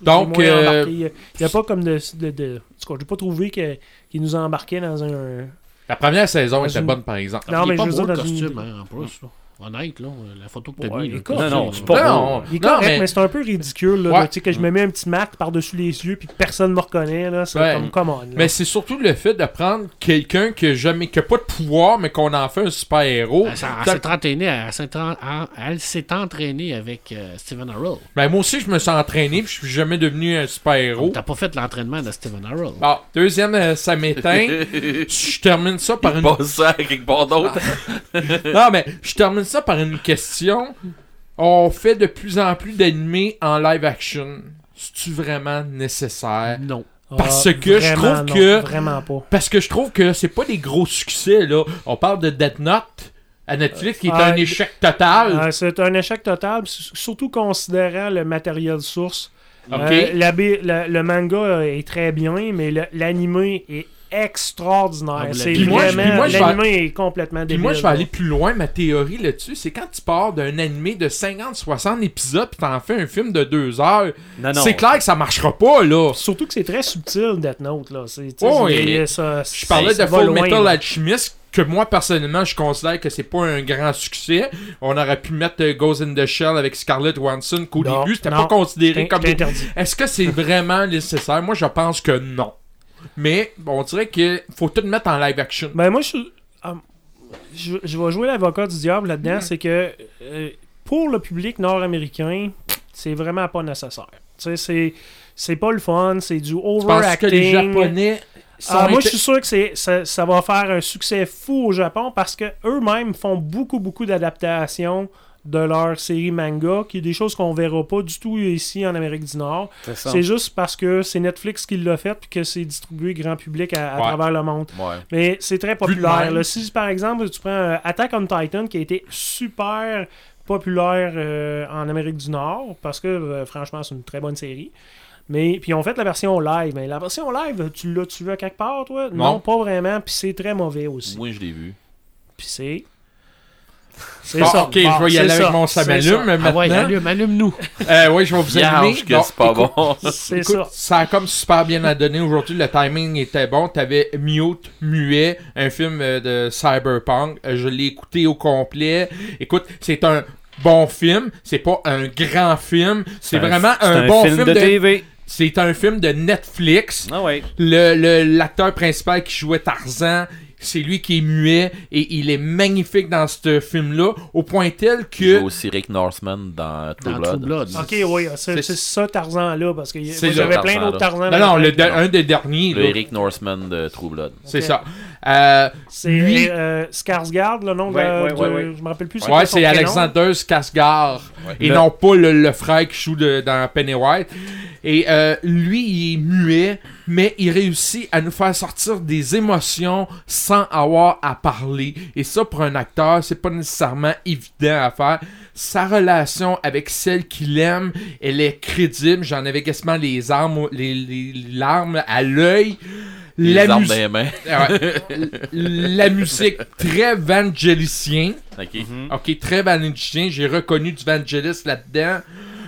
Speaker 6: J'ai
Speaker 5: Donc,
Speaker 6: moins
Speaker 5: euh,
Speaker 6: embarqué. il n'y a pas comme de. de, de- en tout cas, j'ai pas trouvé que- qu'il nous embarquait dans un.
Speaker 5: la première saison était
Speaker 6: une-
Speaker 5: bonne, par exemple.
Speaker 6: Non,
Speaker 3: Il est
Speaker 6: mais
Speaker 3: pas
Speaker 6: je veux
Speaker 3: beau,
Speaker 6: dire,
Speaker 3: le
Speaker 6: dans une-
Speaker 3: costume, hein, en plus. là. Honnête, là, euh, la photo que t'as
Speaker 6: Ouais,
Speaker 3: mis,
Speaker 6: il
Speaker 3: là,
Speaker 6: est
Speaker 3: le
Speaker 6: correct.
Speaker 1: Non, non,
Speaker 3: costume,
Speaker 1: c'est
Speaker 3: là.
Speaker 1: pas
Speaker 5: Non,
Speaker 1: beau.
Speaker 6: Il est
Speaker 5: Non,
Speaker 6: correct,
Speaker 5: mais-
Speaker 6: mais, c'est un peu ridicule là,
Speaker 5: Ouais.
Speaker 6: là, tu sais, que je me mets un petit masque par-dessus les yeux puis que personne ne me reconnaît. là, C'est
Speaker 5: Ouais.
Speaker 6: comme come on. là.
Speaker 5: Mais c'est surtout le fait de prendre quelqu'un qui a jamais, qui a pas de pouvoir, mais qu'on en fait un super-héros.
Speaker 2: Ah,
Speaker 3: Elle s'est- elle
Speaker 5: Ça-
Speaker 3: s'est entraînée, elle s'est en- en- elle s'est entraînée avec euh, Stephen Harrell.
Speaker 5: Ben, moi aussi, je me suis entraîné, puis je suis jamais devenu un super-héros.
Speaker 3: T'as pas fait l'entraînement de Stephen Harrell.
Speaker 5: Bon, deuxième
Speaker 2: (laughs)
Speaker 5: euh, samétain. je termine ça par
Speaker 2: Il
Speaker 5: une.
Speaker 2: passe ça à quelque part d'autre.
Speaker 5: Non, mais je termine ça par une question. On fait de plus en plus d'animés en live action. C'est-tu vraiment nécessaire?
Speaker 3: Non.
Speaker 6: Ah,
Speaker 5: parce que je
Speaker 6: vraiment
Speaker 5: trouve
Speaker 6: non,
Speaker 5: que-
Speaker 6: Vraiment pas.
Speaker 5: Parce que je trouve que c'est pas des gros succès, là. On parle de Death Note à Netflix qui est
Speaker 6: Ah,
Speaker 5: un échec total.
Speaker 6: Ah, c'est un échec total, s- surtout considérant le matériel source.
Speaker 5: Ok.
Speaker 6: Euh, la B- la- le manga est très bien, mais le- l'anime est
Speaker 3: Ah,
Speaker 5: Ah,
Speaker 6: extraordinaire.
Speaker 3: vous
Speaker 6: c'est
Speaker 3: l'avez- Puis
Speaker 5: moi, je- puis
Speaker 6: vraiment.
Speaker 5: moi, je vais-
Speaker 6: L'anime est complètement
Speaker 5: Puis
Speaker 6: débile.
Speaker 5: moi, je vais aller plus loin, ma théorie là-dessus, c'est quand tu pars d'un animé de 50-60 épisodes puis t'en fais un film de 2 heures,
Speaker 1: Non,
Speaker 6: Ah
Speaker 1: non.
Speaker 5: c'est clair que ça marchera pas, là.
Speaker 6: Surtout que c'est très subtil, Death Note. Là. C'est, tu sais,
Speaker 5: Oh,
Speaker 6: c'est-
Speaker 5: et-
Speaker 6: ça-
Speaker 5: Je parlais
Speaker 6: ça
Speaker 5: de
Speaker 6: va
Speaker 5: Full
Speaker 6: loin,
Speaker 5: Metal
Speaker 6: là.
Speaker 5: Alchemist, que moi, personnellement, je considère que c'est pas un grand succès. On aurait pu mettre euh, Ghost in the Shell avec Scarlett Johansson, qu'au
Speaker 6: Non,
Speaker 5: début, c'était
Speaker 6: non,
Speaker 5: pas considéré
Speaker 6: c'est-
Speaker 5: comme...
Speaker 6: c'est interdit.
Speaker 5: Est-ce que c'est vraiment nécessaire? Moi, je pense que non. Mais, bon, on dirait qu'il faut tout mettre en live action.
Speaker 6: Ben moi, je, suis- ah, je, je vais jouer l'avocat du diable
Speaker 5: Mm.
Speaker 6: là-dedans, c'est que euh, pour le public nord-américain, c'est vraiment pas nécessaire. Tu sais, c'est c'est pas le fun, c'est du
Speaker 5: Je pense que les
Speaker 6: overacting.
Speaker 5: Japonais sont...
Speaker 6: Ah, moi, je
Speaker 5: inté-
Speaker 6: suis sûr que c'est ça, ça va faire un succès fou au Japon parce que eux-mêmes font beaucoup, beaucoup d'adaptations de leur série manga, qui est des choses qu'on verra pas du tout ici en Amérique du Nord.
Speaker 1: C'est ça.
Speaker 6: C'est juste parce que c'est Netflix qui l'a fait puis que c'est distribué grand public à- à
Speaker 5: Ouais.
Speaker 6: travers le monde.
Speaker 1: Ah.
Speaker 2: Ouais.
Speaker 6: Mais c'est très
Speaker 5: Plus de
Speaker 6: populaire.
Speaker 5: même.
Speaker 6: là. Si, par exemple, tu prends euh, Attack on Titan, qui a été super populaire euh, en Amérique du Nord, parce que, euh, franchement, c'est une très bonne série. Mais puis ils ont fait la version live. Mais la version live, tu l'as tu l'as quelque part, toi
Speaker 5: Non.
Speaker 6: non. pas vraiment. Puis c'est très mauvais aussi.
Speaker 2: Moi, je l'ai vu.
Speaker 6: Puis c'est. C'est
Speaker 5: Bon, ok, je vais y
Speaker 6: c'est
Speaker 5: aller
Speaker 6: ça,
Speaker 5: avec mon
Speaker 6: c'est
Speaker 5: samalume
Speaker 3: Ah ouais,
Speaker 5: Euh, maintenant.
Speaker 3: allume, allume-nous.
Speaker 5: Euh, oui, je vais vous
Speaker 2: Yarge
Speaker 5: allumer.
Speaker 2: que
Speaker 5: Bon,
Speaker 2: c'est pas
Speaker 5: écoute,
Speaker 2: bon.
Speaker 6: ça. C'est
Speaker 5: Écoute,
Speaker 6: ça.
Speaker 5: ça a comme super bien à donner aujourd'hui. Le timing était bon. T'avais Mute, Muet, un film euh, de Cyberpunk. Euh, Je l'ai écouté au complet. Écoute, c'est un bon film. C'est pas un grand film. C'est vraiment
Speaker 1: c'est
Speaker 5: un, bon film,
Speaker 1: film, de,
Speaker 5: de-
Speaker 1: TV.
Speaker 5: C'est un film de Netflix.
Speaker 1: Ah ouais.
Speaker 5: Le- le- L'acteur principal qui jouait Tarzan, c'est lui qui est muet et il est magnifique dans ce film-là, au point tel
Speaker 2: Il joue
Speaker 5: que...
Speaker 2: aussi Rick Northman dans True
Speaker 3: Dans True
Speaker 2: Blood.
Speaker 3: Blood.
Speaker 6: Ok, oui, c'est
Speaker 5: c'est-
Speaker 6: c'est ça Tarzan là, parce que y- moi,
Speaker 5: C'est le
Speaker 6: j'avais plein
Speaker 2: Tarzan,
Speaker 6: d'autres
Speaker 2: là.
Speaker 6: Tarzan.
Speaker 5: Non, non, le de-
Speaker 2: Non.
Speaker 5: un des derniers.
Speaker 2: Le
Speaker 5: là.
Speaker 2: Rick Northman de True Blood.
Speaker 5: C'est
Speaker 6: Ok.
Speaker 5: ça. Euh,
Speaker 6: C'est
Speaker 5: lui-
Speaker 6: euh, Skarsgård, le nom
Speaker 1: Ouais,
Speaker 6: de,
Speaker 1: ouais, ouais,
Speaker 6: de-
Speaker 1: ouais.
Speaker 6: Je me rappelle plus. c'est quoi
Speaker 5: Ouais,
Speaker 6: son
Speaker 5: c'est
Speaker 6: prénom.
Speaker 5: Alexander Skarsgård et
Speaker 1: Le-
Speaker 5: non pas le, le frère qui joue de- dans Pennywise. Et euh, lui, il est muet, mais il réussit à nous faire sortir des émotions sans avoir à parler. Et ça, pour un acteur, c'est pas nécessairement évident à faire. Sa relation avec celle qu'il aime, elle est crédible. J'en avais quasiment les armes, les, les larmes à l'œil.
Speaker 2: Les
Speaker 5: La,
Speaker 2: armes
Speaker 5: mus-
Speaker 2: dans les mains. (laughs)
Speaker 5: Ah ouais. la musique très Vangelicien.
Speaker 2: Ok.
Speaker 5: Ok, très Valentin, j'ai reconnu du Vangelis là-dedans.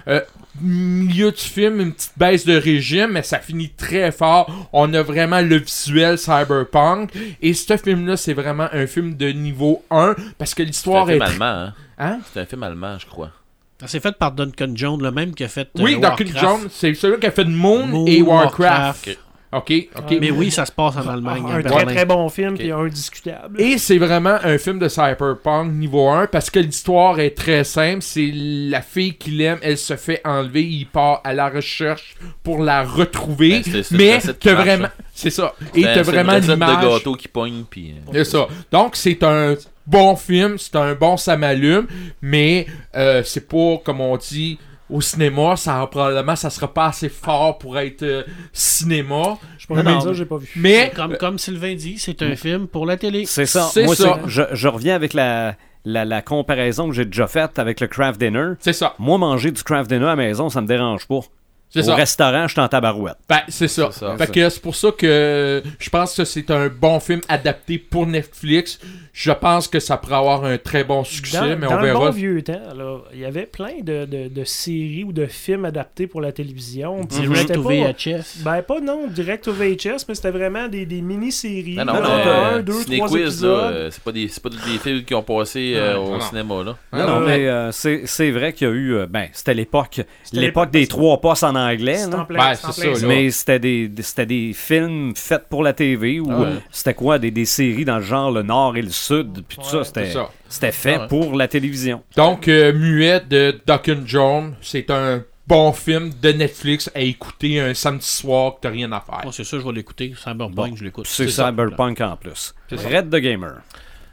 Speaker 5: Euh, milieu du film, une petite baisse de régime, mais ça finit très fort. On a vraiment le visuel cyberpunk. Et ce film-là, c'est vraiment un film de niveau 1 parce que
Speaker 2: C'est un
Speaker 5: l'histoire est.
Speaker 2: film allemand, hein.
Speaker 5: Hein?
Speaker 2: C'est un film allemand, je crois.
Speaker 3: Ah, C'est fait par Duncan Jones, le même qui a fait. euh,
Speaker 5: Oui, Duncan
Speaker 3: Warcraft.
Speaker 5: Jones, c'est celui qui a fait de Moon,
Speaker 3: Moon,
Speaker 5: et Warcraft.
Speaker 3: Warcraft.
Speaker 5: Ok, ok.
Speaker 3: Mais oui, ça se passe en Allemagne. à
Speaker 6: Ah, un très
Speaker 3: Berlin.
Speaker 6: très bon film puis un discutable.
Speaker 5: Et c'est vraiment un film de cyberpunk niveau 1 parce que l'histoire est très simple. C'est la fille qu'il aime, elle se fait enlever, il part à la recherche pour la retrouver.
Speaker 2: Ben, c'est- c'est une
Speaker 5: mais
Speaker 2: recette qui
Speaker 5: t'as
Speaker 2: marche,
Speaker 5: vraiment.
Speaker 2: hein.
Speaker 5: C'est ça. Et
Speaker 2: C'est un-
Speaker 5: t'as
Speaker 2: c'est
Speaker 5: vraiment
Speaker 2: une recette de
Speaker 5: l'image.
Speaker 2: gâteau qui pogne, puis. euh,
Speaker 5: C'est ça. Donc c'est un bon film, c'est un bon samalume, mais euh, c'est pas comme on dit. Au cinéma, ça probablement ça sera pas assez fort pour être euh, cinéma,
Speaker 6: je pourrais
Speaker 3: Non,
Speaker 6: pas
Speaker 3: non,
Speaker 6: dire,
Speaker 3: mais-
Speaker 6: j'ai pas vu.
Speaker 5: mais
Speaker 3: Comme, comme Sylvain dit, c'est un film pour la télé.
Speaker 1: C'est ça.
Speaker 5: C'est
Speaker 1: Moi,
Speaker 5: ça.
Speaker 1: c'est- Je, je reviens avec la, la, la comparaison que j'ai déjà faite avec le craft dinner.
Speaker 5: c'est ça,
Speaker 1: Moi, manger du craft dinner à la maison, ça me dérange pas.
Speaker 5: c'est
Speaker 1: Au
Speaker 5: ça.
Speaker 1: restaurant, je suis en tabarouette.
Speaker 5: Ben, c'est ça.
Speaker 2: C'est ça.
Speaker 5: Fait que c'est pour ça que je pense que c'est un bon film adapté pour Netflix. Je pense que ça pourrait avoir un très bon succès,
Speaker 6: Dans,
Speaker 5: mais
Speaker 6: dans
Speaker 5: on
Speaker 6: le bon
Speaker 5: verra.
Speaker 6: vieux temps, là, il y avait plein de, de- de séries ou de films adaptés pour la télévision. puis
Speaker 3: Direct
Speaker 6: Mhm. c'était
Speaker 3: to
Speaker 6: pas-
Speaker 3: VHS.
Speaker 6: Ben pas non, direct au VHS, mais c'était vraiment des, des mini-séries.
Speaker 2: Non, non,
Speaker 6: là,
Speaker 1: non,
Speaker 6: de
Speaker 2: euh,
Speaker 6: un, deux, trois
Speaker 2: Ciné-Quiz, là,
Speaker 6: épisodes.
Speaker 2: euh, c'est pas des, c'est pas des films qui ont passé euh,
Speaker 5: Non,
Speaker 2: au
Speaker 5: non.
Speaker 2: cinéma, là.
Speaker 5: Non,
Speaker 1: Non,
Speaker 5: non,
Speaker 1: mais euh, c'est c'est vrai qu'il y a eu. euh, ben, c'était l'époque. L'époque
Speaker 6: l'époque
Speaker 1: des
Speaker 6: parce que-
Speaker 1: trois postes en anglais.
Speaker 6: C'est
Speaker 1: là.
Speaker 6: en plein,
Speaker 5: Ben,
Speaker 6: c'est en
Speaker 5: c'est
Speaker 6: plein
Speaker 5: ça,
Speaker 6: ça.
Speaker 5: là.
Speaker 1: Mais c'était des, des- c'était des films faits pour la TV ou
Speaker 2: Ah ouais.
Speaker 1: c'était quoi des, des séries dans le genre le Nord et le Sud puis tout ça
Speaker 6: Ouais.
Speaker 1: c'était
Speaker 5: c'est ça.
Speaker 1: c'était fait
Speaker 2: Ah ouais.
Speaker 1: pour la télévision.
Speaker 5: Donc, euh, Muet de Duncan Jones, c'est un bon film de Netflix à écouter un samedi soir que t'as rien à faire.
Speaker 3: Moi, c'est ça, je vais l'écouter. Cyberpunk,
Speaker 1: Bon.
Speaker 3: je l'écoute.
Speaker 1: C'est Cyberpunk en plus. Red the Gamer.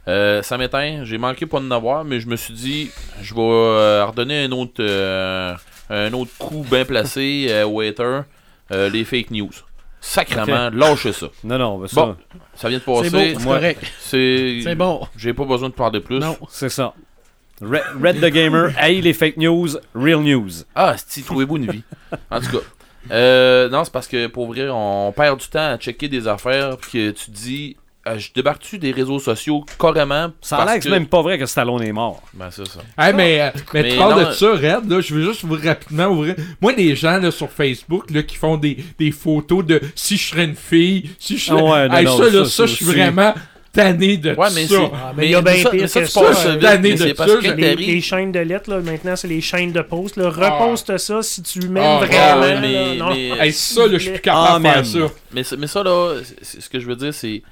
Speaker 2: Euh, ça m'éteint, j'ai manqué pour en avoir, mais je me suis dit, je vais euh, redonner un autre, euh, un autre coup bien placé euh, au hater, euh, les fake news. Sacrement, lâchez ça.
Speaker 1: Non non, ben, ça
Speaker 2: Bon. Ça vient de
Speaker 3: C'est beau,
Speaker 2: passer.
Speaker 3: c'est
Speaker 1: moi-
Speaker 3: correct.
Speaker 2: C'est.
Speaker 3: C'est bon.
Speaker 2: J'ai pas besoin de parler plus.
Speaker 3: Non.
Speaker 1: c'est ça. Red, Red the Gamer haït les fake news, real news.
Speaker 2: Ah, si, trouvez-vous une vie. En tout cas. Euh, non, c'est parce que pour vrai, on perd du temps à checker des affaires puis que tu te dis euh, je débarque-tu des réseaux sociaux carrément
Speaker 1: Ça a
Speaker 2: parce
Speaker 1: l'air que c'est
Speaker 2: que-
Speaker 1: même pas vrai que Stallone est mort.
Speaker 2: Ben, c'est ça.
Speaker 5: Hey, mais, euh, mais,
Speaker 2: Mais
Speaker 5: tu parles
Speaker 2: non,
Speaker 5: de ça, Red, là, je veux juste vous rapidement ouvrir. Moi, des gens là, sur Facebook là, qui font des, des photos de si je serais une fille, si
Speaker 2: Ah
Speaker 5: je serais.
Speaker 1: Ouais, non,
Speaker 5: Hey,
Speaker 1: non,
Speaker 5: ça, là,
Speaker 1: ça,
Speaker 5: ça,
Speaker 1: c'est
Speaker 5: je suis
Speaker 1: aussi-
Speaker 5: vraiment tanné de
Speaker 2: Ouais, mais c'est.
Speaker 5: ça.
Speaker 6: Ah, mais il y a bien
Speaker 2: ça,
Speaker 6: pire
Speaker 2: mais ça,
Speaker 6: que
Speaker 2: tu
Speaker 6: ça,
Speaker 2: passes
Speaker 5: euh,
Speaker 2: vite,
Speaker 5: d'années
Speaker 2: mais
Speaker 5: de
Speaker 2: c'est parce
Speaker 5: ça,
Speaker 2: que
Speaker 5: je-
Speaker 6: Les,
Speaker 2: t'arrives-
Speaker 6: les chaînes de lettres, là, maintenant, c'est les chaînes de posts. Là.
Speaker 5: Ah.
Speaker 6: Reposte ça si tu m'aimes
Speaker 5: Ah, ouais,
Speaker 6: vraiment.
Speaker 2: ouais,
Speaker 6: là.
Speaker 2: mais-
Speaker 6: Non.
Speaker 2: mais-
Speaker 5: Hey, ça, là, je suis plus
Speaker 1: Ah,
Speaker 5: capable de
Speaker 1: man.
Speaker 5: faire ça.
Speaker 2: Mais, ça- mais ça, là, c'est- c'est- ce que je veux dire, c'est.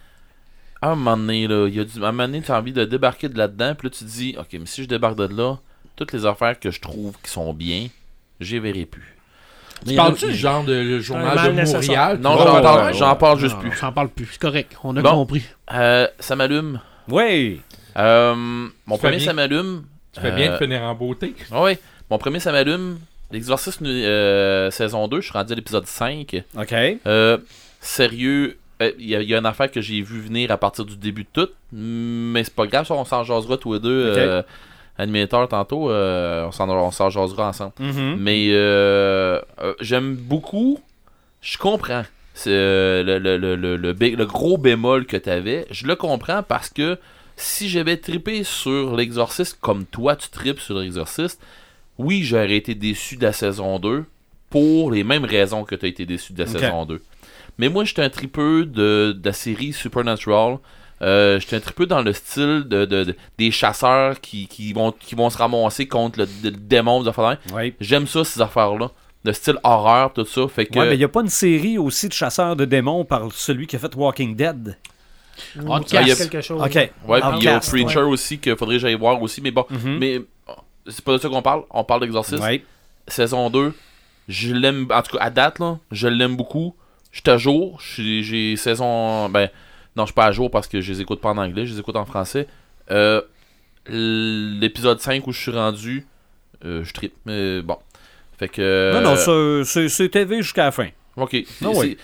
Speaker 2: À un moment donné, là, il y a du- à un moment donné, tu as envie de débarquer de là-dedans, puis là, tu te dis, OK, mais si je débarque de là, toutes les affaires que je trouve qui sont bien, j'y verrai plus. Mais il y en a-
Speaker 5: Parles-tu du genre de le
Speaker 6: mal
Speaker 5: journal de
Speaker 6: nécessaire.
Speaker 5: Montréal?
Speaker 2: Non,
Speaker 5: Ouais,
Speaker 2: j'en
Speaker 5: ouais,
Speaker 2: parle,
Speaker 5: ouais.
Speaker 2: j'en parle juste
Speaker 3: Non,
Speaker 2: plus.
Speaker 3: On s'en parle plus, c'est correct. On a
Speaker 2: Bon.
Speaker 3: compris.
Speaker 2: Euh, ça m'allume.
Speaker 1: Oui.
Speaker 2: Euh, mon
Speaker 5: fais
Speaker 2: premier,
Speaker 5: bien.
Speaker 2: ça m'allume.
Speaker 5: Tu fais
Speaker 2: Euh,
Speaker 5: bien de finir en beauté.
Speaker 2: Ah ouais, mon premier, ça m'allume. L'exorciste euh, saison 2, je suis rendu à l'épisode 5.
Speaker 1: OK.
Speaker 2: Euh, sérieux, euh, il y, a- y a une affaire que j'ai vu venir à partir du début de tout, mais c'est pas grave, ça, on s'en jasera tous les deux,
Speaker 1: Ok.
Speaker 2: euh, animateurs tantôt, euh, on s'en on s'en jasera ensemble.
Speaker 1: Mhm.
Speaker 2: Mais euh, euh, j'aime beaucoup, je comprends c'est, euh, le, le, le, le, le bé- le gros bémol que t'avais, je le comprends parce que si j'avais trippé sur l'exorciste comme toi tu tripes sur l'exorciste, oui, j'aurais été déçu de la saison 2 pour les mêmes raisons que tu as été déçu de la
Speaker 1: Ok.
Speaker 2: saison 2. Mais moi, j'étais un tripeux de, de la série Supernatural. Euh, j'étais un tripeux dans le style de, de- de- des chasseurs qui, qui vont, qui vont se ramasser contre le, le démon. des affaires de même.
Speaker 1: Oui.
Speaker 2: J'aime ça, ces affaires-là. Le style horreur, tout ça. Fait que...
Speaker 1: Ouais, mais il n'y a pas une série aussi de chasseurs de démons par celui qui a fait Walking Dead.
Speaker 6: Ou
Speaker 3: Ah, il
Speaker 6: tu
Speaker 3: y a-
Speaker 6: casses quelque chose.
Speaker 1: OK.
Speaker 2: Ouais, puis il y a
Speaker 1: Outcast,
Speaker 2: Preacher aussi qu'il faudrait que j'aille voir aussi, mais bon.
Speaker 1: Mhm.
Speaker 2: Mais oh, c'est pas de ça qu'on parle, on parle d'Exorciste.
Speaker 1: Oui.
Speaker 2: Saison 2, je l'aime, en tout cas à date, là, je l'aime beaucoup. Je suis à jour, je suis- j'ai saison. Ben, non, je suis pas à jour parce que je les écoute pas en anglais, je les écoute en français. Euh, L'épisode 5 où je suis rendu, euh, je tripe, mais bon. Fait que.
Speaker 1: Non, non, c'est- c'est- c'est TV jusqu'à la fin.
Speaker 2: Ok.
Speaker 1: Ah
Speaker 2: C'est-
Speaker 1: ouais.
Speaker 2: c'est-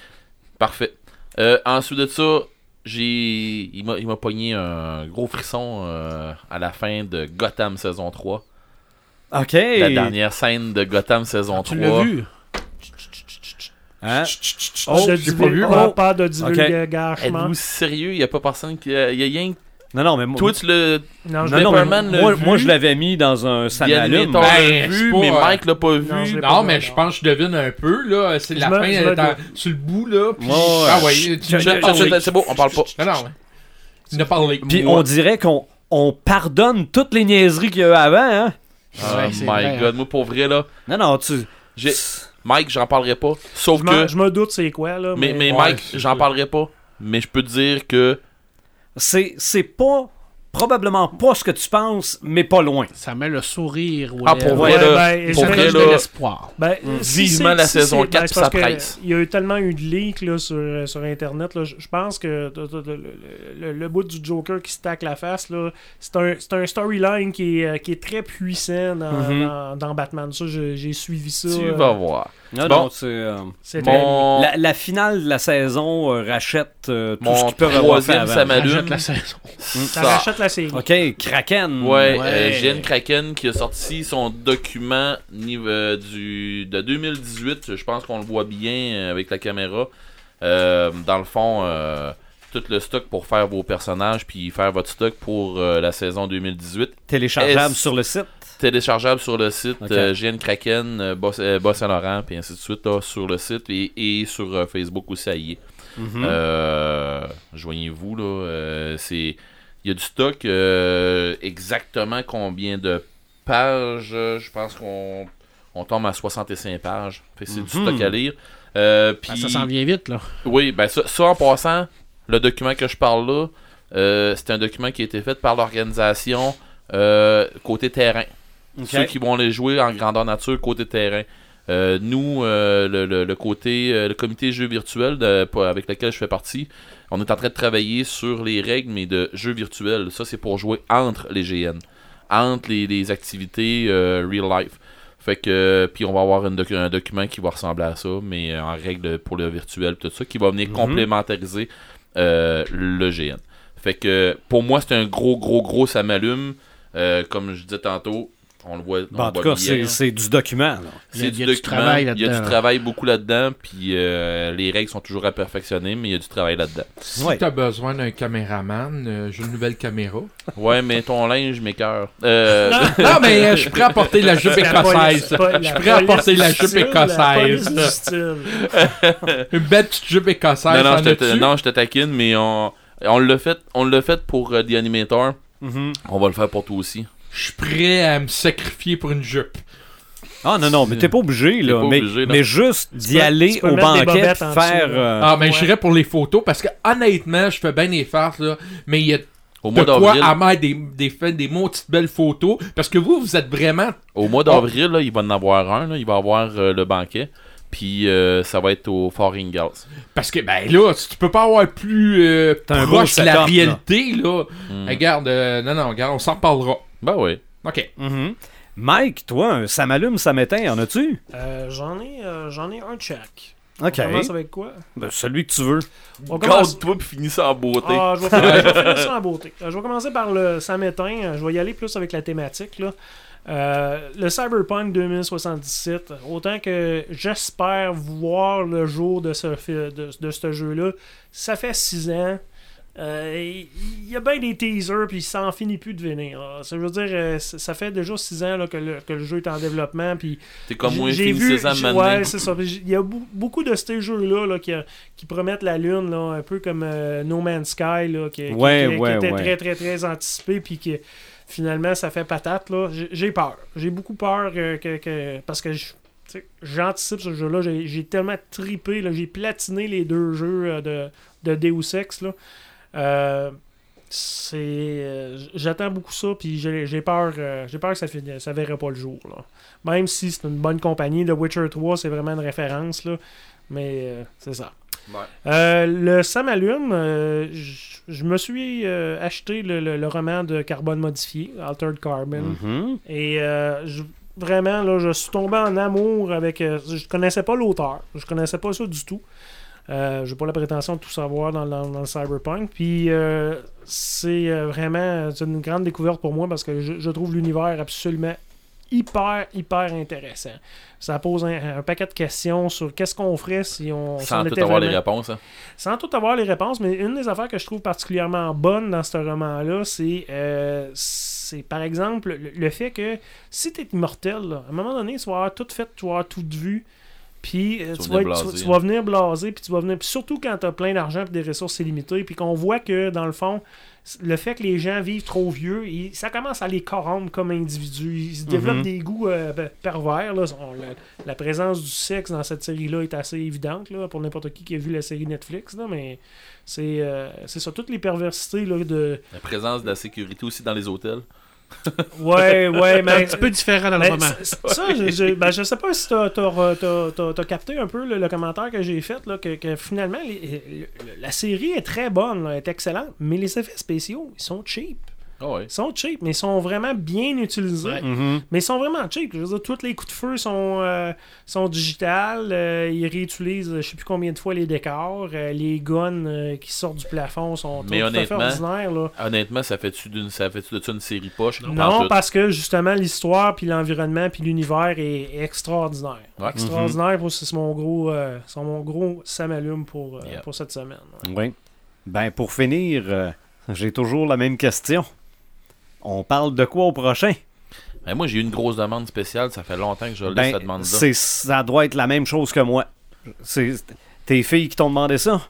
Speaker 2: Parfait. Euh, ensuite de ça, j'ai il m'a il m'a pogné un gros frisson euh, à la fin de Gotham saison 3.
Speaker 1: OK.
Speaker 2: La dernière scène de Gotham saison
Speaker 3: Tu
Speaker 2: 3.
Speaker 3: l'as vu?
Speaker 1: Hein?
Speaker 6: Pas
Speaker 1: Oh,
Speaker 6: de
Speaker 5: j'ai pas
Speaker 6: divul-
Speaker 5: vu,
Speaker 6: pas-
Speaker 1: moi.
Speaker 6: pas de divulgachement.
Speaker 2: Êtes-vous sérieux? Il a pas personne qui. Il a rien que
Speaker 1: Non, non, mais moi,
Speaker 2: toi, tu le.
Speaker 6: Non, je
Speaker 1: non,
Speaker 6: l'ai
Speaker 1: non,
Speaker 6: pas
Speaker 1: mais
Speaker 6: vu.
Speaker 2: Superman l'a
Speaker 1: moi,
Speaker 2: vu.
Speaker 1: moi, je l'avais mis dans un
Speaker 2: Il a
Speaker 1: salalume.
Speaker 2: l'on l'a
Speaker 5: Ben,
Speaker 2: vu,
Speaker 5: c'est
Speaker 2: mais
Speaker 5: pas, euh,
Speaker 2: Mike l'a pas vu.
Speaker 6: Non, je l'ai pas
Speaker 5: Non,
Speaker 6: vu,
Speaker 5: mais je pense que je devine un peu, là. C'est la
Speaker 6: Je me-
Speaker 5: fin,
Speaker 6: je
Speaker 5: elle
Speaker 6: me
Speaker 5: est en-
Speaker 6: doute.
Speaker 5: sur le bout, là. puis-
Speaker 1: Ouais, ouais.
Speaker 5: Ah ouais, tu
Speaker 1: Je-
Speaker 5: nous as
Speaker 1: je-
Speaker 5: parlé.
Speaker 2: C'est beau, on parle pas.
Speaker 5: Non, non, ouais. Tu nous as parlé.
Speaker 1: Puis
Speaker 5: Moi.
Speaker 1: on dirait qu'on on pardonne toutes les niaiseries qu'il y a eu avant. Hein?
Speaker 2: Oh
Speaker 3: Ouais,
Speaker 2: my
Speaker 3: c'est vrai, hein.
Speaker 2: god, moi pour vrai là.
Speaker 1: Non, non, tu...
Speaker 2: j'ai- Mike, j'en parlerai pas. Sauf
Speaker 6: Je
Speaker 2: que.
Speaker 6: m'en- Je me doute c'est quoi, là.
Speaker 2: Mais, mais
Speaker 5: Ouais,
Speaker 2: Mike,
Speaker 5: c'est
Speaker 2: j'en
Speaker 5: ça.
Speaker 2: parlerai pas. Mais je peux te dire que.
Speaker 1: C'est c'est pas... Probablement pas ce que tu penses, mais pas loin.
Speaker 3: Ça met le sourire aux
Speaker 2: Ah, pour
Speaker 3: lèvres.
Speaker 2: vrai,
Speaker 6: Ouais,
Speaker 2: là,
Speaker 6: ben,
Speaker 2: pour
Speaker 3: Ça
Speaker 6: je-
Speaker 2: vrai,
Speaker 3: rajoute
Speaker 2: là,
Speaker 3: de l'espoir.
Speaker 6: Ben,
Speaker 5: Mm.
Speaker 2: Vivement
Speaker 6: c'est-
Speaker 2: la saison
Speaker 6: c'est- ben,
Speaker 2: 4,
Speaker 6: c'est
Speaker 2: ça
Speaker 6: parce que
Speaker 2: presse.
Speaker 6: Il y a eu tellement eu de leaks là, sur, euh, sur Internet. là, je je pense que t- t- t- le, le- le bout du Joker qui se tacle la face, là, c'est un, c'est un storyline qui est, euh, qui est très puissant dans,
Speaker 1: Mhm.
Speaker 6: dans- dans Batman. Ça, je- j'ai suivi ça.
Speaker 2: Tu
Speaker 6: euh,
Speaker 2: vas voir.
Speaker 1: Non,
Speaker 2: Bon.
Speaker 1: non, c'est... euh,
Speaker 6: c'est très-
Speaker 2: Mon,
Speaker 1: La, la finale de la saison euh, rachète euh, tout
Speaker 2: mon
Speaker 1: ce qu'ils peuvent avoir fait
Speaker 2: troisième,
Speaker 1: avant.
Speaker 2: ça m'allume.
Speaker 3: Rajoute la saison.
Speaker 2: Ça-
Speaker 6: Ça rachète la série.
Speaker 1: OK, Kraken.
Speaker 2: Ouais,
Speaker 3: Ouais.
Speaker 2: euh, Gene Kraken qui a sorti son document nive- euh, du, de 2018. Je pense qu'on le voit bien euh, avec la caméra. Euh, dans le fond, euh, tout le stock pour faire vos personnages puis faire votre stock pour euh, la saison 2018.
Speaker 1: Téléchargeable
Speaker 2: Est-ce-
Speaker 1: sur le site.
Speaker 2: téléchargeable sur le site
Speaker 1: Ok.
Speaker 2: euh, GN Kraken, euh, Boss, euh, Boss and Laurent, puis ainsi de suite, là, sur le site et, et sur euh, Facebook aussi à IE.
Speaker 1: Mhm.
Speaker 2: Euh, Joignez-vous, là. euh, c'est Il y a du stock. euh, exactement combien de pages euh, Je pense qu'on on tombe à 65 pages. Fait que C'est
Speaker 1: Mhm.
Speaker 2: du stock à lire. Euh,
Speaker 3: Ben,
Speaker 2: puis-
Speaker 3: ça s'en vient vite, là.
Speaker 2: oui, ben ça, ça, en passant, le document que je parle là, euh, c'est un document qui a été fait par l'organisation euh, côté terrain. Ceux qui vont les jouer en grandeur nature côté terrain. Euh, nous, euh, le, le- le côté, euh, le comité jeux virtuels de- pour- avec lequel je fais partie, on est en train de travailler sur les règles, mais de jeux virtuels. Ça, c'est pour jouer entre les GN, entre les, les activités euh, real life. Fait que, euh, puis on va avoir une docu- un document qui va ressembler à ça, mais euh, en règle pour le virtuel, tout ça, qui va venir complémentariser euh, le GN. Fait que, pour moi, c'est un gros, gros, gros, ça m'allume. Euh, comme je disais tantôt, on le voit. on
Speaker 1: Bon, Bah, en
Speaker 2: le
Speaker 1: tout
Speaker 2: voit
Speaker 1: cas,
Speaker 2: bien.
Speaker 1: c'est c'est du document. là.
Speaker 3: Il y a-
Speaker 2: C'est
Speaker 3: il y
Speaker 2: du
Speaker 3: a du
Speaker 2: document.
Speaker 3: travail
Speaker 2: Il y a
Speaker 3: là-dedans.
Speaker 2: du travail beaucoup là-dedans, puis euh, les règles sont toujours à perfectionner, mais il y a du travail là-dedans.
Speaker 5: Si
Speaker 1: Ouais.
Speaker 5: t'as besoin d'un caméraman, euh, j'ai une nouvelle caméra.
Speaker 2: Ouais, mais ton linge, mes cœurs. Euh,
Speaker 5: non, mais euh, je suis prêt à porter la jupe
Speaker 6: La police-
Speaker 5: écossaise.
Speaker 6: pas-
Speaker 5: Je
Speaker 6: la
Speaker 5: suis prêt à
Speaker 6: police
Speaker 5: porter la
Speaker 6: du
Speaker 5: jupe
Speaker 6: style, la police du
Speaker 5: écossaise.
Speaker 6: style.
Speaker 5: Une belle petite jupe écossaise.
Speaker 2: non, non,
Speaker 5: t'en
Speaker 2: je te,
Speaker 5: as-tu?
Speaker 2: non, je te taquine, mais on, on l'a fait, on l'a fait pour euh, The Animator.
Speaker 1: Mhm.
Speaker 2: On va le faire pour toi aussi.
Speaker 5: Je suis prêt à me sacrifier pour une jupe.
Speaker 1: Ah non, non, mais t'es pas obligé, là.
Speaker 2: pas
Speaker 1: mais,
Speaker 2: obligé, là.
Speaker 1: mais juste d'y
Speaker 6: peux-
Speaker 1: aller
Speaker 6: tu peux
Speaker 1: au
Speaker 6: mettre des
Speaker 1: banquet,
Speaker 6: bobettes en dessous,
Speaker 1: faire.
Speaker 6: là.
Speaker 1: euh,
Speaker 5: Ah, mais
Speaker 6: ouais.
Speaker 5: j'irais pour les photos parce que honnêtement, je fais bien des farces, là. Mais il y a
Speaker 2: Au
Speaker 5: de
Speaker 2: mois
Speaker 5: quoi à
Speaker 2: d'avril,
Speaker 5: mettre des, des, fait- des maudites belles photos. Parce que vous, vous êtes vraiment.
Speaker 2: au mois d'avril, là, il va en avoir un. là, il va avoir euh, le banquet, puis euh, ça va être au Fort Ingalls.
Speaker 5: Parce que, ben là, tu peux pas avoir plus euh,
Speaker 1: T'as un
Speaker 5: proche
Speaker 1: beau
Speaker 5: de la
Speaker 1: setup,
Speaker 5: réalité, là.
Speaker 2: Mm.
Speaker 5: Regarde, euh, non, non, regarde, on s'en reparlera.
Speaker 2: Ben oui.
Speaker 5: Ok.
Speaker 1: mhm. Mike, toi, un ça m'allume, ça m'éteint, en as-tu?
Speaker 6: Euh, J'en ai, euh, j'en ai un check.
Speaker 1: Ok.
Speaker 6: On commence avec quoi
Speaker 1: Ben, celui que tu veux.
Speaker 6: On commence.
Speaker 2: Garde-toi puis finis ça en beauté.
Speaker 6: Ah, je vais faire- je vais finir ça en beauté. Euh, Je vais commencer par le samétain. Euh, Je vais y aller plus avec la thématique. Là. Euh, le Cyberpunk 2077, autant que j'espère voir le jour de ce, fi- de, de ce jeu-là, ça fait 6 ans. Euh, Il y a bien des teasers, puis ça en finit plus de venir. là. Ça veut dire, euh, c- ça fait déjà 6 ans là, que, le, que le jeu est en développement, puis
Speaker 2: T'es comme
Speaker 6: j'ai-
Speaker 2: moi,
Speaker 6: j'ai
Speaker 2: finis
Speaker 6: vu,
Speaker 2: ça
Speaker 6: j'ai-
Speaker 2: maintenant.
Speaker 6: ouais, c'est ça. Puis j'ai- Il y a bou- beaucoup de ces jeux-là là, qui, euh, qui promettent la lune, là, un peu comme euh, No Man's Sky, là, qui, qui-
Speaker 1: Ouais,
Speaker 6: qui- qui
Speaker 1: ouais,
Speaker 6: était
Speaker 1: ouais.
Speaker 6: très, très, très anticipé, puis que finalement, ça fait patate. là. J'ai- J'ai peur. J'ai beaucoup peur euh, que, que- parce que je- tu sais, j'anticipe ce jeu-là. J'ai j'ai tellement tripé, là, j'ai platiné les deux jeux euh, de, de Deus Ex. Là. Euh, c'est euh, j- j'attends beaucoup ça puis j'ai j'ai peur euh, j'ai peur que ça finisse, ça verra pas le jour là. même si c'est une bonne compagnie The Witcher 3 c'est vraiment une référence là mais euh, c'est ça
Speaker 2: Ouais.
Speaker 6: Euh, le Sam Allume, euh, j- je me suis euh, acheté le, le- le roman de Carbone Modifié, Altered Carbon.
Speaker 1: Mhm.
Speaker 6: Et euh, je- vraiment, là, je suis tombé en amour avec. euh, je connaissais pas l'auteur. Je connaissais pas ça du tout. Euh, J'ai pas la prétention de tout savoir dans, dans- dans le cyberpunk. Puis euh, c'est euh, vraiment c'est une grande découverte pour moi parce que je, je trouve l'univers absolument hyper, hyper intéressant. Ça pose un, un paquet de questions sur qu'est-ce qu'on ferait si on, si
Speaker 2: Sans
Speaker 6: on
Speaker 2: tout
Speaker 6: était
Speaker 2: avoir les
Speaker 6: vraiment-
Speaker 2: réponses. hein.
Speaker 6: sans tout avoir les réponses, mais une des affaires que je trouve particulièrement bonne dans ce roman-là, c'est, euh, c'est par exemple le, le fait que si tu es immortel, là, à un moment donné, tu vas avoir tout fait, tu vas avoir tout vu, puis euh,
Speaker 2: Tu vas
Speaker 6: tu, vas
Speaker 2: venir
Speaker 6: être-
Speaker 2: blasé,
Speaker 6: tu vas- tu
Speaker 2: hein.
Speaker 6: vas venir blaser, puis tu vas venir. puis surtout quand tu as plein d'argent et des ressources illimitées, puis qu'on voit que dans le fond, c- le fait que les gens vivent trop vieux, ils- ça commence à les corrompre comme individus. Ils se développent
Speaker 1: Mhm.
Speaker 6: des goûts euh, ben, pervers. là. On- la, la présence du sexe dans cette série-là est assez évidente là, pour n'importe qui qui a vu la série Netflix. là, mais c'est euh, c'est ça, toutes les perversités là, de.
Speaker 2: La présence de la sécurité aussi dans les hôtels.
Speaker 6: Ouais, ouais,
Speaker 3: Mais (laughs) un
Speaker 6: mais.
Speaker 3: petit peu différent dans le
Speaker 6: mais
Speaker 3: roman.
Speaker 6: c- c- ça, je, je- ben, je sais pas si t'as t'as re- t'as- t'as- t'as capté un peu le, le commentaire que j'ai fait, là, que, que finalement, les- le- le- la série est très bonne, là, elle est excellente, mais les effets spéciaux, ils sont cheap.
Speaker 2: Ah ouais.
Speaker 6: Ils sont cheap, mais ils sont vraiment bien utilisés.
Speaker 1: Mhm.
Speaker 6: Mais ils sont vraiment cheap. Je veux dire, tous les coups de feu sont, euh, sont digitales. euh, ils réutilisent euh, je sais plus combien de fois les décors. euh, les guns euh, qui sortent du plafond sont
Speaker 2: Mais
Speaker 6: tout à fait
Speaker 2: honnêtement,
Speaker 6: ordinaires. Là.
Speaker 2: Honnêtement, ça fait-tu d'une, ça fait-tu de ça une série poche?
Speaker 6: Non, parce que justement, l'histoire, puis l'environnement, puis l'univers est extraordinaire.
Speaker 2: Ouais. Mm-hmm.
Speaker 6: Extraordinaire, pour- c'est mon gros, euh, c'est mon gros ça m'allume pour, euh,
Speaker 2: Yeah.
Speaker 6: pour cette semaine. ouais.
Speaker 1: Oui. Ben, pour finir, euh, j'ai toujours la même question. On parle de quoi au prochain?
Speaker 2: Ben, moi, j'ai eu une grosse demande spéciale. Ça fait longtemps que je laisse
Speaker 1: Ben,
Speaker 2: cette demande-là.
Speaker 1: c'est- ça doit être la même chose que moi. C'est tes filles qui t'ont demandé ça.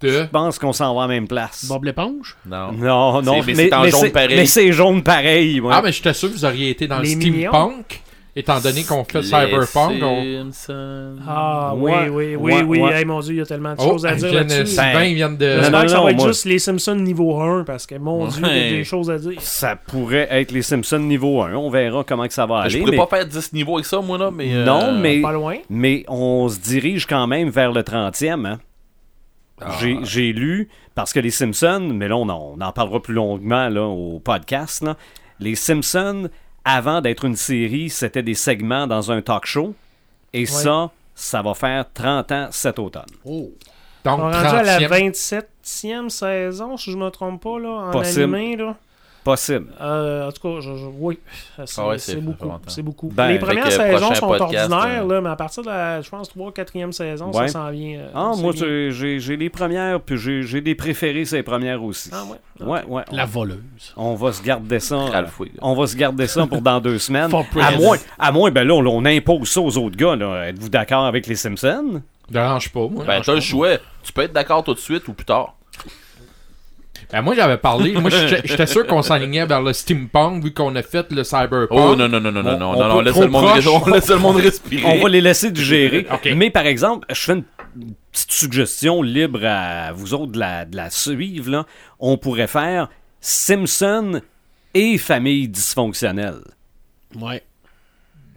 Speaker 5: De...
Speaker 1: Je pense qu'on s'en va à la même place.
Speaker 3: Bob l'éponge.
Speaker 2: Non.
Speaker 1: Non, non,
Speaker 2: C'est- mais c'est en jaune
Speaker 1: c'est-
Speaker 2: pareil.
Speaker 1: mais c'est jaune pareil. ouais.
Speaker 5: Ah, mais je t'assure, vous auriez été dans
Speaker 6: Les
Speaker 5: le
Speaker 6: mignons.
Speaker 5: steampunk, étant donné qu'on fait cyberpunk. on-
Speaker 2: Simpson.
Speaker 6: Ah,
Speaker 1: Ouais,
Speaker 6: oui, oui,
Speaker 1: ouais,
Speaker 6: oui, oui.
Speaker 1: ouais.
Speaker 6: Hey, mon Dieu, il y a tellement de
Speaker 5: Oh,
Speaker 6: choses à dire
Speaker 5: Jen,
Speaker 6: là-dessus.
Speaker 1: ça-
Speaker 5: Sylvain, ils viennent de.
Speaker 1: Non,
Speaker 6: Euh, J'espère
Speaker 1: non,
Speaker 6: que ça
Speaker 1: non,
Speaker 6: va être
Speaker 1: moi-
Speaker 6: juste les Simpsons niveau 1 parce que mon Dieu, il y a
Speaker 2: Ouais.
Speaker 6: des choses à dire.
Speaker 1: Ça pourrait être les Simpsons niveau 1. On verra comment que ça va
Speaker 2: Ben,
Speaker 1: aller.
Speaker 2: je pourrais
Speaker 1: mais-
Speaker 2: pas faire 10 niveaux avec ça, moi, là, mais. euh,
Speaker 1: Non, mais,
Speaker 6: Pas loin.
Speaker 1: mais on se dirige quand même vers le 30e. hein. J'ai- J'ai lu, parce que les Simpsons, mais là, on en, on en parlera plus longuement là, au podcast. là. Les Simpsons, avant d'être une série, c'était des segments dans un talk show. Et ça, ça va faire 30 ans cet automne.
Speaker 3: Oh.
Speaker 5: Donc,
Speaker 6: On est rendu à la
Speaker 5: 30e.
Speaker 6: 27e saison, si je me trompe pas, là, en
Speaker 1: Possible.
Speaker 6: animé. Là.
Speaker 1: Possible.
Speaker 6: Euh, en tout cas, je- je- oui, c'est
Speaker 2: Ah ouais, c'est-
Speaker 6: c'est
Speaker 2: ça fait
Speaker 6: beaucoup.
Speaker 2: longtemps.
Speaker 6: C'est beaucoup.
Speaker 1: Ben,
Speaker 6: Les
Speaker 1: fait
Speaker 6: premières
Speaker 2: que
Speaker 6: saisons
Speaker 2: prochain
Speaker 6: sont
Speaker 2: podcast,
Speaker 6: ordinaires,
Speaker 2: euh,
Speaker 6: là, mais à partir de la, je pense, 3 4e saison,
Speaker 1: Ouais.
Speaker 6: ça s'en vient. euh,
Speaker 1: Ah,
Speaker 6: c'est
Speaker 1: moi,
Speaker 6: bien.
Speaker 1: j'ai- j'ai j'ai les premières, puis j'ai j'ai des préférés, ces premières aussi.
Speaker 6: Ah, ouais.
Speaker 1: Ouais, ouais.
Speaker 3: La voleuse.
Speaker 1: On va se garder ça. euh,
Speaker 2: Ralph Wiggum.
Speaker 1: On va se garder ça pour dans deux semaines.
Speaker 3: For
Speaker 1: À
Speaker 3: president.
Speaker 1: moins, à moins, ben là, on, on impose ça aux autres gars. là. Êtes-vous d'accord avec les Simpsons?
Speaker 5: Dérange pas, moi.
Speaker 2: Ben, t'as le choix. Tu peux être d'accord tout de suite ou plus tard.
Speaker 5: Ben, moi, j'avais parlé. Moi, j'étais j'étais sûr qu'on s'alignait vers le steampunk vu qu'on a fait le cyberpunk.
Speaker 2: Oh non, non, non, non, non, non,
Speaker 5: on
Speaker 2: non,
Speaker 5: peut
Speaker 2: laisse
Speaker 5: trop
Speaker 2: le monde
Speaker 5: proche.
Speaker 2: respirer. On (laughs) laisse le monde
Speaker 1: On va
Speaker 2: respirer.
Speaker 1: les laisser digérer.
Speaker 5: (laughs) Ok.
Speaker 1: Mais par exemple, je fais une petite suggestion libre à vous autres de la, de la suivre. là. On pourrait faire Simpson et famille dysfonctionnelle.
Speaker 3: Ouais.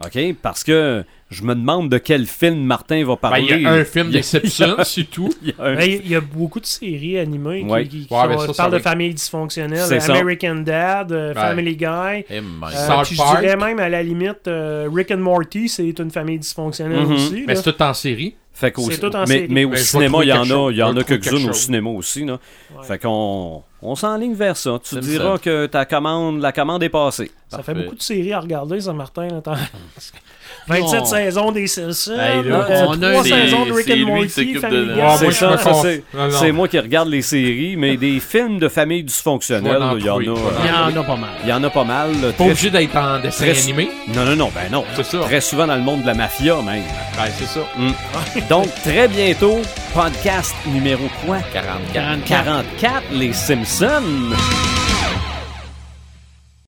Speaker 1: OK? Parce que je me demande de quel film Martin va
Speaker 5: Ben,
Speaker 1: parler.
Speaker 5: il y a un film des Ben, Simpsons, c'est tout.
Speaker 1: Il y a un-
Speaker 6: Mais Il y a beaucoup de séries animées qui-
Speaker 1: Ouais.
Speaker 6: qui, qui
Speaker 5: Ouais, mais
Speaker 6: sont-
Speaker 5: ça, ça
Speaker 6: parlent de
Speaker 5: va-
Speaker 6: familles dysfonctionnelles.
Speaker 1: C'est ça.
Speaker 6: American Dad, euh, Family Guy.
Speaker 2: Eh, my
Speaker 6: euh,
Speaker 5: South
Speaker 6: puis je
Speaker 5: Park.
Speaker 6: dirais même à la limite euh, Rick and Morty, c'est une famille dysfonctionnelle
Speaker 1: Mhm.
Speaker 6: aussi.
Speaker 5: Mais
Speaker 6: là.
Speaker 5: c'est tout en série.
Speaker 1: Fait qu'au-
Speaker 6: C'est tout en
Speaker 1: mais,
Speaker 6: série.
Speaker 1: mais au
Speaker 5: Ben, je vais
Speaker 1: cinéma,
Speaker 5: trouver
Speaker 1: il y en
Speaker 5: quelque
Speaker 1: a,
Speaker 5: chose.
Speaker 1: il y en
Speaker 5: Je
Speaker 1: a
Speaker 5: vais trouver
Speaker 1: quelques-unes
Speaker 5: quelque
Speaker 1: au
Speaker 5: chose.
Speaker 1: cinéma aussi. là.
Speaker 6: Ouais.
Speaker 1: Fait qu'on on s'enligne vers ça. Tu
Speaker 2: Simpson.
Speaker 1: diras que ta commande, la commande est passée.
Speaker 6: ça
Speaker 2: Parfait.
Speaker 6: fait beaucoup de séries à regarder, ça, Martin. là, t'en- 27
Speaker 3: Non.
Speaker 6: saisons des Simpsons,
Speaker 3: Hey, là,
Speaker 6: euh,
Speaker 3: on a
Speaker 6: trois
Speaker 3: un-
Speaker 6: saisons de Rick
Speaker 2: c'est
Speaker 6: and
Speaker 2: lui qui
Speaker 6: Morty,
Speaker 2: s'occupe de-
Speaker 6: Family
Speaker 2: Ouais,
Speaker 6: Guy.
Speaker 5: Ah,
Speaker 1: moi,
Speaker 6: euh,
Speaker 1: je me concentre.
Speaker 5: C'est Non, non.
Speaker 1: C'est moi qui regarde les séries, mais des films de famille dysfonctionnelle,
Speaker 5: Je vais en
Speaker 1: là, il y en
Speaker 5: trouver, je vais en
Speaker 3: Il y
Speaker 1: a.
Speaker 3: en a pas mal.
Speaker 1: Il y en a pas mal. là,
Speaker 5: Pas
Speaker 1: très-
Speaker 5: obligé d'être en dessin
Speaker 1: Très-
Speaker 5: animé.
Speaker 1: Non, non, non, ben non.
Speaker 5: C'est ça.
Speaker 1: Très souvent dans le monde de la mafia, même.
Speaker 5: Ben, c'est ça.
Speaker 1: Donc, très bientôt, podcast numéro quoi?
Speaker 2: 44.
Speaker 3: 44.
Speaker 1: 44, les Simpsons.